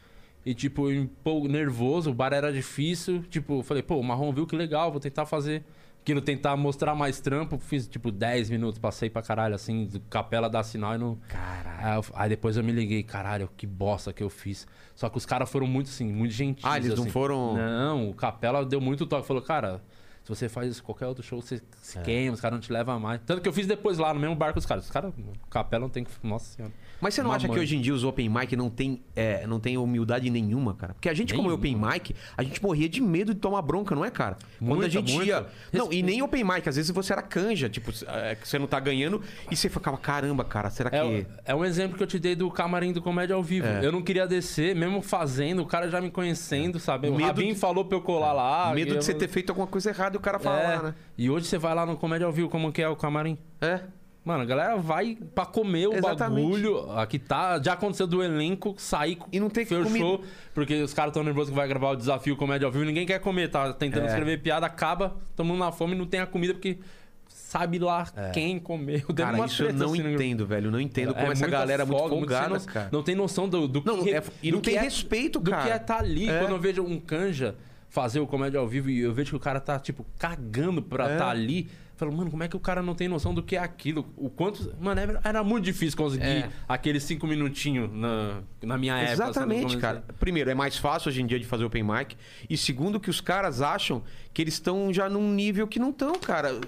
B: E, tipo, um pouco nervoso, o bar era difícil. Tipo, eu falei, pô, o Marrom viu que legal, vou tentar fazer. Quero tentar mostrar mais trampo, fiz tipo 10 minutos, passei pra caralho, assim, do capela dá sinal e não. Caralho. Aí, eu- aí depois eu me liguei, caralho, que bosta que eu fiz. Só que os caras foram muito, assim, muito gentis.
C: Ah, eles não
B: assim.
C: foram-
B: Não, o capela deu muito toque. Falou, cara, se você faz isso, qualquer outro show, você
C: É.
B: se queima, os caras não te levam mais. Tanto que eu fiz depois lá, no mesmo barco os caras. Os caras, o capela não tem que. Nossa senhora.
C: Mas você não acha que
B: Mamãe.
C: hoje em dia os open mic não tem, é, não tem humildade nenhuma, cara? Porque a gente, como é open mic, a gente morria de medo de tomar bronca, não é, cara? Quando a
B: Muita,
C: gente
B: muita.
C: ia. Não, e nem open mic, às vezes você era canja, tipo, é, que você não tá ganhando e você ficava, caramba, cara, será que.
B: É, o- é um exemplo que eu te dei do camarim do comédia ao vivo.
C: É.
B: Eu não queria descer, mesmo fazendo, o cara já me conhecendo, sabe? O
C: É. Medo É.
B: Rabin falou pra eu colar lá.
C: medo
B: e eu-
C: de você ter feito alguma coisa errada e o cara
B: É,
C: falar, né?
B: E hoje você vai lá no comédia ao vivo, como que é o camarim?
C: É.
B: Mano, a galera vai pra comer o
C: Exatamente.
B: bagulho. Aqui tá. Já aconteceu do elenco sair
C: E não tem
B: fechou,
C: comida.
B: porque os caras tão nervosos que vai gravar o desafio comédia ao vivo. Ninguém quer comer, tá
C: É.
B: tentando escrever piada, acaba, todo mundo na fome, não tem a comida porque sabe lá quem comeu. Deu
C: É. Cara,
B: uma
C: isso eu
B: treta,
C: não
B: assim, no grupo.
C: entendo, velho. Eu não entendo como
B: É
C: essa
B: muita
C: galera é muito
B: folga, sem
C: folgada,
B: noção.
C: cara.
B: Não tem noção do, do
C: Não,
B: que,
C: é- e não
B: do que
C: tem
B: é-
C: respeito,
B: do
C: cara.
B: que é tá ali.
C: É.
B: Quando eu vejo um canja fazer o comédia ao vivo e eu vejo que o cara tá, tipo, cagando pra
C: É.
B: tá ali. eu falo, mano, como é que o cara não tem noção do que é aquilo? O quanto. Mano, era- era muito difícil conseguir
C: É.
B: aqueles cinco minutinhos na, na minha época. sabe, no
C: Exatamente,
B: começo.
C: cara. Primeiro, é mais fácil hoje em dia de fazer open mic. E segundo, que os caras acham que eles estão já num nível que não estão, cara.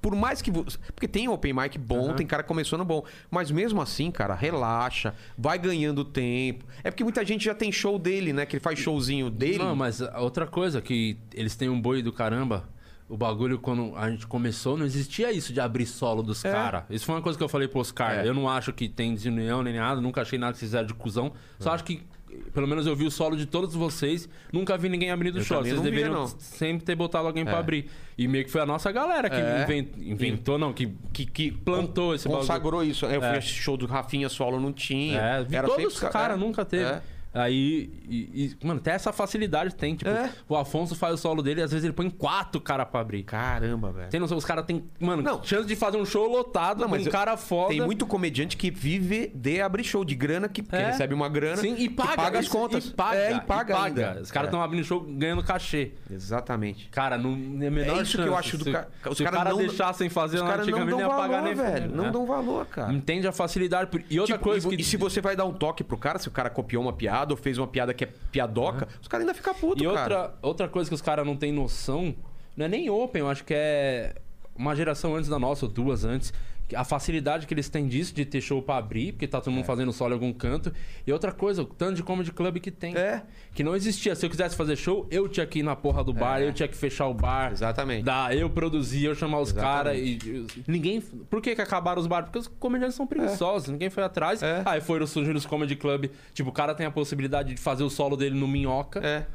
C: Por mais que. vo- Porque tem open mic bom, tem cara começando bom. Mas mesmo assim, cara, relaxa, vai ganhando tempo. É porque muita gente já tem show dele, né? Que ele faz showzinho dele.
B: Não, mas a outra coisa que eles têm um boi do caramba. O bagulho, quando a gente começou, não existia isso de abrir solo dos
C: É.
B: cara caras. Isso foi uma coisa que eu falei pros caras.
C: É.
B: Eu não acho que tem desunião nem nada, nunca achei nada que vocês fizeram de cuzão. Só acho que, pelo menos eu vi o solo de todos vocês. Nunca vi ninguém abrindo
C: Eu
B: show.
C: também
B: Vocês
C: não via,
B: deveriam
C: não.
B: sempre ter botado alguém pra abrir. E meio que foi a nossa galera que
C: É.
B: inven- inventou, não, que,
C: Que, que
B: plantou esse bagulho.
C: Consagrou isso. Eu fui
B: É.
C: assistir show do Rafinha Solo, não tinha.
B: É, vi
C: Era sempre
B: todos os
C: ca-
B: caras,
C: é.
B: nunca teve.
C: É.
B: Aí, e- e, mano, até essa facilidade tem. Tipo,
C: É.
B: o Afonso faz o solo dele e às vezes ele põe quatro caras pra abrir.
C: Caramba, velho.
B: Tem noção, os caras tem, mano,
C: Não.
B: chance de fazer um show lotado
C: Não,
B: com
C: mas
B: um cara foda.
C: Tem muito comediante que vive de abrir show, de grana, que, que
B: É.
C: recebe uma grana
B: Sim, e
C: que
B: paga,
C: as
B: e-
C: contas.
B: E paga,
C: é, e paga, ainda.
B: Os caras
C: É.
B: estão abrindo show ganhando cachê.
C: Exatamente.
B: Cara, não é a menor
C: É isso que eu
B: chance.
C: acho do
B: Se-
C: ca- os
B: Se o
C: caras
B: cara
C: não-
B: deixar sem fazer,
C: Os caras não
B: antigamente
C: dão
B: não ia pagar nem
C: valor, velho.
B: fudendo,
C: Não
B: né?
C: dão valor, cara.
B: Entende a facilidade. por- E outra
C: Tipo,
B: coisa
C: e,
B: que...
C: e se você vai dar um toque pro cara, se o cara copiou uma piada ou fez uma piada que é piadoca, os caras ainda ficam putos,
B: E
C: cara.
B: outra, outra coisa que os caras não têm noção, não é nem open, eu acho que é uma geração antes da nossa, ou duas antes. que A facilidade que eles têm disso de ter show pra abrir, porque tá todo
C: É.
B: mundo fazendo solo em algum canto. E outra coisa, o tanto de comedy club que tem.
C: É.
B: Que não existia. Se eu quisesse fazer show, eu tinha que ir na porra do bar, eu tinha que fechar o bar.
C: Exatamente.
B: Dar, eu produzir, eu chamar os caras. E,
C: Exatamente.
B: e- ninguém. Por que, que acabaram os bares? Porque os comediantes são preguiçosos, ninguém foi atrás.
C: É.
B: Aí foram surgindo os comedy club. Tipo, o cara tem a possibilidade de fazer o solo dele no Minhoca.
C: É.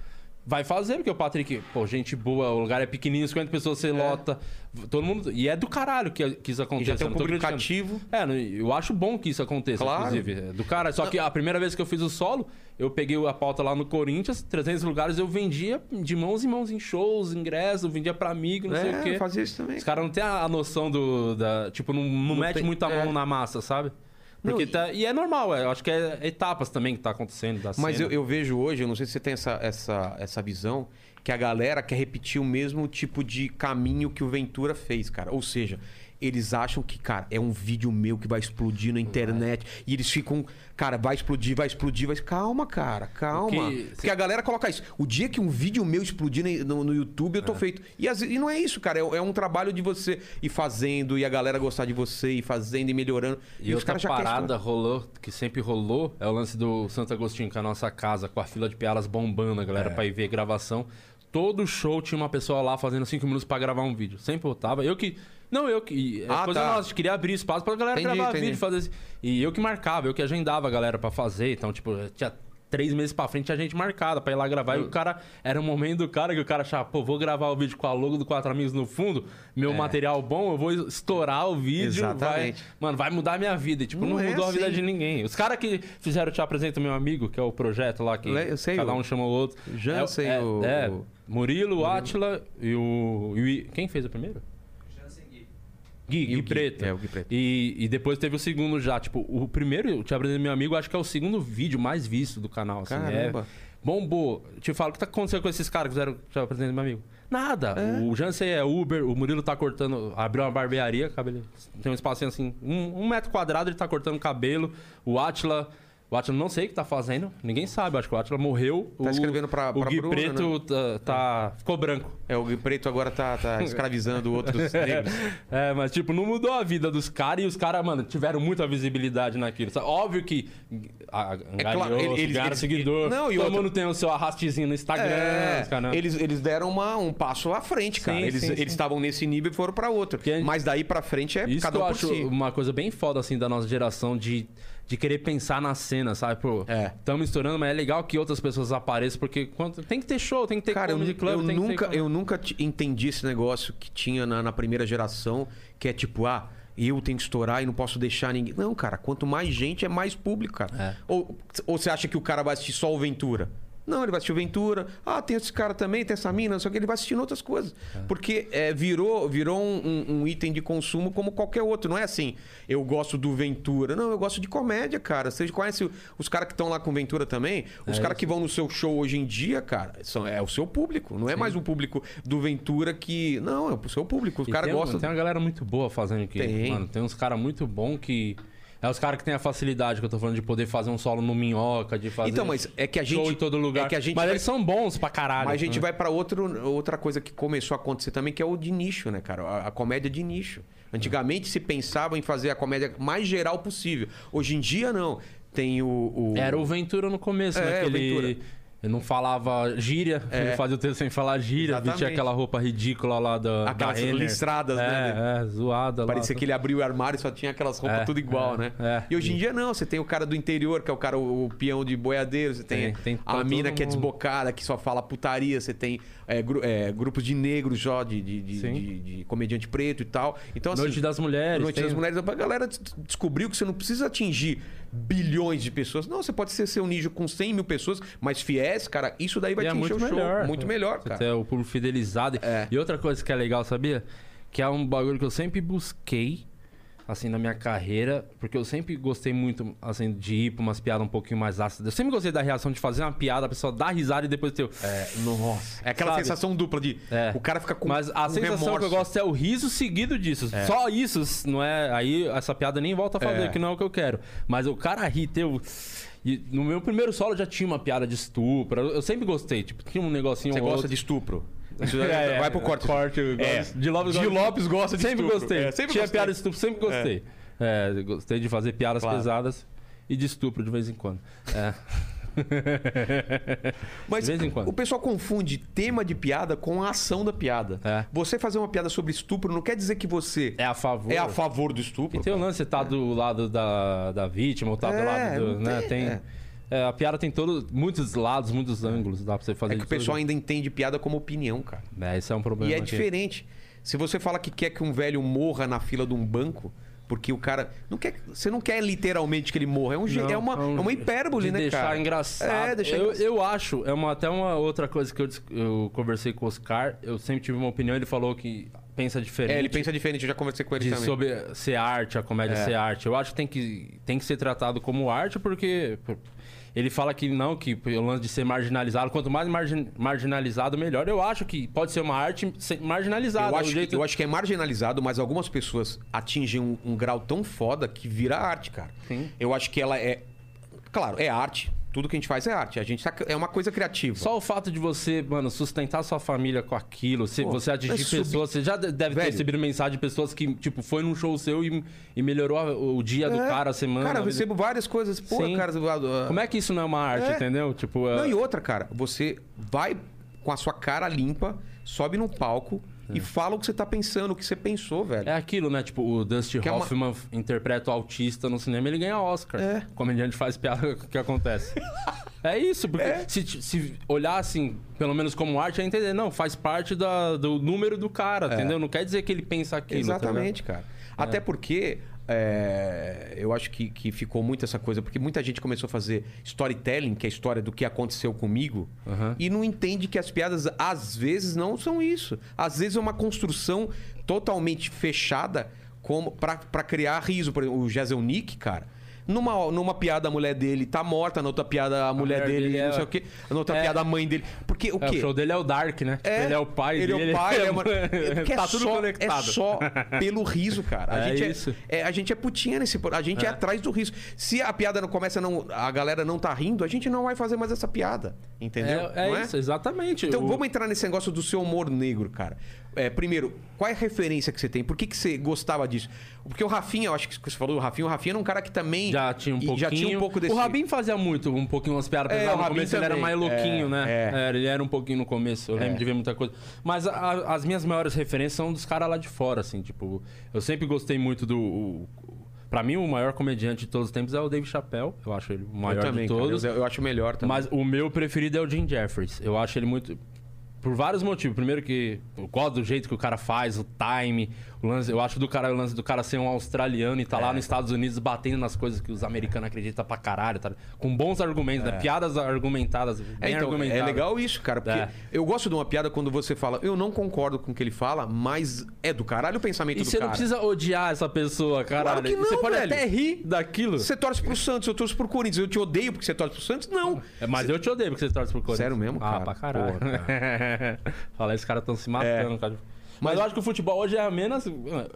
B: Vai fazer, porque o Patrick, pô, gente boa, o lugar é pequenininho, 50 pessoas você lota. Todo mundo. E é do caralho que, que isso
C: E
B: acontece.
C: já tem
B: eu
C: um
B: não tô
C: público
B: criticando.
C: cativo.
B: É, não, eu acho bom que isso aconteça,
C: Claro.
B: inclusive. é, Do cara. Só que a primeira vez que eu fiz o solo, eu peguei a pauta lá no Corinthians, 300 lugares, eu vendia de mãos em mãos em shows, ingresso, vendia pra amigo, não sei o
C: É,
B: quê.
C: fazer isso também.
B: Os caras não têm a a noção do. Da, tipo, não, não, mete
C: tem-
B: muito a
C: é.
B: mão na massa, sabe? Porque
C: e-
B: tá- e... é normal, é, eu acho que é etapas também que tá acontecendo. Da
C: Mas
B: cena.
C: eu, eu vejo hoje, eu não sei se você tem essa, essa, essa visão, que a galera quer repetir o mesmo tipo de caminho que o Ventura fez, cara. Ou seja, eles acham que, cara, é um vídeo meu que vai explodir na internet. E eles ficam, cara, vai explodir, vai explodir, vai. Calma, cara, calma.
B: Porque-
C: Porque a galera coloca isso. O dia que um vídeo meu explodir na- no, no YouTube, eu tô feito. E, às vezes- e não é isso, cara. É, é um trabalho de você ir fazendo e a galera gostar de você, ir fazendo e melhorando.
B: E outra
C: querem
B: parada rolou, que sempre rolou, é o lance do Santo Agostinho, com a nossa casa, com a fila de piadas bombando, a
C: É.
B: galera, pra ir ver gravação. Todo show tinha uma pessoa lá fazendo cinco minutos pra gravar um vídeo. Sempre voltava. Eu que. Não, eu que. É
C: Ah,
B: coisa
C: tá.
B: nossa, queria abrir espaço pra galera
C: Entendi,
B: gravar
C: entendi.
B: vídeo, fazer. esse- E eu que marcava, eu que agendava a galera pra fazer. Então, tipo, tinha. Três meses pra frente, tinha gente marcada pra ir lá gravar. E o cara... Era o momento do cara que o cara achava... Pô, vou gravar o vídeo com a logo do Quatro Amigos no fundo. Meu material bom, eu vou estourar o vídeo. vai-
C: É. Exatamente.
B: Mano, vai mudar a minha vida. E, tipo, não,
C: Não é
B: mudou a vida
C: assim.
B: de ninguém. Os caras que fizeram Te Apresenta Meu Amigo, que é o projeto lá que
C: Le- eu sei,
B: cada
C: o-
B: um chama o outro.
C: Já
B: é,
C: sei,
B: é,
C: o-
B: É,
C: o-
B: Murilo, Átila e o, e o I- Quem fez o primeiro? Gui, Gui,
C: o Gui,
B: Preto.
C: é, o Gui Preto.
B: E, e depois teve o segundo já. Tipo, o primeiro, o Te Apresenta Meu Amigo, acho que é o segundo vídeo mais visto do canal. Assim, é-
C: Caramba.
B: Bombou. Te falo, o que tá acontecendo com esses caras que fizeram que fizeram presente do meu amigo? Nada. O Jansen é Uber, o Murilo tá cortando. Abriu uma barbearia, cabelo. Tem um espacinho assim, um, um metro quadrado, ele tá cortando cabelo. O Atila. O Atila não sei o que tá fazendo. Ninguém sabe, acho que o Atila morreu.
C: Tá
B: o,
C: escrevendo pra-
B: O
C: pra
B: Gui
C: Bruna, né?
B: Preto tá, tá- ficou branco.
C: É, o preto agora tá, tá escravizando outros negros.
B: É, mas tipo, não mudou a vida dos caras e os caras, mano, tiveram muita visibilidade naquilo. sabe? Óbvio que a, ganhou,
C: É claro, ele- eles-
B: ganharam
C: eles-
B: seguidor.
C: não, e
B: todo
C: outra-
B: mundo tem o seu arrastezinho no Instagram.
C: É,
B: os né? caras-
C: eles, eles deram uma, um passo à frente, cara.
B: Sim,
C: eles
B: sim, sim.
C: eles estavam nesse nível e foram pra outro.
B: Que a gente-
C: Mas daí pra frente é
B: Isso
C: cada um
B: que eu
C: por
B: acho
C: si.
B: uma coisa bem foda, assim, da nossa geração de, de querer pensar na cena, sabe? Pô,
C: É.
B: Tamo estourando, mas é legal que outras pessoas apareçam, porque quanto... tem que ter show, tem que ter
C: Cara, eu,
B: comedy
C: nu-
B: club,
C: eu
B: tem
C: nunca,
B: que ter...
C: eu nunca t- entendi esse negócio que tinha na, na primeira geração, que é tipo, ah, eu tenho que estourar e não posso deixar ninguém. Não, cara, quanto mais gente, é mais público, cara.
B: É.
C: Ou, ou você acha que o cara vai assistir só o Ventura? Não, ele vai assistir o Ventura. Ah, tem esse cara também, tem essa mina, não sei o que. Ele vai assistindo outras coisas. Porque é, virou, virou um, um- um item de consumo como qualquer outro. Não é assim, eu gosto do Ventura. Não, eu gosto de comédia, cara. Vocês conhecem o- os caras que estão lá com o Ventura também? Os
B: É
C: caras que vão no seu show hoje em dia, cara, são, é o seu público. Não é mais o público do Ventura que... Não, é o seu público. Os
B: E
C: caras
B: tem, um-
C: gostam...
B: Tem uma galera muito boa fazendo aqui.
C: Tem.
B: Mano, tem uns caras muito bons que... É os caras que tem a facilidade que eu tô falando de poder fazer um solo no Minhoca, de um fazer
C: Então, mas é que a
B: show
C: gente-
B: em todo lugar.
C: é que a gente
B: mas
C: vai-
B: eles são bons pra caralho.
C: Mas a gente
B: né?
C: vai pra outro- outra coisa que começou a acontecer também, que é o de nicho, né, cara? A, a comédia de nicho. Antigamente se pensava em fazer a comédia mais geral possível. Hoje em dia, não. Tem o. o-
B: Era o Ventura no começo,
C: É,
B: né?
C: o
B: Que ele,
C: Ventura. É.
B: ele não falava gíria, ele fazia o texto sem falar gíria, vestia
C: Exatamente.
B: aquela roupa ridícula lá da. da
C: Aquelas
B: Renner.
C: listradas,
B: é,
C: né?
B: É, zoada
C: Parecia
B: lá.
C: que ele abriu o armário e só tinha aquelas roupas
B: É,
C: tudo igual,
B: é,
C: né?
B: é.
C: e hoje em dia não, você tem o cara do interior, que é o cara, o, o peão de boiadeiro, você tem,
B: Tem, tem pra
C: a mina
B: todo
C: que é
B: mundo.
C: desbocada, que só fala putaria, você tem é, gru- é, grupos de negros já, de, de, de-
B: Sim.
C: de- de comediante preto e tal. Então, assim,
B: Noite das Mulheres.
C: Noite
B: tem-
C: das Mulheres, a galera des- descobriu que você não precisa atingir bilhões de pessoas. Não, você pode ser seu nicho com 100 mil pessoas, mas fiéis, cara, isso daí vai
B: E
C: te
B: é
C: encher
B: muito
C: o show.
B: melhor.
C: Muito melhor,
B: Você
C: cara.
B: tem o público fidelizado.
C: É.
B: E outra coisa que é legal, sabia? Que é um bagulho que eu sempre busquei, assim, na minha carreira, porque eu sempre gostei muito, assim, de ir pra umas piadas um pouquinho mais ácidas. Eu sempre gostei da reação de fazer uma piada, a pessoa dá risada e depois teu. É, nossa.
C: É aquela
B: Sabe?
C: sensação dupla de.
B: É.
C: O cara fica com.
B: Mas a
C: um
B: sensação que eu
C: remorso.
B: gosto é o riso seguido disso. Só isso, não é. Aí essa piada nem volta a fazer,
C: É.
B: que não é o que eu quero. Mas o cara ri, teu. E no meu primeiro solo já tinha uma piada de estupro. Eu sempre gostei. Tipo, tinha um negocinho.
C: Você
B: ou
C: gosta
B: outro.
C: de estupro. Isso daí
B: É, é,
C: vai pro corte.
B: corte, eu gosto. De Lopes
C: É. de
B: gosta-
C: Lopes gosta de
B: sempre
C: estupro.
B: Gostei.
C: É, sempre
B: Tinha
C: gostei.
B: piada de estupro, sempre gostei. É, eu gostei de fazer piadas pesadas e de estupro de vez em quando. É.
C: Mas
B: de vez em quando.
C: o pessoal confunde tema de piada com a ação da piada.
B: É.
C: Você fazer uma piada sobre estupro não quer dizer que você
B: É a favor.
C: é a favor do estupro.
B: E tem o lance, você tá do lado da, da vítima ou tá
C: É,
B: do lado do.
C: não
B: Né?
C: tem-
B: Tem,
C: é.
B: é, a piada tem todo, muitos lados, muitos ângulos, dá pra você fazer
C: é que
B: de
C: o
B: todo
C: pessoal
B: jeito.
C: ainda entende piada como opinião, cara.
B: É, isso é um problema.
C: E é
B: aqui.
C: diferente. Se você fala que quer que um velho morra na fila de um banco, porque o cara. Não quer, você não quer literalmente que ele morra. É, um, je-
B: Não,
C: é, uma,
B: um-
C: é uma hipérbole,
B: de
C: né,
B: deixar
C: cara?
B: Engraçado.
C: É, deixar
B: eu,
C: engraçado.
B: eu acho, é uma, até uma outra coisa que eu, dis- eu conversei com o Oscar, eu sempre tive uma opinião, ele falou que pensa diferente.
C: É, ele pensa diferente, É. eu já conversei com ele
B: de
C: também.
B: sobre ser arte, a comédia ser arte. Eu acho que tem que, tem que ser tratado como arte, porque pô, ele fala que não, que o lance de ser marginalizado, quanto mais margin- marginalizado, melhor. Eu acho que pode ser uma arte sem- marginalizada.
C: Eu
B: Ah, o
C: acho,
B: jeito-
C: que, eu acho que é marginalizado, mas algumas pessoas atingem um, um grau tão foda que vira arte, cara.
B: Sim.
C: Eu acho que ela é. Claro, é arte. Tudo que a gente faz é arte. A gente tá- é uma coisa criativa.
B: Só o fato de você, mano, sustentar sua família com aquilo, se você atingir
C: mas é sub-
B: pessoas, você já de- deve ter
C: Velho.
B: recebido mensagem de pessoas que, tipo, foi num show seu e, e melhorou a- o dia do cara, a semana.
C: É. Cara,
B: a
C: eu
B: vida.
C: recebo várias coisas. Pô,
B: Sim.
C: cara.
B: Como é que isso não é uma arte,
C: É.
B: entendeu? Tipo, é-
C: Não, e outra, cara, você vai com a sua cara limpa, sobe num palco e fala o que você tá pensando, o que você pensou, velho.
B: É aquilo, né? Tipo, o Dusty
C: Que é uma-
B: Hoffman interpreta o autista no cinema ele ganha Oscar.
C: É.
B: O comediante faz piada que acontece. é isso, porque se, se olhar assim, pelo menos como arte, é entender. Não, faz parte da- do número do cara, entendeu? Não quer dizer que ele pensa aquilo. tá
C: É. Exatamente, cara. Até porque é, eu acho que, que ficou muito essa coisa, porque muita gente começou a fazer storytelling, que é a história do que aconteceu comigo, e não entende que as piadas às vezes não são isso. Às vezes é uma construção totalmente fechada como para criar riso. Por exemplo, o Jason é Nick, cara. Numa, numa piada a mulher dele tá morta, na outra piada a mulher,
B: mulher
C: dele,
B: dele
C: não
B: é-
C: sei o quê. Na outra
B: é.
C: piada a mãe dele. Porque o
B: É,
C: quê?
B: o show dele é o Dark, né? Tipo, ele é o pai
C: ele
B: dele.
C: é o pai, ele é uma...
B: tá
C: Porque é
B: tudo
C: só,
B: conectado.
C: É só pelo riso, cara. A
B: É
C: gente
B: isso.
C: É, a gente é putinha nesse... A gente é. atrás do riso. Se a piada não começa, não, a galera não tá rindo, a gente não vai fazer mais essa piada. Entendeu?
B: É, é
C: Não
B: isso, exatamente.
C: Então
B: O-
C: vamos entrar nesse negócio do seu humor negro, cara. É, primeiro, qual é a referência que você tem? Por que, que você gostava disso? Porque o Rafinha, eu acho que você falou do Rafinha, o Rafinha era um cara que também.
B: Já tinha um
C: e
B: pouquinho.
C: Já tinha um pouco desse.
B: O Rabin fazia muito, um pouquinho umas piadas
C: É,
B: pesadas.
C: o
B: no
C: Rabin
B: começo ele era
C: também.
B: mais louquinho,
C: É,
B: né?
C: é.
B: Era, ele era um pouquinho no começo, eu lembro de ver muita coisa. Mas a- a- as minhas maiores referências são dos caras lá de fora, assim, tipo... Eu sempre gostei muito do... O, o- pra mim, o maior comediante de todos os tempos é o Dave Chappelle. Eu acho ele é o maior
C: eu também,
B: de todos.
C: cara, eu, eu acho melhor também.
B: Mas o meu preferido é o Jim Jeffries. Eu acho ele muito. Por vários motivos. Primeiro que eu gosto do jeito que o cara faz, o time, o lance. Eu acho do cara, o lance do cara ser um australiano e tá
C: É.
B: lá nos Estados Unidos batendo nas coisas que os americanos acreditam pra caralho, tá? Com bons argumentos, né? Piadas argumentadas.
C: É,
B: bem
C: então, é
B: argumentadas.
C: legal isso, cara, porque
B: É.
C: eu gosto de uma piada quando você fala, eu não concordo com o que ele fala, mas é do caralho o pensamento
B: E
C: do
B: você
C: cara.
B: não precisa odiar essa pessoa, caralho.
C: que não,
B: você pode
C: velho.
B: até rir daquilo.
C: Você torce pro Santos, eu torço pro Corinthians, eu te odeio porque você torce pro Santos? Não.
B: É, Mas eu te odeio porque você torce pro Corinthians.
C: Sério mesmo, cara?
B: Ah, pra caralho.
C: Porra, É.
B: Falar, esses caras estão se matando, cara. Mas, eu acho que o futebol hoje é a menos.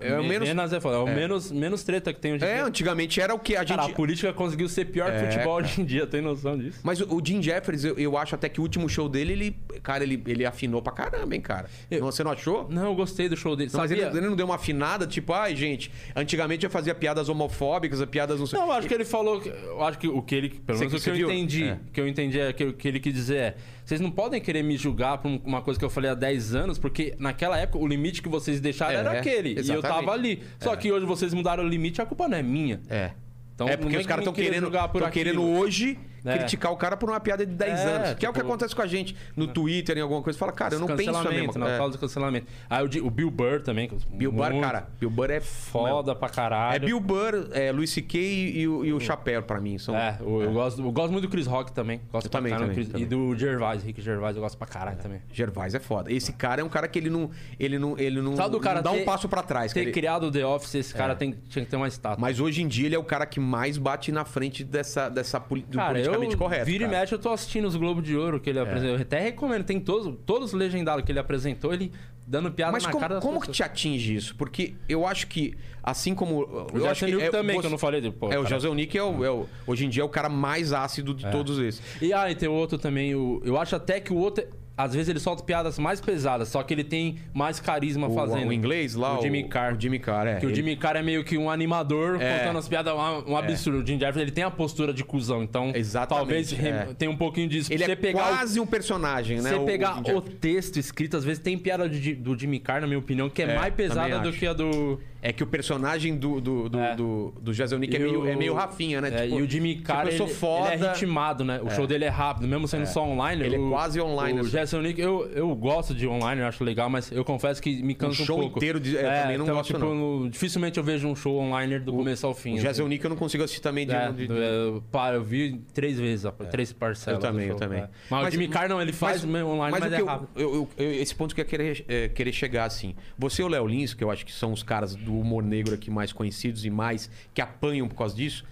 B: É
C: o menos-
B: menos, é, foda, é o menos, menos treta que tem hoje em
C: É,
B: dia.
C: antigamente era o que a gente...
B: Cara, a política conseguiu ser pior que o
C: É,
B: futebol hoje em dia, tem noção disso?
C: Mas o, o Jim Jeffries, eu, eu acho até que o último show dele, ele, cara, ele, ele afinou pra caramba, hein, cara. Não, Você não achou?
B: Não, eu gostei do show dele.
C: Não, mas ele,
B: sabia?
C: ele não deu uma afinada, tipo, ai, gente, antigamente eu fazia piadas homofóbicas, piadas não sei.
B: Não, eu acho que ele falou. que- Eu acho que o que ele. Pelo
C: Você-
B: menos o
C: você
B: que
C: viu?
B: eu entendi.
C: É.
B: O que eu entendi é que o que ele quis dizer é. Vocês não podem querer me julgar por um- uma coisa que eu falei há 10 anos, porque naquela época o limite que vocês deixaram
C: É,
B: era aquele. E eu
C: exatamente.
B: tava ali. Só que hoje vocês mudaram o limite, a culpa não é minha.
C: É.
B: Então,
C: é
B: não
C: porque
B: é
C: os
B: que
C: caras
B: não
C: estão
B: queria
C: querendo,
B: julgar por
C: tão querendo
B: aquilo.
C: hoje
B: É.
C: criticar o cara por uma piada de 10
B: É,
C: anos. Que é o que
B: tipo-
C: acontece com a gente no Twitter, em alguma coisa. Fala, cara, eu não penso a
B: Cancelamento,
C: mesma
B: não,
C: coisa. É,
B: por causa do cancelamento. Aí o, Di- o Bill Burr também. que eu-
C: Bill Burr,
B: muito
C: cara, Bill Burr é
B: Foda pra caralho.
C: É Bill Burr, é, Luis C.K. e, o- e o Chapéu pra mim. São...
B: É, eu, eu gosto, eu gosto muito do Chris Rock também. Gosto
C: Eu
B: pra
C: também,
B: caralho do
C: também,
B: Chris- E do Gervais, Rick Gervais, eu gosto pra caralho também.
C: Gervais é foda. Esse cara é um cara que ele não, ele não, ele não,
B: Sabe do cara
C: não dá um
B: ter-
C: passo pra trás.
B: Ter
C: cara. Ele-
B: criado o The Office, esse cara tem, tinha que ter uma estátua.
C: Mas hoje em dia ele é o cara que mais bate na frente dessa, dessa poli- do politicamente
B: eu,
C: correto.
B: Vira
C: cara. É.
B: e mexe, eu tô assistindo os Globo de Ouro que ele apresentou. Eu até recomendo, tem todos, todos os legendários que ele apresentou, ele dando piada
C: Mas
B: na
C: como,
B: cara das
C: como que
B: pessoas.
C: te atinge isso? Porque eu acho que, assim como.
B: O
C: eu acho
B: Jason Newton também, que eu não falei de- pô,
C: É, o
B: cara. É.
C: José Nick é, o, é o- hoje em dia é o cara mais ácido de todos esses.
B: E ah, e tem o outro também. O, eu acho até que o outro. Às vezes ele solta piadas mais pesadas, só que ele tem mais carisma
C: O,
B: Tá fazendo. né?
C: o inglês lá,
B: O Jimmy Carr.
C: O Jimmy Carr, é.
B: Que o
C: Ele- É.
B: Jimmy Carr é meio que um animador contando as piadas, um, um absurdo. O Jim Jeffries, ele tem a postura de cuzão, então
C: Exatamente,
B: talvez re-
C: é.
B: tenha um pouquinho disso.
C: Ele
B: Você
C: é
B: pegar o-
C: quase um personagem, né?
B: você
C: o-
B: pegar
C: o,
B: o, texto escrito, às vezes tem piada de- do Jimmy Carr, na minha opinião, que é,
C: É,
B: mais pesada
C: também
B: do
C: acho.
B: que a do.
C: É que o personagem do, do, do,
B: É.
C: do, do José Nick é
B: e
C: meio,
B: o-
C: é meio Rafinha, né?
B: é,
C: Tipo,
B: e o Jimmy
C: tipo,
B: Carr,
C: eu sou
B: ele,
C: foda.
B: ele é ritmado, né? O show dele é rápido, mesmo sendo só online.
C: Ele é
B: o-
C: quase online,
B: O
C: assim.
B: Jason Nick, eu, eu gosto de online, eu acho legal, mas eu confesso que me cansa um
C: show
B: pouco.
C: inteiro de- é, também não
B: então,
C: gosto,
B: tipo,
C: não.
B: no- dificilmente eu vejo um show online do começo ao fim.
C: O
B: assim.
C: José Nick eu não consigo assistir também de. um
B: É,
C: de-
B: do- eu, pá, eu vi três vezes, ó, três parcelas.
C: Eu também,
B: do
C: eu
B: show,
C: também.
B: é. Mas, o Jimmy Carr não, ele faz mesmo online, mas,
C: o que
B: é
C: eu-
B: rápido.
C: eu- eu- eu- esse ponto que eu ia querer, é, querer chegar, assim. Você e o Léo Lins, que eu acho que são os caras do humor negro aqui mais conhecidos e mais que apanham por causa disso,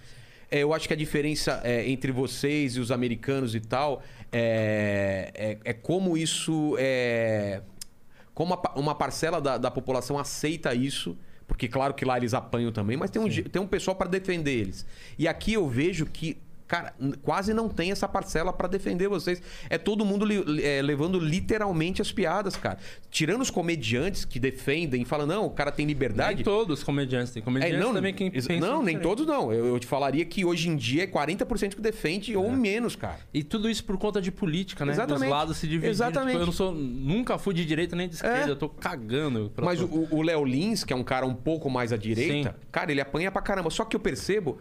C: é, eu acho que a diferença é, entre vocês e os americanos e tal é, é- é como isso é. Como a pa- uma parcela da, da população aceita isso. Porque, claro que lá eles apanham também, mas tem um, je- tem um pessoal para defender eles. E aqui eu vejo que, cara, n- quase não tem essa parcela para defender vocês. É todo mundo li- li- é, levando literalmente as piadas, cara. Tirando os comediantes que defendem e falam, não, o cara tem liberdade.
B: Nem todos os comediantes têm.
C: É,
B: Comediantes
C: não,
B: também que
C: ex-
B: pensam
C: não nem
B: diferente.
C: todos não. Eu, eu te falaria que hoje em dia é 40% que defende
B: É.
C: ou menos, cara.
B: E tudo isso por conta de política, né?
C: Exatamente.
B: Os lados se dividindo.
C: Exatamente.
B: Tipo, eu não sou, nunca fui de direita nem de esquerda.
C: É.
B: Eu tô cagando. pra
C: Mas
B: tudo.
C: o- o Léo Lins, que é um cara um pouco mais à direita,
B: Sim.
C: cara, ele apanha pra caramba. Só que eu percebo.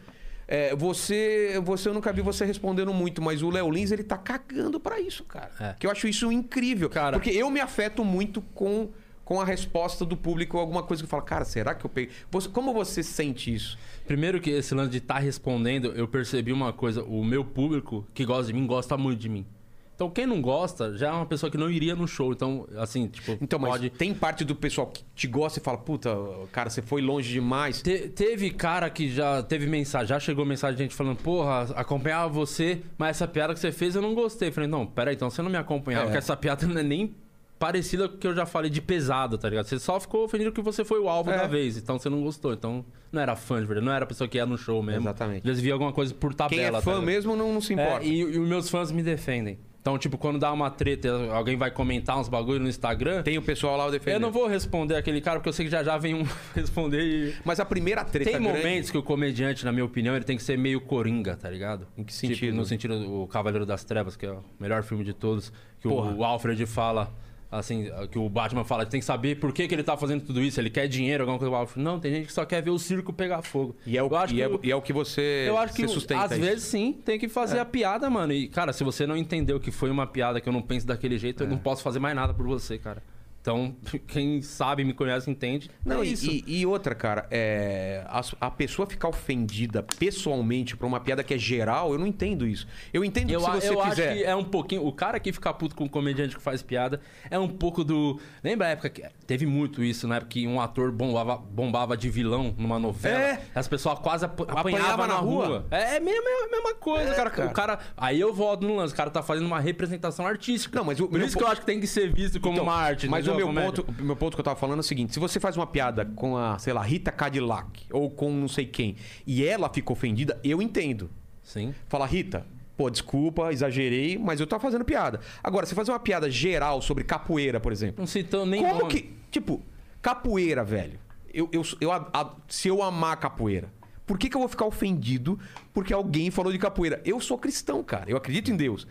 C: é, você, você, eu nunca vi você respondendo muito, mas o Léo Lins, ele tá cagando pra isso, cara.
B: É.
C: Que eu acho isso incrível.
B: Cara-
C: Porque eu me afeto muito com, com a resposta do público, alguma coisa que eu falo, cara, será que eu peguei. Você- como você sente isso?
B: Primeiro que esse tá lance de estar respondendo, eu percebi uma coisa. O meu público que gosta de mim gosta muito de mim. Então quem não gosta já é uma pessoa que não iria no show. Então, assim, tipo,
C: Então, mas
B: pode.
C: tem parte do pessoal que te gosta e fala, puta, cara, você foi longe demais.
B: Te- teve cara que já teve mensagem, já chegou mensagem de gente falando, porra, acompanhava você, mas essa piada que você fez eu não gostei. Falei, não, peraí, então você não me acompanhava,
C: É.
B: porque essa piada não é nem parecida com o que eu já falei de pesado, tá ligado? Você só ficou ofendido que você foi o alvo
C: É.
B: da vez, então você não gostou. Então não era fã de verdade, não era a pessoa que ia no show mesmo.
C: Exatamente.
B: Eles viam alguma coisa por tabela.
C: Quem é
B: tá
C: fã
B: ligado?
C: mesmo não, não se
B: É,
C: importa.
B: e, e os meus fãs me defendem. Então, tipo, quando dá uma treta, alguém vai comentar uns bagulho no Instagram,
C: Tem um o pessoal lá defendendo.
B: eu não vou responder aquele cara, porque eu sei que já já vem um responder e...
C: Mas a primeira treta
B: Tem
C: grande-
B: momentos que o comediante, na minha opinião, ele tem que ser meio coringa, tá ligado? Em que
C: sentido?
B: no sentido do Cavaleiro das Trevas, que é o melhor filme de todos, que
C: Porra.
B: o Alfred fala, assim, que o Batman fala, tem que saber por que, que ele tá fazendo tudo isso, ele quer dinheiro, alguma coisa. O Alfred, não, tem gente que só quer ver o circo pegar fogo.
C: E é o,
B: eu acho
C: e
B: que
C: é-
B: o-
C: e é o que você,
B: eu acho que
C: você sustenta.
B: às
C: isso. É.
B: vezes sim, tem que fazer a piada, mano. E cara, se você não entendeu que foi uma piada que eu não penso daquele jeito, eu
C: É.
B: não posso fazer mais nada por você, cara. Então, quem sabe, me conhece, entende.
C: Não,
B: é
C: e-
B: isso.
C: E, e outra, cara, é, a, su- a pessoa ficar ofendida pessoalmente por uma piada que é geral, eu não entendo isso. Eu entendo
B: Eu,
C: que se
B: a-
C: você
B: eu
C: fizer.
B: acho que é um pouquinho. O cara que fica puto com o comediante que faz piada é um pouco do. Lembra a época que. Teve muito isso, né? Porque um ator bombava, bombava de vilão numa novela.
C: É.
B: As pessoas quase ap apanhavam
C: Apanhava
B: na
C: na
B: rua.
C: rua.
B: É, é a mesma, a mesma coisa,
C: É,
B: cara.
C: cara.
B: O cara. Aí eu volto no lance. O cara tá fazendo uma representação artística.
C: Não, mas o
B: Por
C: meu
B: isso que eu
C: po-
B: acho que tem que ser visto como
C: Então,
B: uma arte.
C: Mas o
B: entendeu?
C: meu
B: Comédia.
C: ponto, o meu ponto que eu tava falando é o seguinte: se você faz uma piada com a, sei lá, Rita Cadillac ou com não sei quem, e ela fica ofendida, eu entendo.
B: Sim.
C: Fala, Rita, pô, desculpa, exagerei, mas eu tava fazendo piada. Agora, se fazer uma piada geral sobre capoeira, por exemplo,
B: Não citou nem
C: como
B: nome.
C: que. Tipo, capoeira, velho. Eu, eu, eu, a- a- se eu amar capoeira, por que, que eu vou ficar ofendido porque alguém falou de capoeira? Eu sou cristão, cara. Eu acredito em Deus.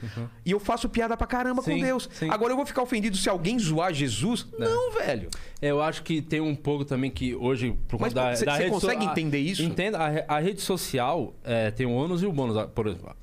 C: E eu faço piada pra caramba
B: Uhum. Sim,
C: com Deus.
B: sim.
C: Agora eu vou ficar ofendido se alguém zoar Jesus? Não, velho.
B: Eu acho que tem um pouco também que hoje, por
C: Mas
B: conta da,
C: cê-
B: da
C: cê
B: rede so-
C: consegue
B: a-
C: entender isso?
B: Entenda, a, re- a rede social é, tem o ônus e o bônus. A- Por exemplo,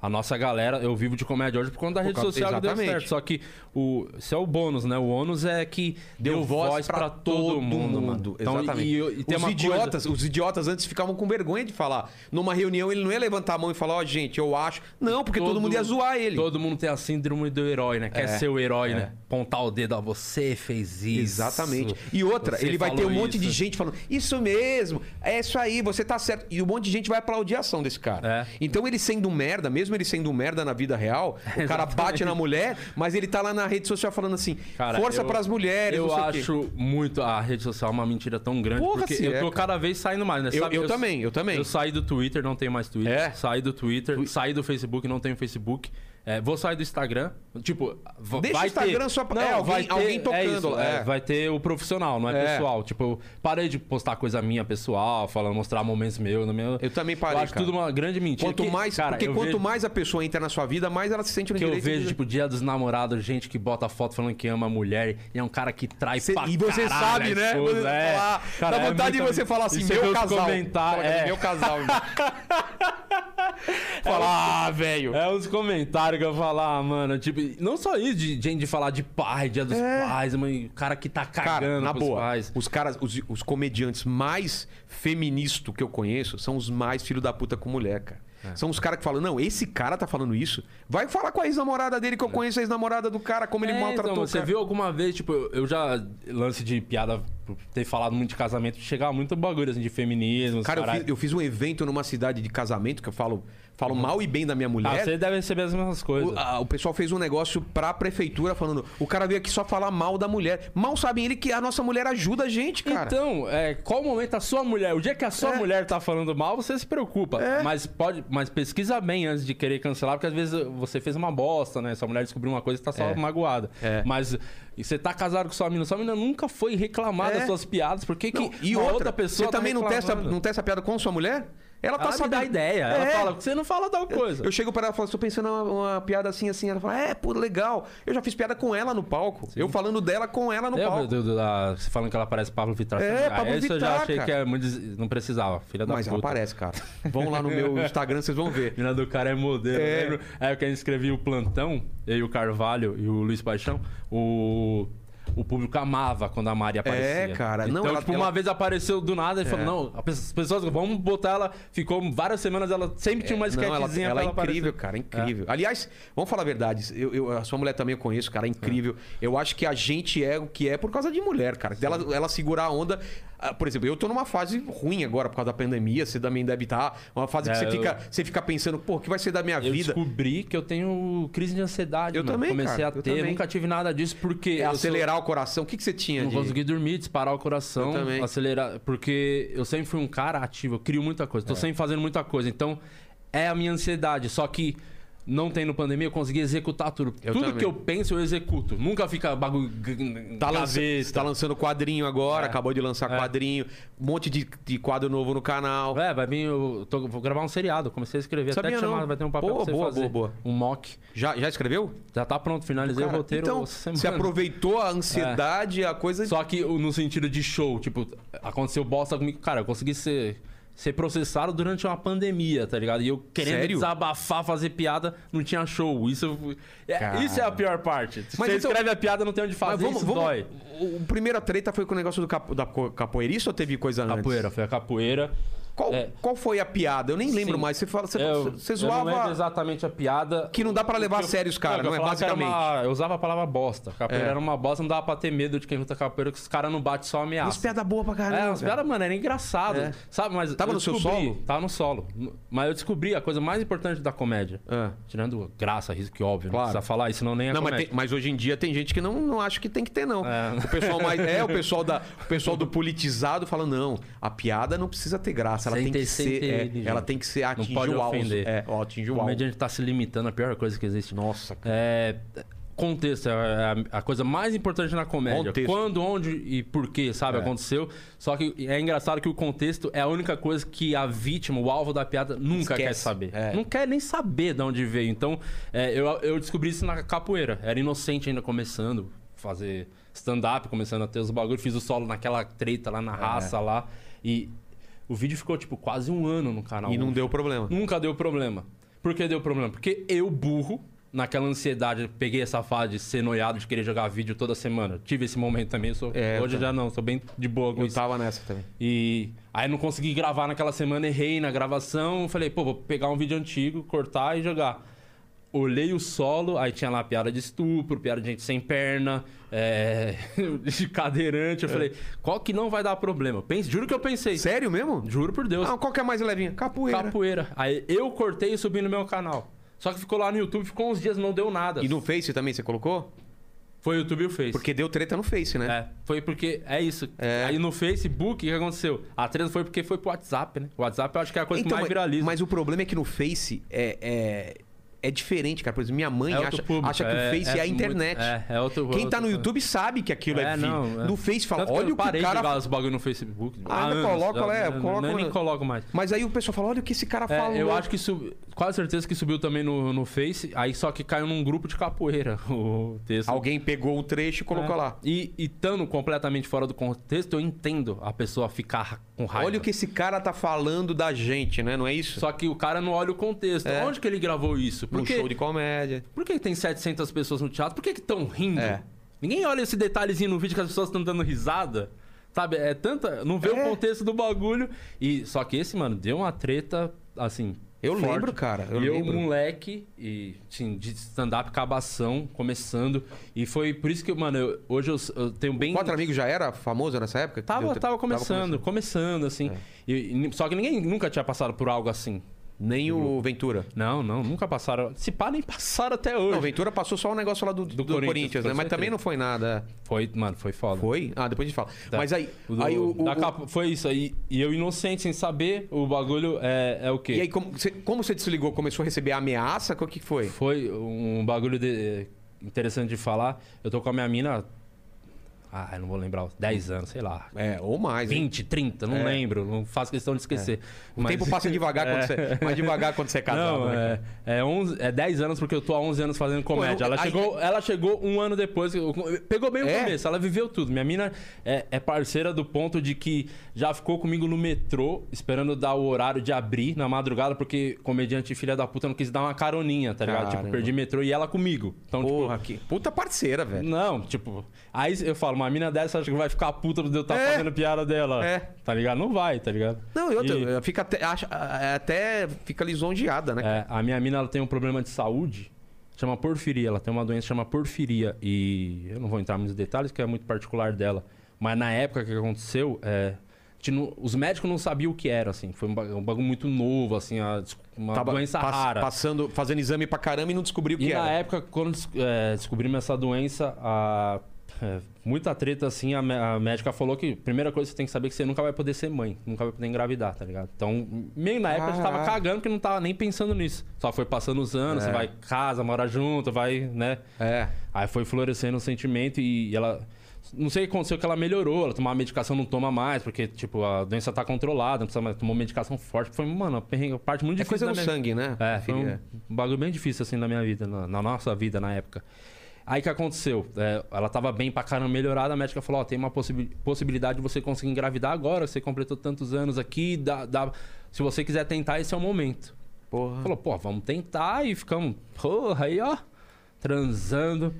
B: a nossa galera, eu vivo de comédia hoje por conta da rede
C: causa-
B: social que deu
C: exatamente.
B: certo. Só que o, isso é o bônus, né? O ônus é que deu, voz pra todo mundo, mano. Então,
C: Exatamente.
B: E, e tem
C: os
B: uma coisa-
C: idiotas, os idiotas antes ficavam com vergonha de falar. Numa reunião ele não ia levantar a mão e falar, ó, gente, eu acho. Não, porque todo, mundo ia zoar ele.
B: Todo mundo tem a síndrome do herói, né?
C: É,
B: Quer ser o herói, né? Pontar o dedo, ó, você fez isso.
C: Exatamente. E outra,
B: Você
C: ele vai ter um
B: falou
C: monte de
B: isso."
C: gente falando, isso mesmo, é isso aí, você tá certo. E um monte de gente vai aplaudir a ação desse cara.
B: É.
C: Então ele sendo um merda, mesmo ele sendo um merda na vida real, o cara bate na mulher, mas ele tá lá na rede social falando assim,
B: Cara,
C: força
B: eu-
C: pras mulheres,
B: Eu
C: não sei o quê.
B: acho muito a rede social uma mentira tão grande.
C: Porra,
B: porque
C: se
B: eu
C: é,
B: tô
C: cara.
B: cada vez saindo mais, né?
C: Eu- eu também, eu também.
B: Eu saí do Twitter, não tenho mais Twitter.
C: É?
B: Saí do Twitter, saí do Facebook, não tenho Facebook. É, vou sair do Instagram. Tipo, v-
C: Deixa
B: vai
C: o Instagram
B: ter...
C: só pra- é, alguém- alguém
B: é isso,
C: tocando,
B: é,
C: é.
B: vai ter o profissional, não é,
C: É.
B: pessoal. Tipo, eu parei de postar coisa minha pessoal, falando, mostrar momentos meus. No meu...
C: Eu também parei,
B: Eu acho
C: cara.
B: tudo uma grande mentira.
C: Quanto
B: que-
C: mais,
B: cara,
C: porque
B: eu
C: quanto
B: vejo-
C: mais a pessoa entra na sua vida, mais ela se sente no
B: que eu
C: direito.
B: vejo,
C: de-
B: tipo, dia dos namorados, gente que bota foto falando que ama a mulher e é um cara que trai
C: Cê-
B: pra
C: e
B: caralho
C: você
B: a
C: sabe, né?
B: esposa,
C: Você
B: é.
C: falar-
B: Cara,
C: dá
B: é
C: vontade de
B: muito-
C: você falar
B: e
C: assim,
B: você vê
C: meu
B: os
C: casal.
B: comentários,
C: Fala,
B: é.
C: Meu casal. irmão. Fala, ah, velho.
B: É os comentários que eu falar, ah, mano. Tipo, não só isso, de gente de falar de pai, dia dos pais, mãe, o cara que tá cagando
C: É. Cara, na
B: pros
C: boa,
B: pais.
C: os caras, os, os comediantes mais feministas que eu conheço são os mais filho da puta com mulher, cara.
B: É.
C: São os caras que falam, não, esse cara tá falando isso. Vai falar com a ex-namorada dele, que eu conheço a ex-namorada do cara, como ele
B: É,
C: maltratou
B: então,
C: o
B: Você
C: cara.
B: viu alguma vez, tipo, eu, eu já lance de piada por ter falado muito de casamento, chegava muito bagulho assim de feminismo.
C: Cara, eu
B: caralho. Uhum.
C: fiz, eu fiz um evento numa cidade de casamento, que eu falo, falo mal e bem da minha mulher.
B: Ah, você deve receber as mesmas coisas.
C: O, a- o pessoal fez um negócio pra prefeitura falando: o cara veio aqui só falar mal da mulher. Mal sabem ele que a nossa mulher ajuda a gente, cara.
B: Então, é, qual o momento a sua mulher? O dia que a sua
C: É.
B: mulher tá falando mal, você se preocupa. Mas pode, mas pesquisa bem antes de querer cancelar, porque às vezes você fez uma bosta, né? Sua mulher descobriu uma coisa e tá
C: É.
B: só magoada. Mas e você tá casado com sua mina, sua mina nunca foi reclamar
C: É.
B: das suas piadas. Por que, que
C: Não, e
B: uma
C: outra,
B: pessoa
C: você
B: tá
C: também não testa,
B: reclamando?
C: não testa a piada com sua mulher? Ela tá
B: Ela me
C: sabendo.
B: dá ideia. Ela
C: É.
B: fala, você não fala tal coisa.
C: Eu chego para ela e falo, tô pensando uma, uma piada assim, assim. Ela fala, é, pô, legal. Eu já fiz piada com ela no palco. Eu falando dela com ela no
B: Lembra
C: palco.
B: do, do- da, você falando que ela parece Pablo Vittar?
C: É,
B: Ah,
C: Pablo
B: Isso eu já
C: Vittar,
B: achei
C: cara.
B: que é muito, des- não precisava, filha da
C: Mas ela
B: puta.
C: aparece, cara. Vão lá no meu Instagram, vocês vão ver.
B: Mina do cara é modelo.
C: É.
B: É. Lembra? Aí que a gente escrevia o plantão, eu e o Carvalho e o Luiz Paixão, o. o público amava quando a Mari aparecia.
C: É, cara. Não,
B: Então,
C: ela-
B: tipo,
C: ela- É.
B: uma vez apareceu do nada e falou, não, a pe- as pessoas, vamos botar ela. Ficou várias semanas, ela sempre tinha uma
C: Não, ela,
B: sketchzinha
C: ela
B: pra
C: é
B: ela
C: incrível,
B: aparecer.
C: cara, é incrível. Aliás, vamos falar a verdade. Eu, eu- a sua mulher também eu conheço, cara, é incrível. Eu acho que a gente é o que é por causa de mulher, cara. Ela, ela segurar a onda. Ah, Por exemplo, eu tô numa fase ruim agora por causa da pandemia, você também deve estar. Uma fase que
B: É,
C: você,
B: eu-
C: fica, você fica pensando, pô, o que vai ser da minha
B: Eu
C: vida?
B: descobri que eu tenho crise de ansiedade.
C: Eu
B: mano.
C: também,
B: Comecei
C: cara,
B: a
C: eu
B: ter,
C: também.
B: nunca tive nada disso porque.
C: É
B: eu sou-
C: acelerar o coração. O que, que você tinha
B: Não
C: de...
B: consegui dormir, disparar o
C: Eu
B: coração,
C: também.
B: acelerar. Porque eu sempre fui um cara ativo, eu crio muita coisa,
C: É.
B: tô sempre fazendo muita coisa. Então, é a minha ansiedade. Só que, não tendo pandemia, eu consegui executar tudo.
C: Eu
B: tudo
C: também.
B: que eu penso, eu executo. Nunca fica bagulho.
C: Tá, lança,
B: gaveta.
C: tá lançando quadrinho
B: É.
C: agora, acabou de lançar quadrinho, um monte de, de quadro novo no canal.
B: É, vai vir. Eu tô- vou gravar um seriado, comecei a escrever.
C: Sabia
B: até te
C: não.
B: chamar, vai ter um papel
C: Boa,
B: pra você
C: boa,
B: fazer.
C: boa, boa.
B: Um mock.
C: Já, já escreveu?
B: Já tá pronto, finalizei
C: Cara,
B: o roteiro.
C: então,
B: essa
C: você
B: semana.
C: aproveitou a ansiedade, a coisa...
B: Só que o- no sentido de show, tipo, aconteceu bosta comigo. Cara, eu consegui ser, ser processado durante uma pandemia, tá ligado? E eu querendo
C: Sério?
B: desabafar, fazer piada, não tinha show. Isso, eu fui- é-
C: Cara.
B: isso é a pior parte.
C: Mas
B: Você
C: então-
B: escreve a piada, não tem onde fazer,
C: Mas vamos,
B: isso
C: vamos...
B: dói.
C: O, o primeiro treta foi com o negócio do capo, da co- capoeirista ou teve coisa antes?
B: Capoeira, foi a capoeira.
C: Qual,
B: É.
C: qual foi a piada? Eu nem lembro
B: Sim. É,
C: mais. Você, fala, você,
B: Eu-
C: você
B: Eu não lembro
C: zoava
B: exatamente a piada.
C: que não dá pra levar a sério os caras,
B: eu
C: não é?
B: falava que era
C: Basicamente.
B: uma- eu usava a palavra bosta. Capoeira
C: É.
B: era uma bosta, não dava pra ter medo de quem luta capoeira, que os caras não batem só ameaça.
C: Umas piadas boas pra caramba.
B: É, umas
C: cara.
B: piadas, mano, era engraçado.
C: É.
B: Sabe, mas.
C: Tava
B: eu
C: no seu
B: descobri-
C: solo?
B: Tava no solo. Mas eu descobri a coisa mais importante da comédia.
C: Ah.
B: Tirando graça, risco, que óbvio.
C: Claro.
B: Não precisa falar, isso não nem é
C: Não, mas,
B: comédia.
C: tem- mas hoje em dia tem gente que não, não acha que tem que ter, não.
B: É.
C: O pessoal mais. É, o pessoal, da, o pessoal do politizado fala: não, a piada não precisa ter graça. Ela
B: Sem
C: tem que
B: ter- sem
C: ser.
B: ter
C: é,
B: ele,
C: ela
B: gente.
C: tem que ser
B: Não
C: atingir
B: pode
C: o alvo.
B: ofender.
C: É, ó, atingir
B: O
C: o alvo.
B: comediante tá se limitando, a pior coisa que existe.
C: Nossa, cara.
B: É. Contexto é a, a coisa mais importante na comédia.
C: Contexto. É.
B: Quando, onde e por que, sabe, aconteceu. Só que é engraçado que o contexto é a única coisa que a vítima, o alvo da piada, nunca
C: Esquece.
B: quer saber.
C: É.
B: Não quer nem saber de onde veio. Então, é, eu, eu descobri isso na capoeira. Era inocente ainda começando a fazer stand-up, começando a ter os bagulhos. Fiz o solo naquela treta lá
C: É.
B: na raça lá. E o vídeo ficou, tipo, quase um ano no canal.
C: E não deu problema.
B: Nunca deu problema. Por que deu problema? Porque eu, burro, naquela ansiedade, peguei essa fase de ser noiado, de querer jogar vídeo toda semana. Tive esse momento também, eu sou,
C: É, eu
B: hoje eu já não, sou bem de boa com
C: Eu
B: isso.
C: tava nessa também.
B: E aí não consegui gravar naquela semana, errei na gravação. Falei, pô, vou pegar um vídeo antigo, cortar e jogar. Olhei o solo, aí tinha lá piada de estupro, piada de gente sem perna, é, de cadeirante. Eu
C: É.
B: falei, qual que não vai dar problema? Pense, juro que eu pensei.
C: Sério mesmo?
B: Juro por Deus.
C: Ah, qual que é mais levinha? Capoeira.
B: Capoeira. Aí eu cortei e subi no meu canal. Só que ficou lá no YouTube, ficou uns dias, não deu nada.
C: E no Face também você colocou?
B: Foi o YouTube e o Face.
C: Porque deu treta no Face, né?
B: É, foi porque. É isso.
C: É.
B: Aí no Facebook, o que aconteceu? A treta foi porque foi pro WhatsApp, né? O WhatsApp eu acho que é a coisa que mais
C: Então, mas-
B: viraliza.
C: Mas o problema é que no Face é, é, é diferente, cara. Por exemplo, minha mãe
B: É outro
C: acha,
B: público,
C: acha que o
B: é-
C: Face é,
B: é
C: a internet.
B: muito- é, é outro-
C: Quem tá
B: outro-
C: no YouTube sabe que aquilo é,
B: É,
C: vídeo.
B: não, é.
C: No Face fala,
B: Tanto que
C: olha
B: eu
C: o que
B: parei
C: o
B: de
C: cara...
B: jogar os bagulho no Facebook.
C: Ah,
B: há
C: ainda
B: anos,
C: coloca
B: já,
C: lá, é,
B: já-
C: coloca
B: nem, nem
C: lá.
B: coloco mais.
C: Mas aí o pessoal fala, olha o que esse cara
B: É,
C: falou.
B: eu acho que isso, quase certeza que subiu também no, no Face, aí só que caiu num grupo de capoeira o texto.
C: Alguém pegou um trecho e colocou
B: É.
C: lá.
B: E e estando completamente fora do contexto, eu entendo a pessoa ficar com raiva.
C: Olha o que esse cara tá falando da gente, né? Não é isso?
B: Só que o cara não olha o contexto.
C: É.
B: Onde que ele gravou isso?
C: no
B: Por, que,
C: show de comédia.
B: por que tem 700 pessoas no teatro? Por que estão rindo?
C: É.
B: Ninguém olha esse detalhezinho no vídeo que as pessoas estão dando risada. Sabe, é tanta. Não vê
C: É.
B: o contexto do bagulho. E, só que esse, mano, deu uma treta, assim.
C: Eu
B: forte.
C: lembro, cara. Eu
B: E eu,
C: lembro.
B: moleque, e assim, de stand-up cabação, começando. E foi por isso que, mano, eu- hoje eu, eu tenho bem.
C: Quatro Amigos já era famoso nessa época?
B: Tava,
C: Deu
B: tava,
C: tre-
B: começando, começando, assim.
C: É.
B: E- e- só que ninguém nunca tinha passado por algo assim.
C: Nem o Ventura.
B: Não, não, nunca passaram. Se pá, nem passaram até hoje.
C: Não, o Ventura passou só o negócio lá do, do Corinthians,
B: Corinthians,
C: né?
B: com
C: Mas também
B: certeza.
C: não foi nada. é.
B: Foi, mano, foi foda.
C: Foi? Ah, depois a gente fala.
B: Tá.
C: Mas aí.
B: O do-
C: aí o, o-
B: da capa- foi isso aí. E eu inocente, sem saber, o bagulho é, é o quê?
C: E aí, como você, como você desligou? Começou a receber ameaça? O que que foi?
B: Foi um bagulho de- interessante de falar. Eu tô com a minha mina Ah, eu não vou lembrar. 10 anos, sei lá.
C: É, ou mais. hein?
B: 20, 30, não lembro. Não faço questão de esquecer.
C: É.
B: É.
C: O tempo passa devagar quando você. Mais devagar quando você é casado,
B: Não,
C: né?
B: é, é, 11, é 10 anos porque eu tô há 11 anos fazendo comédia.
C: eu-
B: ela,
C: aí-
B: chegou, ela chegou um ano depois. eu- Pegou bem o
C: É?
B: começo, ela viveu tudo. Minha mina é, é parceira do ponto de que já ficou comigo no metrô, esperando dar o horário de abrir na madrugada, porque comediante filha da puta não quis dar uma caroninha, tá ligado? Tipo,
C: Caramba.
B: perdi metrô e ela comigo. Então, tipo,
C: Porra, que puta parceira, velho.
B: não, tipo, aí eu falo, uma mina dessa acha que vai ficar puta de eu estar
C: É.
B: fazendo piada dela.
C: É.
B: Tá ligado? Não vai, tá ligado?
C: Não, e outra,
B: E-
C: ela fica até, acha- é, até fica lisonjeada, né?
B: É, a minha mina ela tem um problema de saúde, chama porfiria. Ela tem uma doença que chama porfiria. E eu não vou entrar nos detalhes, que é muito particular dela. Mas na época que aconteceu, é, a gente não- os médicos não sabiam o que era, assim. Foi um ba- um bagulho muito novo, assim, a- uma
C: Tava
B: doença
C: pass-
B: rara.
C: Passando, fazendo exame pra caramba e não descobriu o que
B: E na
C: era.
B: época, quando des- é, descobrimos essa doença, a- é, muita treta, assim, a, mé- a médica falou que a primeira coisa que você tem que saber é que você nunca vai poder ser mãe, nunca vai poder engravidar, tá ligado? Então, meio na época, a gente tava
C: Caraca.
B: cagando porque não tava nem pensando nisso. Só foi passando os anos, você vai casa, mora junto, vai, né?
C: É.
B: Aí foi florescendo o sentimento e ela. Não sei o que aconteceu, que ela melhorou. Ela tomava medicação, não toma mais, porque, tipo, a doença tá controlada, não precisa mais. Tomou medicação forte. Foi, mano, uma perrengue- uma parte muito
C: É
B: difícil.
C: coisa
B: da
C: no
B: minha-
C: sangue, né?
B: é, foi um
C: Filha.
B: bagulho bem difícil assim na minha vida, na, na nossa vida na época. Aí o que aconteceu? É, ela tava bem pra caramba melhorada, a médica falou: Ó, tem uma possi- possibilidade de você conseguir engravidar agora, você completou tantos anos aqui, dá, dá- se você quiser tentar, esse é o momento.
C: Porra.
B: Falou: pô, vamos tentar e ficamos, porra, aí ó, transando.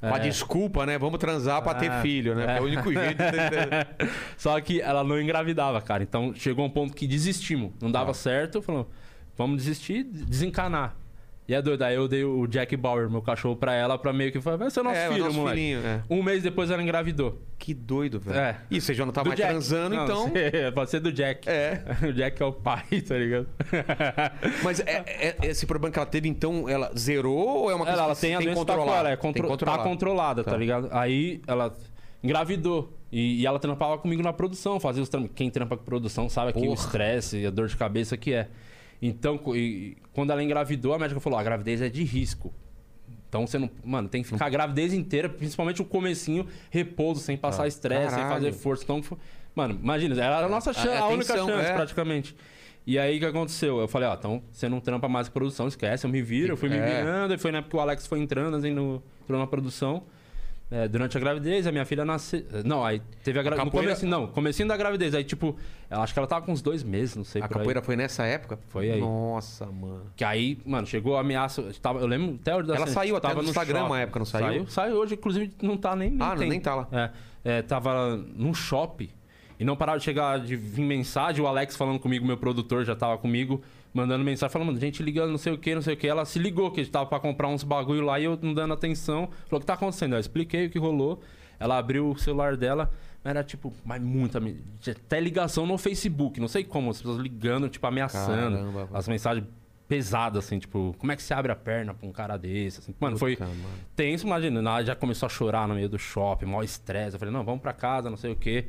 B: É,
C: Uma desculpa, né? Vamos transar pra ter filho, né? É o único jeito. de-
B: Só que ela não engravidava, cara. Então chegou um ponto que desistimos. Não
C: Tá.
B: dava certo. Falou, vamos desistir, desencanar. E é doido. Aí eu dei o Jack Bauer, meu cachorro, pra ela, pra meio que falar, vai ser nosso
C: É, o
B: filho,
C: nosso
B: moleque.
C: filhinho, é.
B: Um mês depois ela engravidou.
C: Que doido, velho.
B: É.
C: E você já não tá
B: Do
C: mais
B: Jack.
C: transando,
B: Não,
C: então.
B: você- Pode ser do Jack.
C: É.
B: O Jack é o pai, tá ligado?
C: Mas é- é- esse problema que ela teve, então, ela zerou ou é uma coisa
B: ela, ela
C: que
B: tem a
C: que
B: doença tá com ela, é contro-
C: Tem que
B: tá controlada, tá.
C: Tá.
B: ligado? Aí ela engravidou. E, e ela trampava comigo na produção, fazia os trampos. Quem trampa com produção sabe que o
C: Porra.
B: estresse e a dor de cabeça que é. Então, co- e- e quando ela engravidou, a médica falou: "Ó, a gravidez é de risco. Então você não. Mano, tem que ficar a gravidez inteira, principalmente o comecinho, repouso, sem passar estresse, sem
C: Ah, Caralho.
B: fazer força. Então, foi- mano, imagina, era a nossa chance, a, única
C: atenção,
B: chance,
C: é.
B: praticamente. E aí o que aconteceu? Eu falei, ó, então você não trampa mais produção, esquece, eu me viro, eu fui me
C: É.
B: virando, e foi na época que o Alex foi entrando, assim, no, entrou na produção. É, durante a gravidez, a minha filha nasceu. Não, aí teve a gravidez. No
C: capoeira-
B: começo, não, comecinho da gravidez. Aí, tipo, eu acho que ela tava com uns dois meses, não sei
C: A
B: por aí.
C: capoeira foi nessa época?
B: Foi aí.
C: Nossa, mano.
B: Que aí, mano, chegou a ameaça. eu Tava, eu lembro até a hora da
C: Ela
B: cena,
C: saiu até
B: tava
C: no Instagram
B: shopping.
C: uma época, não saiu?
B: Saiu, saiu hoje, inclusive não tá nem. nem
C: Ah, não, nem tá lá.
B: É, é, tava num shopping e não parava de chegar, de vir mensagem. O Alex falando comigo, meu produtor já tava comigo, mandando mensagem, falando, mano, gente ligando, não sei o que, não sei o que. Ela se ligou que a gente tava pra comprar uns bagulho lá e eu não dando atenção. Falou, o que tá acontecendo? Eu expliquei o que rolou. Ela abriu o celular dela. Era tipo, mas muita. me- tinha Até ligação no Facebook. Não sei como, as pessoas ligando, tipo, ameaçando.
C: Caramba,
B: as mensagens pesadas, assim, tipo, como é que se abre a perna pra um cara desse? assim. Mano, foi
C: mano.
B: tenso, imagina. Ela já começou a chorar no meio do shopping, maior estresse. Eu falei, não, vamos pra casa, não sei o quê.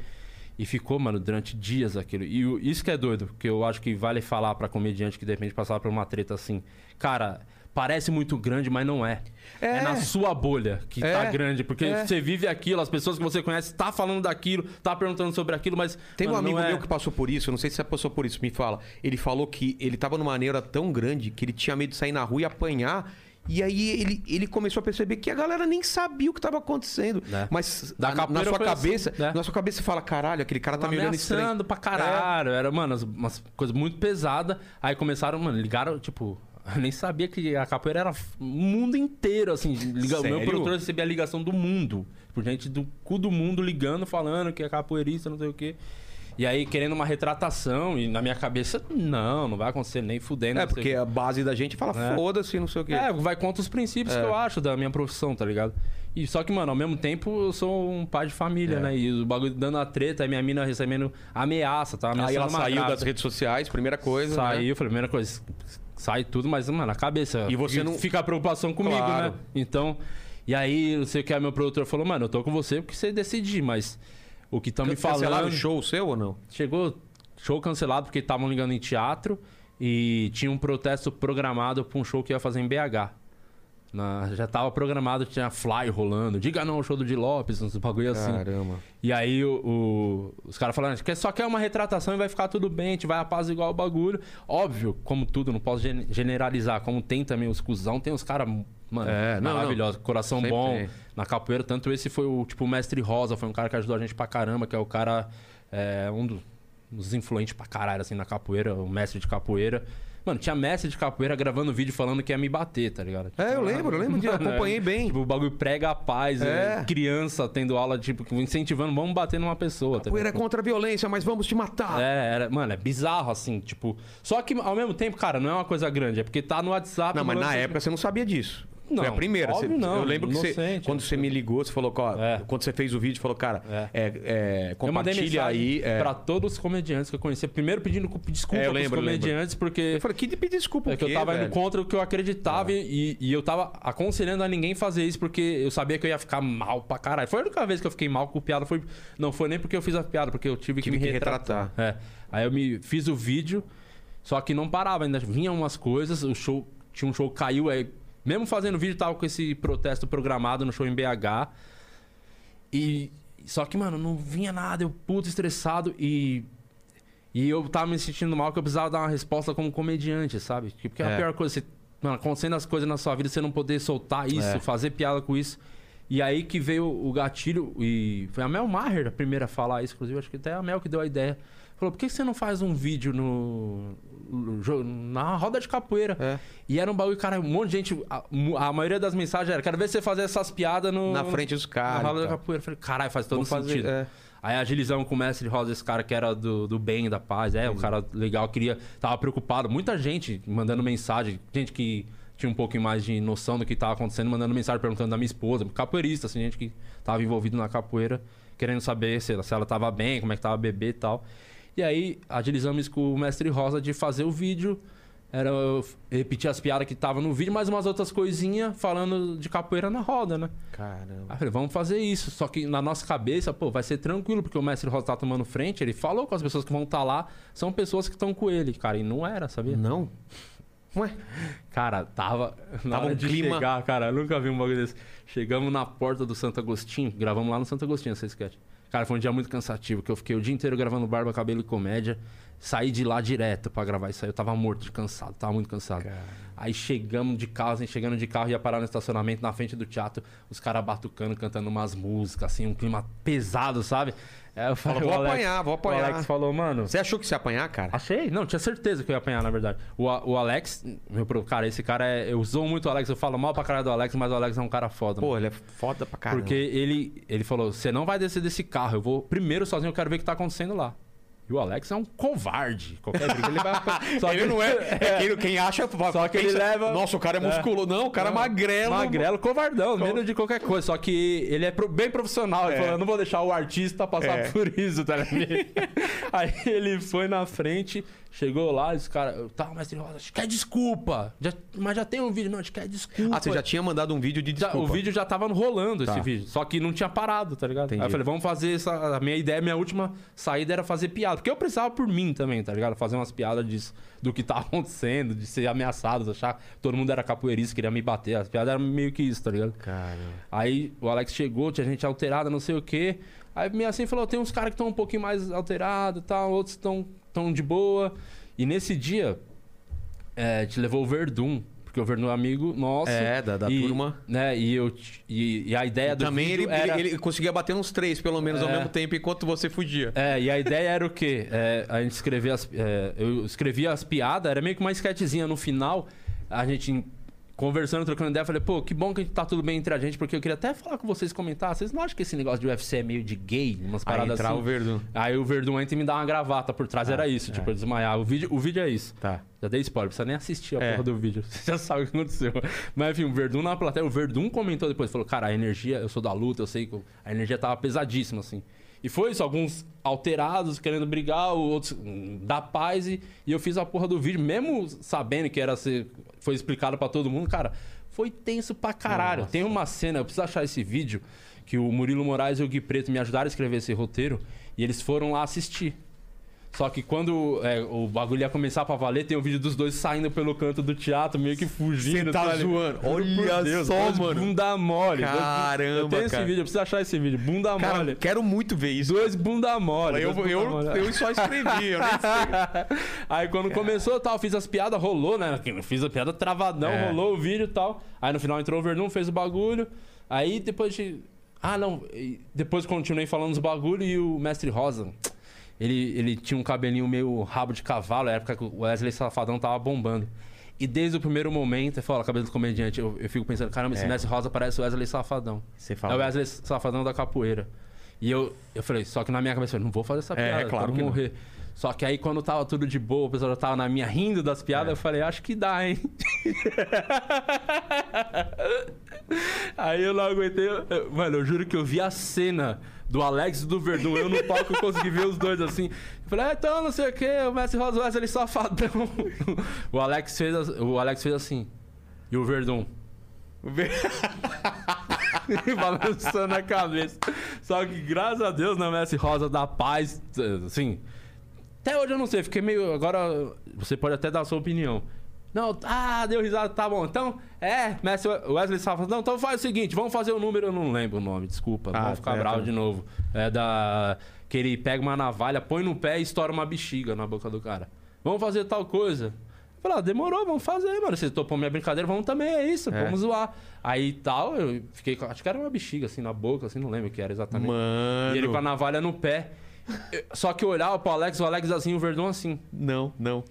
B: E ficou, mano, durante dias aquilo. E o- isso que é doido, que eu acho que vale falar pra comediante que de repente passava por uma treta assim. Cara, parece muito grande, mas não é. É, na sua bolha que
C: É.
B: tá grande, porque
C: É.
B: você vive aquilo, as pessoas que você conhece tá falando daquilo, tá perguntando sobre aquilo, mas.
C: Tem um
B: mano, não
C: amigo
B: é.
C: meu que passou por isso, eu não sei se você passou por isso, me fala. Ele falou que ele tava numa neura tão grande que ele tinha medo de sair na rua e apanhar. E aí ele, ele começou a perceber que a galera nem sabia o que tava acontecendo.
B: É.
C: Mas
B: Da
C: na, na
B: capoeira
C: sua
B: foi assim,
C: cabeça,
B: né?
C: na sua cabeça você fala, caralho, aquele cara tá me olhando estranho.
B: ameaçando pra caralho. Era, mano, as- umas coisas muito pesadas. Aí começaram, mano, ligaram, tipo... Eu nem sabia que a capoeira era f- o mundo inteiro, assim. Liga... o Meu
C: Sério?
B: produtor recebia a ligação do mundo. Por gente do cu do mundo ligando, falando que é capoeirista, não sei o quê. E aí, querendo uma retratação, e na minha cabeça, não, não vai acontecer nem fudendo.
C: É,
B: não sei o
C: porque
B: quê.
C: a base da gente fala,
B: É.
C: foda-se, não sei o quê.
B: É, vai contra os princípios que eu acho da minha profissão, tá ligado? E só que, mano, ao mesmo tempo eu sou um pai de família,
C: É.
B: né? E o bagulho dando a treta, aí minha mina recebendo ameaça, tá?
C: aí ela
B: Ameaçando uma
C: saiu
B: grávida.
C: das redes sociais, primeira coisa. né?
B: Saiu, falei, primeira coisa, sai tudo, mas, mano, a cabeça.
C: E você não-
B: Fica a preocupação comigo,
C: Claro.
B: né? Então. E aí, não sei o que, aí meu produtor falou, mano, eu tô com você porque você decidir, mas o que estão me
C: Cancelaram
B: falando.
C: o show seu ou não?
B: Chegou show cancelado porque estavam ligando em teatro e tinha um protesto programado pra um show que eu ia fazer em BH. Na- já tava programado, tinha fly rolando. Diga não, show do Di Lopes, uns bagulho assim.
C: Caramba.
B: E aí o- o- os caras falaram, "Quer- só quer uma retratação e vai ficar tudo bem, a gente vai apaziguar o bagulho. Óbvio, como tudo, não posso gen- generalizar. Como tem também os cuzão, tem os caras, mano,
C: É, não,
B: maravilhosos, coração
C: Sempre
B: bom.
C: tem.
B: Na capoeira, tanto esse foi o tipo o mestre Rosa, foi um cara que ajudou a gente pra caramba, que é o cara, é, um do- um dos influentes pra caralho, assim, na capoeira, o mestre de capoeira. Mano, tinha mestre de capoeira gravando vídeo falando que ia me bater, tá ligado?
C: É, eu lembro, eu lembro de. Eu acompanhei bem.
B: Tipo, o bagulho prega a paz,
C: É.
B: né? criança tendo aula, tipo, incentivando, vamos bater numa pessoa. tá
C: Poeira
B: ligado?
C: Tipo, contra a violência, mas vamos te matar.
B: É, era, mano, é bizarro assim, tipo. Só que ao mesmo tempo, cara, não é uma coisa grande, é porque tá no WhatsApp.
C: Não, mas
B: mano,
C: na
B: você-
C: época você não sabia disso.
B: Não,
C: Foi a primeira.
B: óbvio
C: Você-
B: não,
C: eu lembro que você,
B: inocente. né?
C: quando você me ligou, você falou, ó,
B: É.
C: quando você fez o vídeo, falou, cara, é, é,
B: Eu mandei
C: compartilha
B: mensagem
C: aí. é.
B: pra todos os comediantes que eu conhecia. Primeiro pedindo cu- desculpa
C: É, eu
B: pros
C: lembro, eu lembro.
B: comediantes, porque
C: Eu falei, que de pedir desculpa,
B: é
C: o
B: que eu
C: quê,
B: tava
C: velho? É.
B: indo contra o que eu acreditava e, e eu tava aconselhando a ninguém fazer isso, porque eu sabia que eu ia ficar mal pra caralho. Foi a única vez que eu fiquei mal com piada. Foi... Não foi nem porque eu fiz a piada, porque eu tive,
C: Tive
B: que me
C: que
B: retratar.
C: retratar.
B: É. Aí eu me fiz o vídeo, só que não parava ainda. Vinha umas coisas, o show. Tinha um show que caiu, aí. Mesmo fazendo vídeo, tava com esse protesto programado no show em BH. E. Só que, mano, não vinha nada, eu puto estressado e. E eu tava me sentindo mal que eu precisava dar uma resposta como comediante, sabe? Porque porque é.
C: É.
B: a pior coisa, você, mano, acontecendo as coisas na sua vida, você não poder soltar isso,
C: É.
B: fazer piada com isso. E aí que veio o gatilho, e foi a Mel Maher a primeira a falar isso, inclusive, acho que até a Mel que deu a ideia. Falou, por que que você não faz um vídeo no, no jo- na roda de capoeira?
C: É.
B: E era um bagulho, cara, um monte de gente. A, mu- a maioria das mensagens era, quero ver você fazer essas piadas no.
C: Na frente dos caras.
B: Na roda da
C: cara.
B: capoeira. Eu Falei, caralho, faz todo
C: Vou fazer,
B: sentido.
C: é.
B: Aí agilizamos com o mestre Rosa, esse cara que era do, do bem, da paz. É, um
C: Uhum.
B: cara legal, queria. Tava preocupado. Muita gente mandando mensagem, gente que tinha um pouco mais de noção do que tava acontecendo, mandando mensagem perguntando da minha esposa, capoeirista, assim, gente que tava envolvido na capoeira, querendo saber se ela, se ela tava bem, como é que tava bebê e tal. E aí agilizamos isso com o mestre Rosa de fazer o vídeo. Era eu repetir as piadas que tava no vídeo, mais umas outras coisinhas falando de capoeira na roda, né?
C: Caramba.
B: Aí eu falei, vamos fazer isso. Só que na nossa cabeça, pô, vai ser tranquilo, porque o mestre Rosa tá tomando frente, ele falou com as pessoas que vão estar lá, são pessoas que estão com ele, cara. E não era, sabia?
C: Não? Ué?
B: Cara, tava. Na
C: Tava
B: hora
C: um
B: de
C: clima-
B: chegar, cara, eu nunca vi um bagulho desse. Chegamos na porta do Santo Agostinho, gravamos lá no Santo Agostinho essa sketch. Cara, foi um dia muito cansativo, que eu fiquei o dia inteiro gravando barba, cabelo e comédia. Saí de lá direto pra gravar isso aí. Eu tava morto de cansado, tava muito cansado. Aí chegamos de carro, assim, chegando de carro, ia parar no estacionamento na frente do teatro, os caras batucando, cantando umas músicas, assim, um clima pesado, sabe? Aí eu falei,
C: vou
B: o Alex-
C: apanhar, vou apanhar.
B: O Alex falou, mano,
C: Você achou que você ia apanhar, cara?
B: Achei? Não, tinha certeza que eu ia apanhar, na verdade. O, A- o Alex, meu pro- cara, esse cara é. Eu zoo muito o Alex, eu falo mal pra caralho do Alex, mas o Alex é um cara foda. mano.
C: Pô, ele é foda pra caramba.
B: Porque ele, ele falou: você não vai descer desse carro, eu vou primeiro sozinho, eu quero ver o que tá acontecendo lá. E o Alex é um covarde. Qualquer briga ele vai. Só
C: ele não é. é quem, quem acha.
B: Só que ele leva-
C: Nossa, o cara é musculoso. Não, o cara é magrelo.
B: Magrelo, covardão, medo de qualquer coisa. Só que ele é pro- bem profissional. Ele
C: É.
B: falou: eu não vou deixar o artista passar
C: É.
B: por isso, tá ligado? Aí ele foi na frente, chegou lá, os caras. Tá, mestre Rosa, a gente quer desculpa. Já- mas já tem um vídeo, não, a gente quer desculpa.
C: Ah, você já tinha mandado um vídeo de
B: Já-
C: desculpa.
B: Tá,
C: Tá.
B: o vídeo já tava rolando esse vídeo, só que não tinha parado, tá ligado? Aí eu falei, vamos fazer essa. A minha ideia, minha última saída era fazer piada. Porque eu precisava por mim também, tá ligado? Fazer umas piadas disso, do que tava acontecendo, de ser ameaçado, de achar que todo mundo era capoeirista, queria me bater. As piadas eram meio que isso, tá ligado?
C: Cara.
B: Aí o Alex chegou, tinha gente alterada, não sei o quê. Aí meio assim falou: tem uns caras que estão um pouquinho mais alterados tal, outros estão tão de boa. E nesse dia, é, te levou o Verdun. Porque o Verdun é amigo nosso.
C: É, da- da
B: e,
C: turma.
B: Né, e, eu, t- e, e a ideia é do
C: Também ele,
B: vídeo era...
C: ele, ele conseguia bater uns três, pelo menos, ao
B: É.
C: mesmo tempo, enquanto você fugia.
B: É, e a ideia era o quê? É, a gente escrevia as, é, eu escrevia as piadas, era meio que uma esquetezinha no final, a gente conversando, trocando ideia, falei, pô, que bom que a gente tá tudo bem entre a gente, porque eu queria até falar com vocês, comentar, vocês não acham que esse negócio de UFC é meio de gay, umas
C: Aí
B: paradas
C: entrava
B: assim?
C: o Verdun. Ah, é.
B: Aí o Verdun entra e me dá uma gravata por trás, era isso, tipo, eu desmaiava. O vídeo, o vídeo é isso.
C: Tá.
B: Já dei spoiler, precisa nem assistir a
C: É.
B: porra do vídeo. Você já sabe o que aconteceu. Mas enfim, o Verdun na plateia, o Verdun comentou depois, falou, cara, a energia, eu sou da luta, eu sei que eu- a energia tava pesadíssima, assim. E foi isso, alguns alterados, querendo brigar, o- outros hum, da paz, e, e eu fiz a porra do vídeo, mesmo sabendo que era ser, foi explicado pra todo mundo, cara, foi tenso pra caralho. Tem uma cena, eu preciso achar esse vídeo, que o Murilo Moraes e o Gui Preto me ajudaram a escrever esse roteiro, e eles foram lá assistir. Só que quando é, o bagulho ia começar pra valer, tem o vídeo dos dois saindo pelo canto do teatro, meio que fugindo.
C: Cê tá
B: sabe?
C: zoando.
B: Juro por
C: Olha
B: Deus,
C: só,
B: dois
C: mano.
B: Bunda mole. Dois bu- Eu tenho
C: Caramba, cara.
B: esse vídeo, eu preciso achar esse vídeo. Bunda
C: Cara,
B: mole.
C: quero muito ver isso.
B: Dois bunda mole.
C: Eu,
B: dois bunda
C: eu,
B: mole.
C: eu só escrevi, eu nem sei.
B: Aí quando começou e tal, fiz as piadas, rolou, né? Eu Fiz a piada travadão,
C: É.
B: rolou o vídeo e tal. Aí no final entrou o Verdun, fez o bagulho. Aí depois de. Ah, não. e Depois continuei falando os bagulho e o Mestre Rosa. Ele, ele tinha um cabelinho meio rabo de cavalo, era a época que o Wesley Safadão tava bombando. E desde o primeiro momento, eu falo, a cabeça do comediante, eu, eu fico pensando, caramba, esse Mestre Rosa parece o Wesley Safadão.
C: É. Você fala.
B: É o Wesley Safadão da capoeira. E eu, eu falei, só que na minha cabeça, eu não vou fazer essa
C: É,
B: piada,
C: é claro
B: quando
C: que não.
B: morrer. Só que aí quando tava tudo de boa, o pessoal já tava na minha rindo das
C: É.
B: piadas, eu falei, acho que dá, hein? aí eu não aguentei. eu- eu- mano, eu juro que eu vi a cena do Alex e do Verdun. Eu no palco eu consegui ver os dois assim. Eu falei, ah, então não sei o que, o Messi Rosa Wesley safadão. o, Alex fez, as- o Alex fez assim. E o Verdun. balançando a cabeça. Só que, graças a Deus, na Messi Rosa da Paz, assim. Até hoje eu não sei, fiquei meio. Agora você pode até dar a sua opinião. Não, ah, deu risada, tá bom. Então, é, Messi Wesley Safas. Não, então faz o seguinte, vamos fazer o número, eu não lembro o nome, desculpa.
C: Ah,
B: vamos ficar
C: é,
B: bravo
C: tá.
B: de novo. É da. Que ele pega uma navalha, põe no pé e estoura uma bexiga na boca do cara. Vamos fazer tal coisa. Eu falei, ah, demorou, vamos fazer, mano. Você topou minha brincadeira, vamos também, é isso, vamos zoar. Aí tal, eu fiquei com. Acho que era uma bexiga assim na boca, assim, não lembro o que era exatamente.
C: Mano.
B: E ele com a navalha no pé. Eu- Só que eu olhava pro Alex, o Alex assim, o Verdão assim.
C: Não, não.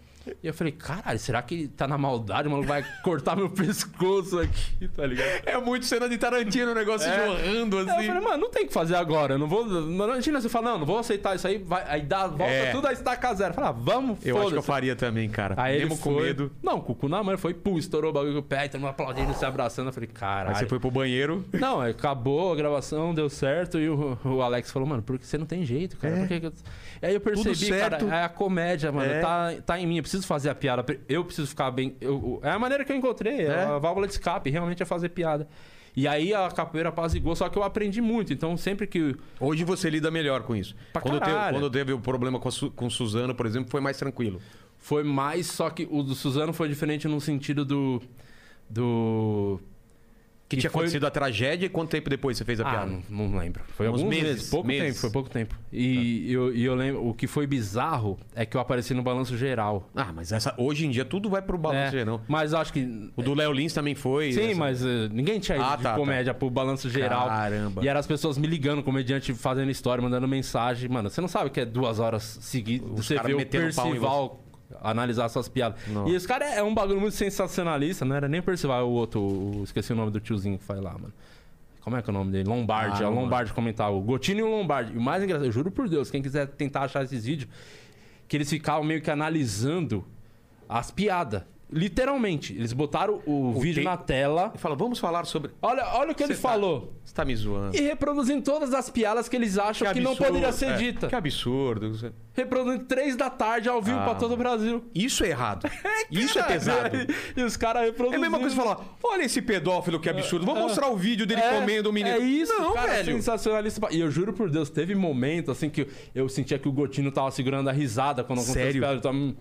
B: E eu falei, caralho, será que ele tá na maldade, mano? Vai cortar meu pescoço aqui, tá ligado?
C: É muito cena de Tarantino, o negócio jorrando
B: É. Aí Eu falei,
C: assim.
B: mano, não tem o que fazer agora. Eu não vou. mano, Imagina, você fala, não, não vou aceitar isso aí. Vai, aí dá, volta
C: É.
B: tudo, aí estaca zero. Eu falei, ah, vamos,
C: Eu acho que eu
B: foda-se.
C: faria também, cara.
B: Aí ele
C: Mesmo com
B: foi-
C: medo.
B: Não, com o cu na mão, ele foi, pum, estourou o bagulho com o pé, e todo mundo aplaudindo, se abraçando. Eu falei, caralho.
C: Aí você foi pro banheiro.
B: Não, aí acabou a gravação, deu certo, e o, o Alex falou, mano, porque você não tem jeito, cara. por que que eu-" Aí eu percebi, cara,
C: É. certo.
B: é a comédia, mano,
C: É.
B: tá, tá em mim, eu preciso fazer a piada, eu preciso ficar bem. eu- é a maneira que eu encontrei, é. a válvula de escape, realmente é fazer piada. E aí a capoeira apazigou, só que eu aprendi muito, então sempre que.
C: Hoje você lida melhor com isso.
B: Pra
C: quando, teve,
B: caralho.
C: quando teve o problema com, a Su- com Suzano, por exemplo, foi mais tranquilo.
B: Foi mais, só que o do Suzano foi diferente no sentido do. Do.
C: Que
B: E
C: tinha
B: foi-
C: acontecido a tragédia e quanto tempo depois você fez a
B: Ah,
C: piada?
B: não, não lembro. Foi
C: Uns
B: alguns meses,
C: meses,
B: pouco
C: meses.
B: tempo, foi pouco tempo. Tá. E, eu, e eu lembro, o que foi bizarro é que eu apareci no balanço geral.
C: Ah, mas essa, hoje em dia tudo vai pro balanço
B: É,
C: geral.
B: Mas acho que
C: O do Léo Lins também foi.
B: Sim,
C: essa-
B: mas eh, ninguém tinha ido
C: né? Ah,
B: de
C: tá, tá.
B: comédia pro balanço geral.
C: Caramba.
B: E eram as pessoas me ligando, comediante fazendo história, mandando mensagem. Mano, você não sabe o que é duas horas seguidas. Você
C: cara
B: vê o
C: metendo pau em
B: Percival analisar suas piadas. E esse cara é, é um bagulho muito sensacionalista, não era nem o Percival, é o outro, o- esqueci o nome do tiozinho que faz lá, mano. Como é que é o nome dele? Lombardi.
C: Ah,
B: é o
C: mano.
B: Lombardi comentar. O Gotino e o Lombardi. E o mais engraçado, eu juro por Deus, quem quiser tentar achar esses vídeos, que eles ficavam meio que analisando as piadas. Literalmente. Eles botaram o, vídeo
C: te-
B: na tela.
C: Fala, vamos falar sobre.
B: Olha, olha o que ele
C: tá-
B: falou.
C: Você tá me zoando.
B: E reproduzindo todas as piadas que eles acham que, não
C: absurdo,
B: poderia ser
C: é.
B: dita.
C: Que absurdo.
B: Reproduzindo três da tarde ao vivo pra todo o Brasil.
C: Isso é errado. Ah. Isso é pesado.
B: E os caras
C: É a
B: reproduzindo.
C: mesma coisa que falar, olha esse pedófilo que absurdo, vou
B: É.
C: mostrar o vídeo dele
B: É,
C: comendo o menino.
B: É isso,
C: Não,
B: cara,
C: velho.
B: sensacionalista. pra- E eu juro por Deus, teve momento assim que eu sentia que o Gotino tava segurando a risada quando aconteceu
C: Sério?
B: as piadas, eu tava, "Hum."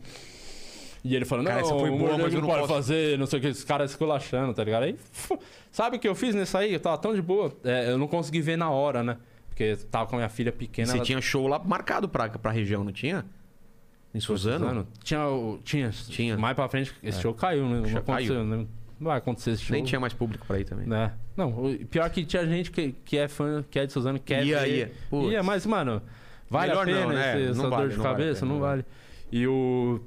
B: E ele falando,
C: Cara,
B: não,
C: essa foi
B: o
C: boa,
B: Mornego
C: mas eu não
B: pode
C: posso."
B: fazer, não sei o que, os caras esculachando, tá ligado? Aí, fu- sabe o que eu fiz nessa aí? Eu tava tão de boa, é, eu não consegui ver na hora, né? Porque eu tava com a minha filha pequena.
C: Você
B: ela-
C: tinha show lá marcado pra, pra região, não tinha? Em Suzano?
B: Mano, Tinha, o- tá tinha,
C: Tinha.
B: Mais pra frente, esse show caiu, né? Não
C: show
B: aconteceu,
C: caiu.
B: né? Não vai acontecer esse show.
C: Nem tinha mais público pra ir também.
B: Né? Não, o- pior que tinha gente que, que é fã, que é de Suzano, quer
C: Ia,
B: ver.
C: ia. Putz.
B: Ia, mas, mano, vale
C: Melhor
B: a pena
C: não, né?
B: esse-
C: Não
B: essa
C: vale,
B: dor de
C: não vale a
B: cabeça?
C: pena,
B: não
C: não
B: vale. E o...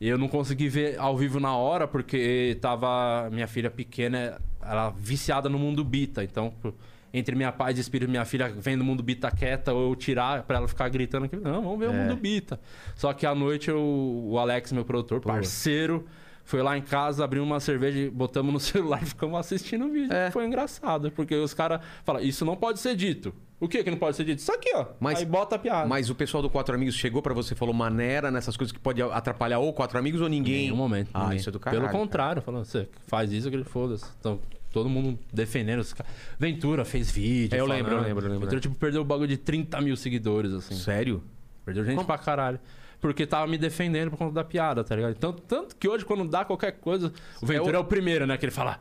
B: Eu não consegui ver ao vivo na hora, porque tava... Minha filha pequena, ela viciada no mundo bita. Então, pô, entre minha paz e espírito, minha filha vendo o mundo bita quieta, ou eu tirar pra ela ficar gritando aqui. Não, vamos ver o mundo bita. Só que à noite, eu- o Alex, meu produtor, parceiro... Foi lá em casa, abriu uma cerveja, e botamos no celular e ficamos assistindo o vídeo. Foi engraçado, porque os caras falam, isso não pode ser dito. O que que não pode ser dito? Isso aqui, ó.
C: Mas-
B: Aí bota a piada.
C: Mas o pessoal do Quatro Amigos chegou pra você e falou maneira nessas coisas que pode atrapalhar ou Quatro Amigos ou
B: Em
C: ninguém.
B: nenhum momento.
C: Ah,
B: ninguém.
C: isso é do caralho.
B: Pelo contrário, falando, você faz isso, aquele foda-se. Então, todo mundo defendendo os caras. Ventura fez vídeo.
C: É, eu lembro, eu lembro, eu lembro.
B: Ventura, tipo, perdeu o bagulho de 30 mil seguidores, assim.
C: Sério?
B: Perdeu gente pra caralho. porque tava me defendendo por conta da piada, tá ligado? Então, tanto que hoje, quando dá qualquer coisa, o Ventura é o, primeiro, né? Que ele fala.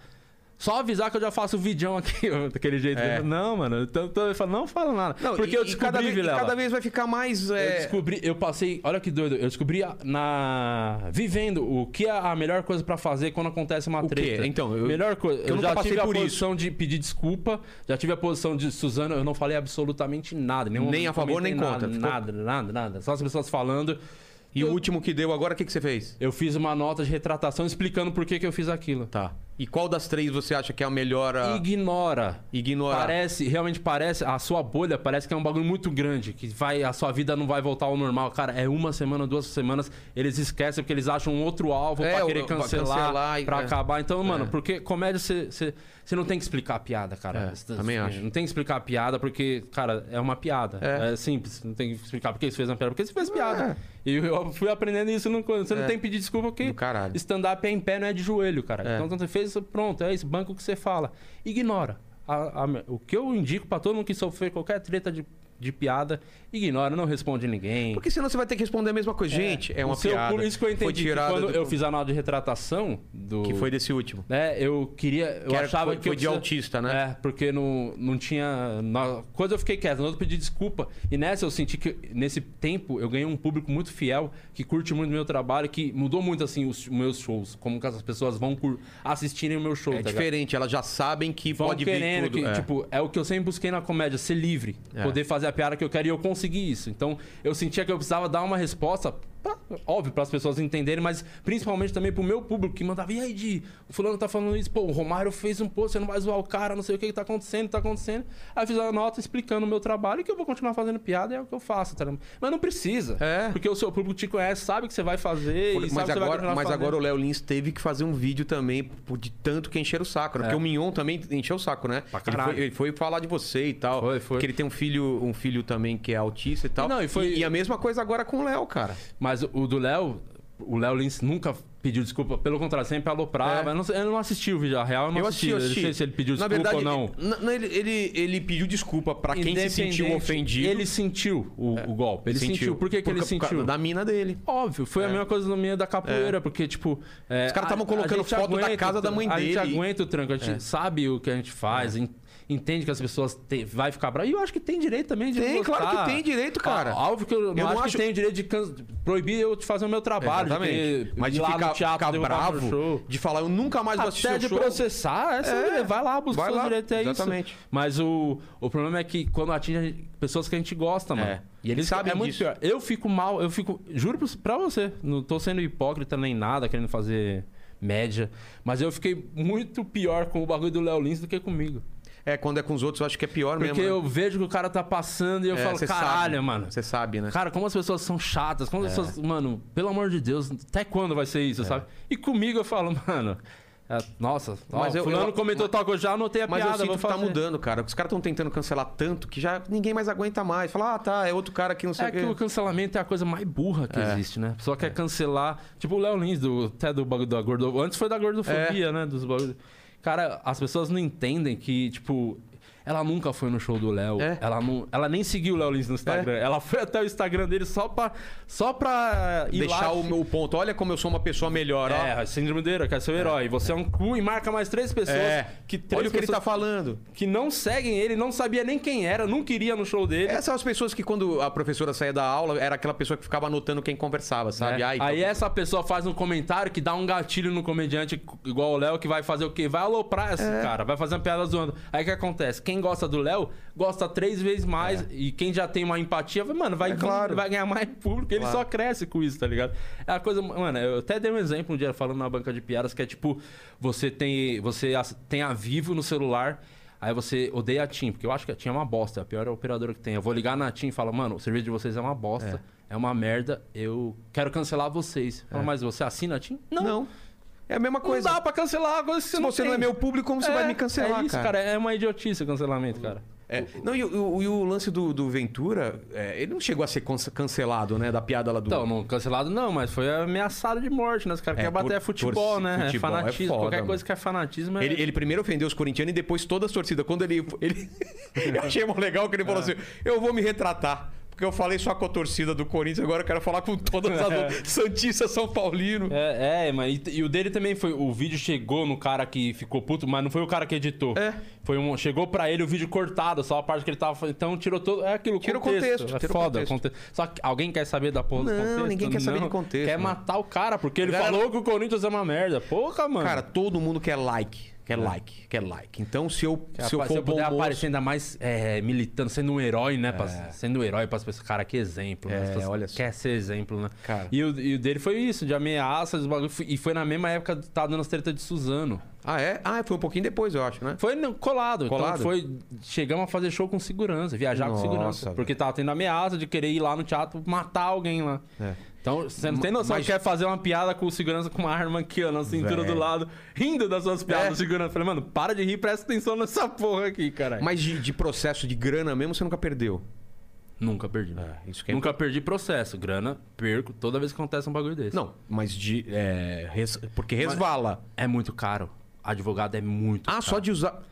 B: Só avisar que eu já faço o vidão aqui, daquele jeito. Não, mano. Então, então ele fala, não fala nada.
C: Não,
B: porque
C: e-
B: eu
C: e
B: descobri,
C: cada vez, e
B: Vilela.
C: cada vez vai ficar mais. é,
B: Eu descobri, eu passei, olha que doido, eu descobri a- na vivendo o que é a melhor coisa pra fazer quando acontece uma
C: O quê?
B: treta.
C: Então, eu-
B: melhor coisa, eu,
C: eu nunca
B: já
C: passei
B: tive a
C: por isso.
B: posição de pedir desculpa, já tive a posição de Suzano, eu não falei absolutamente nada, nenhum
C: Nem a favor,
B: comentei
C: nem
B: nada,
C: contra. Ficou-
B: Nada, nada, nada, só as pessoas falando.
C: E o último que deu agora, o que, que você fez?
B: Eu fiz uma nota de retratação explicando por que, que eu fiz aquilo.
C: Tá. E qual das três você acha que é a melhor. a-
B: Ignora.
C: Ignorar.
B: Parece, realmente parece, a sua bolha parece que é um bagulho muito grande, que vai, a sua vida não vai voltar ao normal. Cara, é uma semana, duas semanas, eles esquecem porque eles acham um outro alvo
C: É,
B: pra
C: o-
B: querer
C: pra
B: cancelar,
C: cancelar e-
B: pra
C: é.
B: acabar. Então, mano, porque comédia você- você você não tem que explicar a piada, cara.
C: É,
B: Você-
C: também
B: você-
C: acho.
B: Não tem que explicar a piada porque, cara, é uma piada.
C: É. É.
B: É, simples, não tem que explicar por que você fez uma piada, porque você fez piada. E eu fui aprendendo isso, não, você não tem que pedir desculpa porque
C: Do caralho.
B: stand-up é em pé, não é de joelho, cara. Então, tanto fez, pronto, é isso, banco que você fala. Ignora. A- a- o que eu indico pra todo mundo que sofrer qualquer treta de, de piada, ignora, não responde ninguém.
C: Porque senão você vai ter que responder a mesma coisa. Gente, é uma
B: O seu
C: piada.
B: público- Isso que eu entendi,
C: Foi
B: que
C: tirada
B: quando
C: do-
B: eu fiz a nota de retratação do...
C: Que foi desse último.
B: né, eu queria... Eu
C: Que era-
B: achava
C: foi-
B: que
C: foi
B: eu
C: de autista, né?
B: É, porque não, não tinha... Na, coisa eu fiquei quieto, na outra eu pedi desculpa. E nessa eu senti que, nesse tempo, eu ganhei um público muito fiel, que curte muito o meu trabalho, que mudou muito, assim, os meus shows. Como que as pessoas vão cur- assistirem o meu show,
C: É
B: tá ligado?
C: diferente, elas já sabem que
B: vão
C: pode vir
B: querendo
C: tudo.
B: que,
C: é.
B: tipo, é o que eu sempre busquei na comédia, ser livre,
C: É.
B: poder fazer a piada que eu quero e eu consegui isso. Então, eu sentia que eu precisava dar uma resposta, pra- óbvio, para as pessoas entenderem, mas principalmente também pro meu público que mandava, e aí, Di, o fulano tá falando isso, pô, o Romário fez um post, você não vai zoar o cara, não sei o que que tá acontecendo, tá acontecendo. Aí eu fiz a nota explicando o meu trabalho e que eu vou continuar fazendo piada, é o que eu faço, tá ligado? Mas não precisa,
C: É.
B: porque o seu público te conhece, sabe o que você vai fazer e sabe
C: mas
B: que você vai
C: agora,
B: continuar
C: mas
B: fazendo.
C: agora o Léo Lins teve que fazer um vídeo também por- de tanto que encheram o saco, né? Porque o Mignon também encheu o saco, né? Ele
B: É. caralho.
C: foi, ele foi falar de você e tal.
B: Foi, foi.
C: Que ele tem um filho, um filho também que é autista e tal.
B: Não, e foi-
C: e a mesma coisa agora com o Léo, cara.
B: Mas o- o do Léo, o Léo Lins nunca pediu desculpa, pelo contrário, sempre aloprava.
C: É.
B: Eu, não, sei- eu não assisti o vídeo, a real, eu não
C: Eu assisti,
B: assisti.
C: eu
B: Eu
C: assisti.
B: não sei se ele pediu
C: Na
B: desculpa
C: verdade,
B: ou não.
C: n- não, ele, ele, ele pediu desculpa pra quem se sentiu
B: Independente,
C: ofendido. É.
B: Ele sentiu o, o golpe. Ele sentiu. Por que, que ele
C: ca-
B: sentiu?
C: causa Da mina dele.
B: Óbvio, foi a mesma coisa no meio da capoeira, porque, tipo. é,
C: Os caras tavam
B: a-
C: colocando
B: a gente
C: foto da casa da mãe
B: a A
C: dele. É.
B: gente aguenta o tranco, a gente sabe o que a gente faz, en- entende que as pessoas te- vai ficar bravas. E eu acho que tem direito também de
C: Tem,
B: não
C: claro
B: gostar.
C: que tem direito, cara.
B: Ó, Óbvio que eu, não acho, que tenho direito de can- proibir eu de fazer o meu trabalho. de
C: Exatamente.
B: querer ir
C: Mas de
B: lá no
C: ficar,
B: teatro,
C: ficar
B: derrubar meu
C: bravo,
B: show. Ah,
C: de falar, eu nunca mais vou assistir
B: Até
C: seu
B: de
C: show.
B: processar, essa
C: É,
B: vai lá, busca
C: vai
B: seus
C: lá,
B: direitos, é
C: exatamente.
B: isso. Mas o, o problema é que quando atinge pessoas que a gente gosta, mano.
C: É,
B: E eles sabem
C: sabem
B: é muito
C: disso.
B: pior. Eu fico mal, eu fico. Juro pros- pra você, não tô sendo hipócrita nem nada, querendo fazer média. Mas eu fiquei muito pior com o bagulho do Léo Lins do que comigo.
C: É, quando é com os outros, eu acho que é pior
B: Porque
C: mesmo. né?
B: eu vejo que o cara tá passando e eu
C: É,
B: falo,
C: cê
B: caralho,
C: sabe.
B: mano.
C: Você sabe, né? É.
B: Cara, como as pessoas são chatas, como as pessoas. Mano, pelo amor de Deus, até quando vai ser isso, sabe? E comigo eu falo, mano. é, nossa,
C: Mas
B: mas
C: eu-
B: fulano
C: eu-
B: comentou tal coisa, já anotei a
C: Mas
B: é piada,
C: eu sinto
B: vou
C: que tá
B: fazer.
C: mudando, cara. Os caras estão tentando cancelar tanto que já ninguém mais aguenta mais. Fala, ah, tá, é outro cara que É. não sei
B: É que o
C: o quê.
B: cancelamento é a coisa mais burra que existe, né? A pessoa quer cancelar. Tipo o Léo Lins, do, até do bagulho da gordofobia. Antes foi da
C: É.
B: gordofobia, né? Dos bagulhos. Cara, as pessoas não entendem que, tipo, ela nunca foi no show do Léo.
C: É.
B: Ela, não, ela nem seguiu o Léo Lins no Instagram. Ela foi até o Instagram dele só pra, só pra ir
C: Deixar
B: lá
C: o meu ponto. Olha como eu sou uma pessoa melhor, ó.
B: É, a síndrome do herói, quer ser o herói. Você é um cu e marca mais três pessoas
C: É.
B: que três
C: Olha o que ele
B: pessoas
C: tá falando.
B: que não seguem ele, não sabia nem quem era, não queria no show dele.
C: Essas são as pessoas que quando a professora saía da aula, era aquela pessoa que ficava anotando quem conversava, sabe?
B: É.
C: Ai,
B: Aí
C: tá-
B: essa pessoa faz um comentário que dá um gatilho no comediante igual o Léo, que vai fazer o quê? Vai aloprar esse
C: É.
B: cara, vai fazer uma piada zoando. Aí o que acontece? Quem gosta do Léo, gosta três vezes mais. E quem já tem uma empatia, vai, mano, vai, vir-
C: É. claro.
B: vai ganhar mais público. Ele só cresce com isso, tá ligado? É a coisa... Mano, eu até dei um exemplo um dia falando na banca de piadas, que é tipo... Você tem, você ass- tem a Vivo no celular... Aí você odeia a TIM, porque eu acho que a TIM é uma bosta, é a pior operadora que tem. Eu vou ligar na TIM e falo, mano, o serviço de vocês é uma bosta, é, uma merda, eu quero cancelar vocês. Fala, mas você assina a TIM? Não, não,
C: Não. É a mesma coisa.
B: dá pra cancelar a coisa que você
C: Se
B: não
C: você não é
B: tem.
C: meu público, como você vai me cancelar,
B: é isso, cara. É uma idiotice o cancelamento, cara.
C: É. Não, e, o- e o lance do, do Ventura, é, ele não chegou a ser cance- cancelado, né? Da piada lá do.
B: Então, não cancelado não, mas foi ameaçado de morte, né? Os caras
C: É,
B: querem bater
C: por-
B: é futebol,
C: por-
B: né?
C: futebol é
B: é fanatismo.
C: foda,
B: Qualquer
C: mano.
B: coisa que é fanatismo é.
C: Ele, ele primeiro ofendeu os corintianos É. e depois toda a torcida. Quando ele. ele... eu achei mó legal que ele falou assim: eu vou me retratar. Porque eu falei só com a torcida do Corinthians, agora eu quero falar com todas as do Santista São Paulino.
B: É, é, mano. E, e o dele também foi. O vídeo chegou no cara que ficou puto, mas não foi o cara que editou.
C: É.
B: Foi um, chegou pra ele o vídeo cortado, só a parte que ele tava. falando. Então tirou todo. É aquilo,
C: Tira o contexto,
B: É
C: tira o
B: foda.
C: contexto.
B: contexto. Só que alguém quer saber da porra do
C: Não,
B: contexto?
C: ninguém quer saber de
B: Não.
C: contexto,
B: Quer
C: mano.
B: matar o cara, porque ele
C: Galera-
B: falou que o Corinthians é uma merda. Porra, mano.
C: Cara, todo mundo quer like. Quer like, quer like. Então, se eu,
B: Que
C: se É. eu
B: apa-
C: for bom
B: puder
C: moço-
B: aparecer ainda mais é, militando, sendo um herói, né? pras- Sendo um herói para as pessoas. Cara, que exemplo, né? As
C: É,
B: pessoas
C: olha só.
B: Quer ser exemplo, né?
C: Cara.
B: E, o, e o dele foi isso, de ameaças, bagulho. E foi na mesma época que tava dando as tretas de Suzano.
C: Ah, é? Ah, foi um pouquinho depois, eu acho, né?
B: Foi no- colado.
C: Colado?
B: Então foi. Chegamos a fazer show com segurança, viajar
C: Nossa,
B: com segurança.
C: velho.
B: Porque tava tendo ameaça de querer ir lá no teatro matar alguém lá.
C: É.
B: Então, você não tem noção
C: mas-
B: que quer fazer uma piada com o segurança com uma arma aqui, ó, na cintura
C: Velho. É.
B: do lado, rindo das suas piadas do segurança. Falei, mano, para de rir, presta atenção nessa porra aqui, caralho.
C: Mas de, de processo de grana mesmo, você nunca perdeu.
B: Nunca perdi.
C: isso que é
B: Nunca perdi processo. Grana, perco toda vez que acontece um bagulho desse.
C: Não, mas de. é, res- Porque resvala.
B: É muito caro. Advogado é muito
C: Ah,
B: caro.
C: só de usar.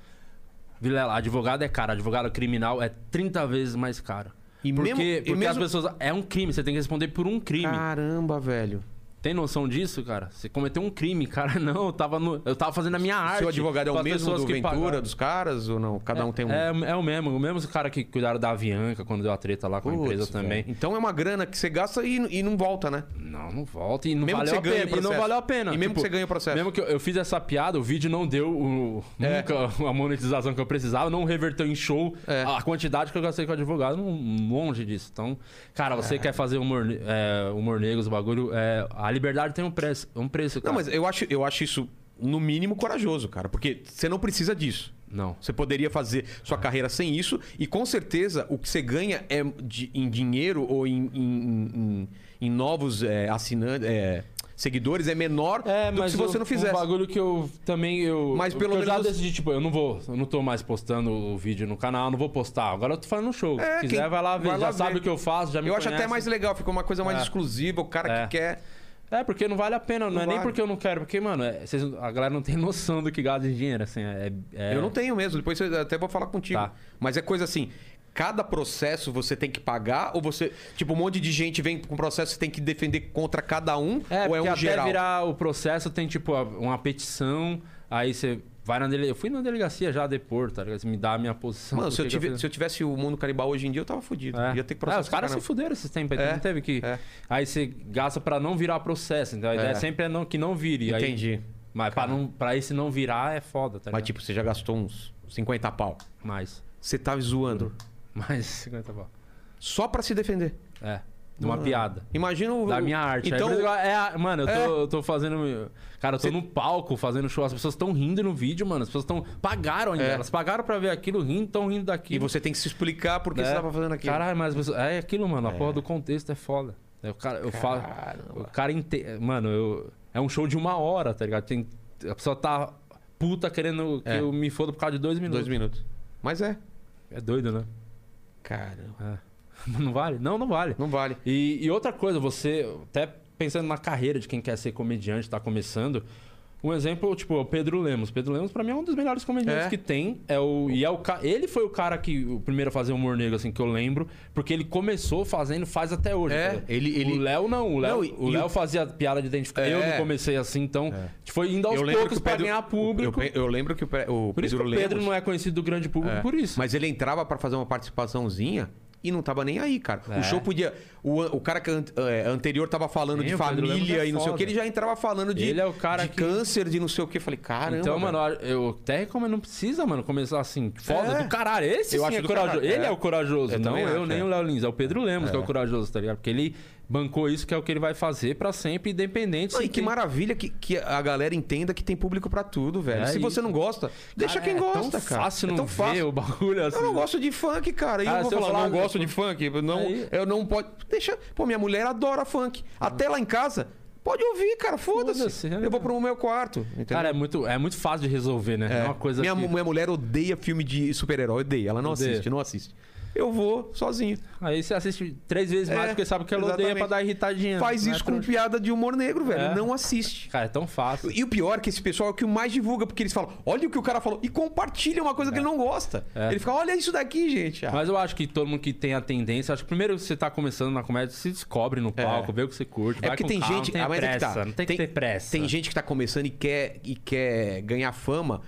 B: Vilela, advogado é caro. Advogado criminal é 30 vezes mais caro.
C: E
B: porque
C: mesmo- e
B: porque as
C: mesmo-
B: pessoas... É um crime, você tem que responder por um crime.
C: Caramba, velho.
B: Tem noção disso, cara? Você cometeu um crime, cara. Não, eu tava, no... eu tava fazendo a minha arte.
C: Seu advogado é
B: com
C: o
B: as
C: mesmo
B: pessoas
C: do
B: que pagaram.
C: Ventura, dos caras, ou não? Cada um tem um.
B: É, é o mesmo. O mesmo cara que cuidaram da Avianca quando deu a treta lá com a
C: Putz,
B: empresa
C: velho.
B: também.
C: Então é uma grana que você gasta e, e não volta, né?
B: Não, não volta e não
C: Mesmo que
B: valeu
C: você
B: a
C: ganhe
B: pena.
C: o
B: E não
C: processo.
B: valeu a pena. tipo,
C: E mesmo que você ganhe o processo.
B: Mesmo que eu, eu fiz essa piada, o vídeo não deu o,
C: É.
B: nunca a monetização que eu precisava, não reverteu em show
C: É.
B: a quantidade que eu gastei com o advogado, não- longe disso. Então, cara, você quer fazer humor, ne- é, humor negro, os bagulho, é, a liberdade tem um preço, um preço, cara.
C: Não, mas eu acho, eu acho isso, no mínimo, corajoso, cara. Porque você não precisa disso.
B: Não.
C: Você poderia fazer sua carreira sem isso e com certeza o que você ganha é de- em dinheiro ou em, em- em- em- em novos assinantes, seguidores é menor do que se você
B: um-
C: não fizesse.
B: Um bagulho que eu também. Eu,
C: Mas pelo
B: porque eu já
C: menos-
B: decidi, tipo, eu não vou, eu não tô mais postando o vídeo no canal, não vou postar. Agora eu tô fazendo um show.
C: É,
B: Se quiser,
C: quem-
B: vai lá ver.
C: vai
B: já
C: lá
B: sabe
C: ver.
B: o que eu faço, já Tá me
C: eu acho até
B: conhece.
C: mais legal, fica uma coisa mais
B: É.
C: exclusiva, o cara
B: É.
C: que quer.
B: É, porque não vale a pena. Não,
C: Não
B: é nem
C: vale.
B: porque eu não quero. Porque, mano, é- vocês- a galera não tem noção do que gasta de dinheiro, assim. É, é-
C: Eu não tenho mesmo, depois eu até vou falar contigo.
B: Tá.
C: Mas é coisa assim. Cada processo você tem que pagar ou você. Tipo, um monte de gente vem com processo você tem que defender contra cada um
B: É,
C: ou é
B: porque
C: um
B: até
C: geral?
B: virar o processo tem, tipo, a- uma petição. Aí você vai na delegacia. Eu fui na delegacia já depor, tá ligado? Você me dá a minha posição.
C: Mano,
B: do
C: se eu,
B: que que
C: tive-
B: fiz.
C: se eu tivesse o mundo caribal hoje em dia, eu tava fudido.
B: É.
C: Ia ter
B: É,
C: que processar.
B: os caras se
C: caramba.
B: fuderam esse tempo aí.
C: É,
B: Não teve que.
C: é.
B: Aí você gasta pra não virar processo. Então a ideia sempre é não, que não vire. aí-
C: Entendi.
B: mas pra, não, pra esse não virar é foda, tá
C: Mas
B: ligado?
C: tipo, você já gastou uns 50 pau.
B: Mais.
C: Você tava zoando.
B: Mais 50 pau.
C: Só pra se defender.
B: É. De uma piada.
C: Imagina o.
B: Da minha arte.
C: Então,
B: Aí, por exemplo, é a- mano, eu tô,
C: É.
B: eu tô fazendo. Cara, eu tô no palco fazendo show. As pessoas estão rindo no vídeo, mano. As pessoas estão. Pagaram ainda.
C: É.
B: Elas pagaram pra ver aquilo rindo, estão rindo
C: e
B: daquilo.
C: você tá tem que se explicar por que
B: É.
C: você tava fazendo aquilo.
B: Caralho, mas as pessoas- é aquilo, mano. A porra do contexto é foda. É, o cara, eu falo. O cara inte... Mano, eu... é um show de uma hora, tá ligado? Tem... A pessoa tá puta querendo que
C: É.
B: eu me foda por causa de dois minutos.
C: Dois minutos. Mas é.
B: É doido, né?
C: Caramba.
B: É. Não vale? Não, não vale.
C: Não vale.
B: E, e outra coisa, você, até pensando na carreira de quem quer ser comediante, tá começando. Um exemplo, tipo, é o Pedro Lemos. Pedro Lemos, pra mim, é um dos melhores comediantes
C: É.
B: que tem. É o, e é o, ca- ele foi o cara que o primeiro a fazer humor negro, assim, que eu lembro. Porque ele começou fazendo, faz até hoje.
C: É,
B: cara.
C: ele- ele-
B: O Léo não. O Léo,
C: Não, e-
B: o
C: e
B: Léo
C: o-
B: fazia piada de identificação. Eu
C: É.
B: não comecei assim, então. Foi indo aos
C: lembro
B: poucos
C: que o
B: pra
C: Pedro-
B: ganhar público.
C: Eu, eu lembro que o, Pe- o
B: por isso que
C: Pedro
B: o Pedro
C: Lemos- É.
B: não é conhecido do grande público por isso.
C: Mas ele entrava pra fazer uma participaçãozinha e não tava nem aí, cara.
B: É.
C: O show podia. O, an- o cara que an- é, anterior tava falando
B: Sim,
C: de
B: o Pedro Lemos
C: família
B: é
C: e não sei o que,
B: foda.
C: ele já entrava falando de,
B: Ele é o cara
C: de
B: que-
C: câncer, de não sei o que. Eu falei, caramba.
B: Então,
C: velho.
B: mano, eu até recomendo, não precisa, mano, começar assim, foda
C: É.
B: do caralho. Esse
C: Eu
B: sim
C: acho
B: é
C: do
B: corajoso.
C: caralho,
B: Ele
C: é.
B: é, o corajoso,
C: Eu
B: não
C: também
B: eu,
C: acho,
B: nem
C: é.
B: o Léo Lins, é o Pedro Lemos que é o corajoso, tá ligado? Porque ele bancou isso, que é o que ele vai fazer pra sempre, independente.
C: Não,
B: se
C: e que
B: tem-
C: maravilha que, que a galera entenda que tem público pra tudo, velho.
B: É
C: Se você
B: isso.
C: não gosta, deixa
B: Cara,
C: quem gosta,
B: é tão
C: cara.
B: Fácil
C: é
B: não
C: tão
B: ver
C: fácil.
B: o bagulho assim.
C: Eu não gosto de funk, cara. E
B: Ah,
C: eu vou
B: se eu
C: falar,
B: falar-
C: não gosto de funk. eu Não,
B: Aí-
C: eu não pode. Deixa. Pô, minha mulher adora funk. Até lá em casa, pode ouvir, cara. Foda-se.
B: Foda-se, é.
C: eu vou pro meu quarto. Entendeu?
B: Cara, é muito, é muito fácil de resolver, né? É, uma coisa
C: minha,
B: que...
C: minha mulher odeia filme de super-herói, odeia. Ela não
B: Odeia.
C: assiste, não assiste. eu vou sozinho.
B: Aí você assiste três vezes
C: É,
B: mais porque sabe que ela odeia pra
C: exatamente.
B: dar irritadinha.
C: Faz
B: Não é
C: isso com
B: trouxa.
C: piada de humor negro, velho.
B: É.
C: Não assiste.
B: Cara, é tão fácil.
C: E o pior é que esse pessoal é o que mais divulga, porque eles falam, olha o que o cara falou, e compartilha uma coisa que ele não gosta.
B: É.
C: Ele fica, olha isso daqui, gente. Ah,
B: Mas eu acho que todo mundo que tem a tendência, acho que primeiro você tá começando na comédia, se descobre no palco, vê o que você curte.
C: É
B: vai
C: porque
B: com
C: tem
B: calma,
C: gente.
B: Não
C: ah,
B: tem
C: mas é que
B: pressa,
C: tá.
B: não tem, que ter pressa.
C: Tem gente que tá começando e quer, e quer ganhar fama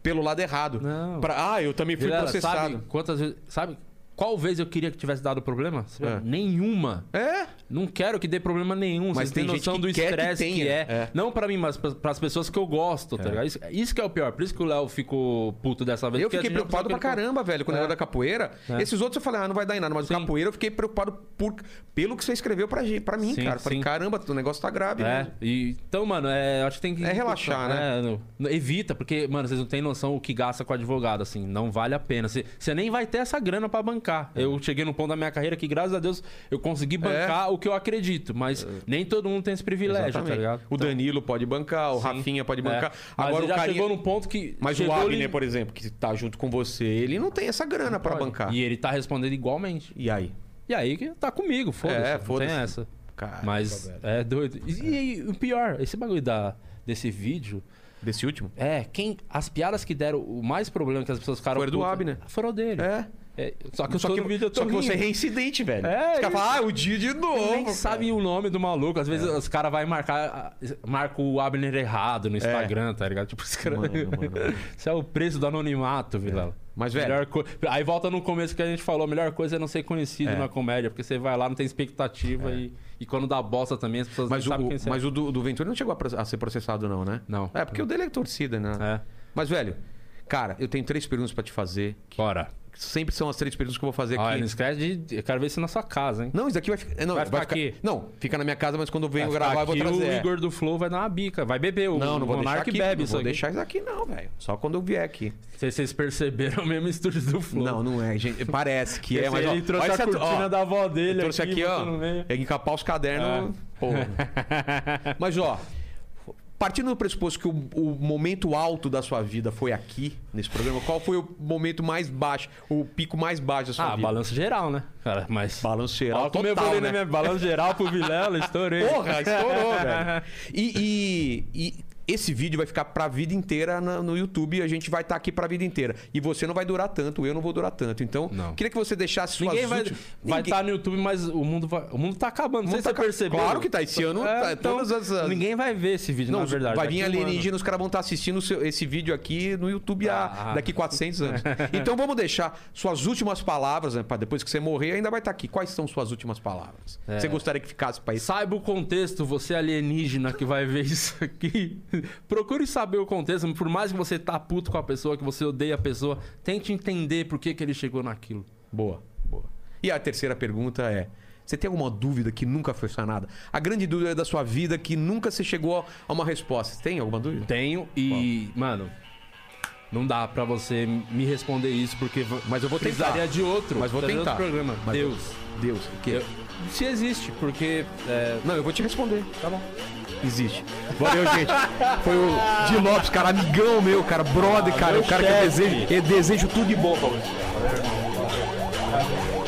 C: pelo lado errado.
B: Não.
C: Pra- ah, eu também fui
B: Vilela,
C: processado.
B: sabe quantas vezes. Sabe qual vez eu queria que tivesse dado problema? Você vê,
C: É.
B: Nenhuma.
C: É?
B: Não quero que dê problema nenhum.
C: Mas
B: Mas tem
C: tem
B: noção
C: gente
B: do
C: que quer que
B: estresse que,
C: tenha.
B: é.
C: É.
B: Não pra mim, mas pra- pras pessoas que eu gosto, tá ligado? Isso, isso que é o pior. Por isso que o Léo ficou puto dessa vez.
C: Eu
B: porque a
C: fiquei
B: gente não
C: preocupado pra
B: precisa que ele-
C: caramba, velho, quando
B: É.
C: eu era da capoeira.
B: É.
C: Esses outros eu falei, ah, não vai dar em nada, mas
B: Sim.
C: o capoeira eu fiquei preocupado por, pelo que você escreveu pra, gente- pra mim,
B: Sim,
C: cara. Eu Falei,
B: sim.
C: caramba, o negócio tá grave.
B: É,
C: mesmo.
B: e- então, mano, é, acho que tem que.
C: É relaxar, né?
B: É, não- não- evita, porque, mano, vocês não têm noção o que gasta com advogado, assim, não vale a pena. Você, você nem vai ter essa grana pra bancar.
C: É.
B: Eu cheguei no ponto da minha carreira que, graças a Deus, eu consegui bancar o que eu acredito, mas nem todo mundo tem esse privilégio, tá
C: É. Exatamente.
B: ligado?
C: O Danilo pode bancar, o Rafinha pode bancar.
B: É. Mas
C: Agora
B: ele já
C: o carinha...
B: chegou num ponto que.
C: Mas
B: chegou
C: o Abner,
B: ele-
C: por exemplo, que tá junto com você, ele não tem essa grana pra bancar.
B: E ele tá respondendo igualmente.
C: E aí?
B: E aí que tá comigo, foda-se.
C: É,
B: não
C: foda-se.
B: Tem essa.
C: Cara,
B: Mas é doido. E, e- e o pior, esse bagulho da, desse vídeo.
C: Desse último?
B: É, quem, as piadas que deram o mais problema que as pessoas ficaram.
C: Foi do
B: putas,
C: Abner.
B: Foram dele.
C: É.
B: É, só que eu
C: só
B: tô
C: que,
B: no vídeo eu tô
C: só que você é
B: rindo.
C: reincidente, velho.
B: É
C: Os caras
B: isso.
C: falam, ah, o dia de novo.
B: nem sabe o nome do maluco. Às
C: É.
B: vezes os caras vão marcar. Marca o Abner errado
C: É.
B: no Instagram, tá ligado? Tipo, os caras. Isso é o preço do anonimato, Vilela.
C: É. Mas, velho-
B: Melhor co- Aí volta no começo que a gente falou: a melhor coisa é não ser conhecido na comédia, porque você vai lá, não tem expectativa e, e quando dá bosta também as pessoas
C: É. Mas,
B: não
C: o,
B: sabem quem você é.
C: mas o do, do Ventura não chegou a, pro- a ser processado, não, né?
B: Não.
C: É, porque o dele é torcida, né?
B: É.
C: Mas, velho, cara, eu tenho três perguntas pra te fazer.
B: Bora.
C: Sempre são as três perguntas É que eu vou fazer
B: Olha,
C: aqui.
B: não esquece de. Eu quero ver isso na sua casa, hein?
C: Não, isso daqui vai ficar. Não,
B: Vai ficar
C: ficar
B: aqui.
C: Não, fica na minha casa, mas quando eu venho
B: Vai ficar
C: gravar, eu vou
B: aqui,
C: trazer.
B: O Igor do Flow vai dar uma bica. Vai beber. O
C: Não, não vou deixar
B: Monark
C: aqui.
B: bebe
C: não
B: isso
C: vou
B: aqui.
C: deixar isso aqui, não, velho. Só quando eu vier aqui.
B: Não sei se vocês perceberam o mesmo estúdio do Flow.
C: Não, não é, gente. Parece que
B: Esse
C: é, mas.
B: aí
C: ó,
B: ele trouxe
C: olha
B: a
C: essa- ó,
B: cortina da avó
C: eu
B: dele.
C: trouxe aqui,
B: botou no
C: ó.
B: meio.
C: É encapar os cadernos.
B: É.
C: Pô. Mas, ó. Partindo do pressuposto que o, o momento alto da sua vida foi aqui, nesse programa, qual foi o momento mais baixo, o pico mais baixo da sua
B: Ah,
C: vida?
B: balanço geral, né? Cara, mas.
C: Balanço geral
B: Olha como eu
C: total,
B: falei
C: né?
B: na minha balanço geral pro Vilela, estourei.
C: Porra, estourou, velho. E, e- e esse vídeo vai ficar pra vida inteira na- no YouTube e a gente vai estar aqui pra vida inteira. E você não vai durar tanto, eu não vou durar tanto. Então,
B: Não.
C: queria que você deixasse suas
B: Ninguém vai estar
C: últimas- Ninguém-
B: tá no YouTube, mas o mundo, vai, o mundo tá acabando. Não sei
C: mundo
B: se você
C: tá ca-
B: percebeu.
C: Claro que tá. Esse ano, tá-
B: então,
C: todas as... as-
B: Ninguém vai ver esse vídeo,
C: Não,
B: na verdade.
C: vai
B: daqui
C: vir
B: um ano.
C: alienígena, os caras vão estar assistindo o seu- esse vídeo aqui no YouTube há-
B: Ah.
C: daqui 400 anos. então vamos deixar suas últimas palavras, né, pra depois que você morrer, ainda vai estar aqui. Quais são suas últimas palavras?
B: É.
C: Você gostaria que ficasse pra isso?
B: Saiba o contexto, você é alienígena que vai ver isso aqui. Procure saber o contexto, por mais que você tá puto com a pessoa, que você odeia a pessoa, tente entender por que, que ele chegou naquilo.
C: Boa, boa. E a terceira pergunta é: você tem alguma dúvida que nunca foi sanada? A grande dúvida da sua vida que nunca se chegou a uma resposta. Você tem alguma dúvida?
B: Tenho e, mano, não dá pra você me responder isso porque v-
C: Mas eu vou
B: precisaria
C: tentar.
B: de outro,
C: Mas vou
B: precisaria de
C: tentar.
B: outro programa.
C: Mas eu-
B: Deus.
C: Deus, o quê?
B: Eu- se existe, porque é,
C: Não, eu vou te responder.
B: tá bom.
C: Existe. Valeu, gente. Foi o Di Lopes, cara, amigão Ah, meu, cara, brother, cara. O cara que eu desejo, eu desejo tudo de bom pra você.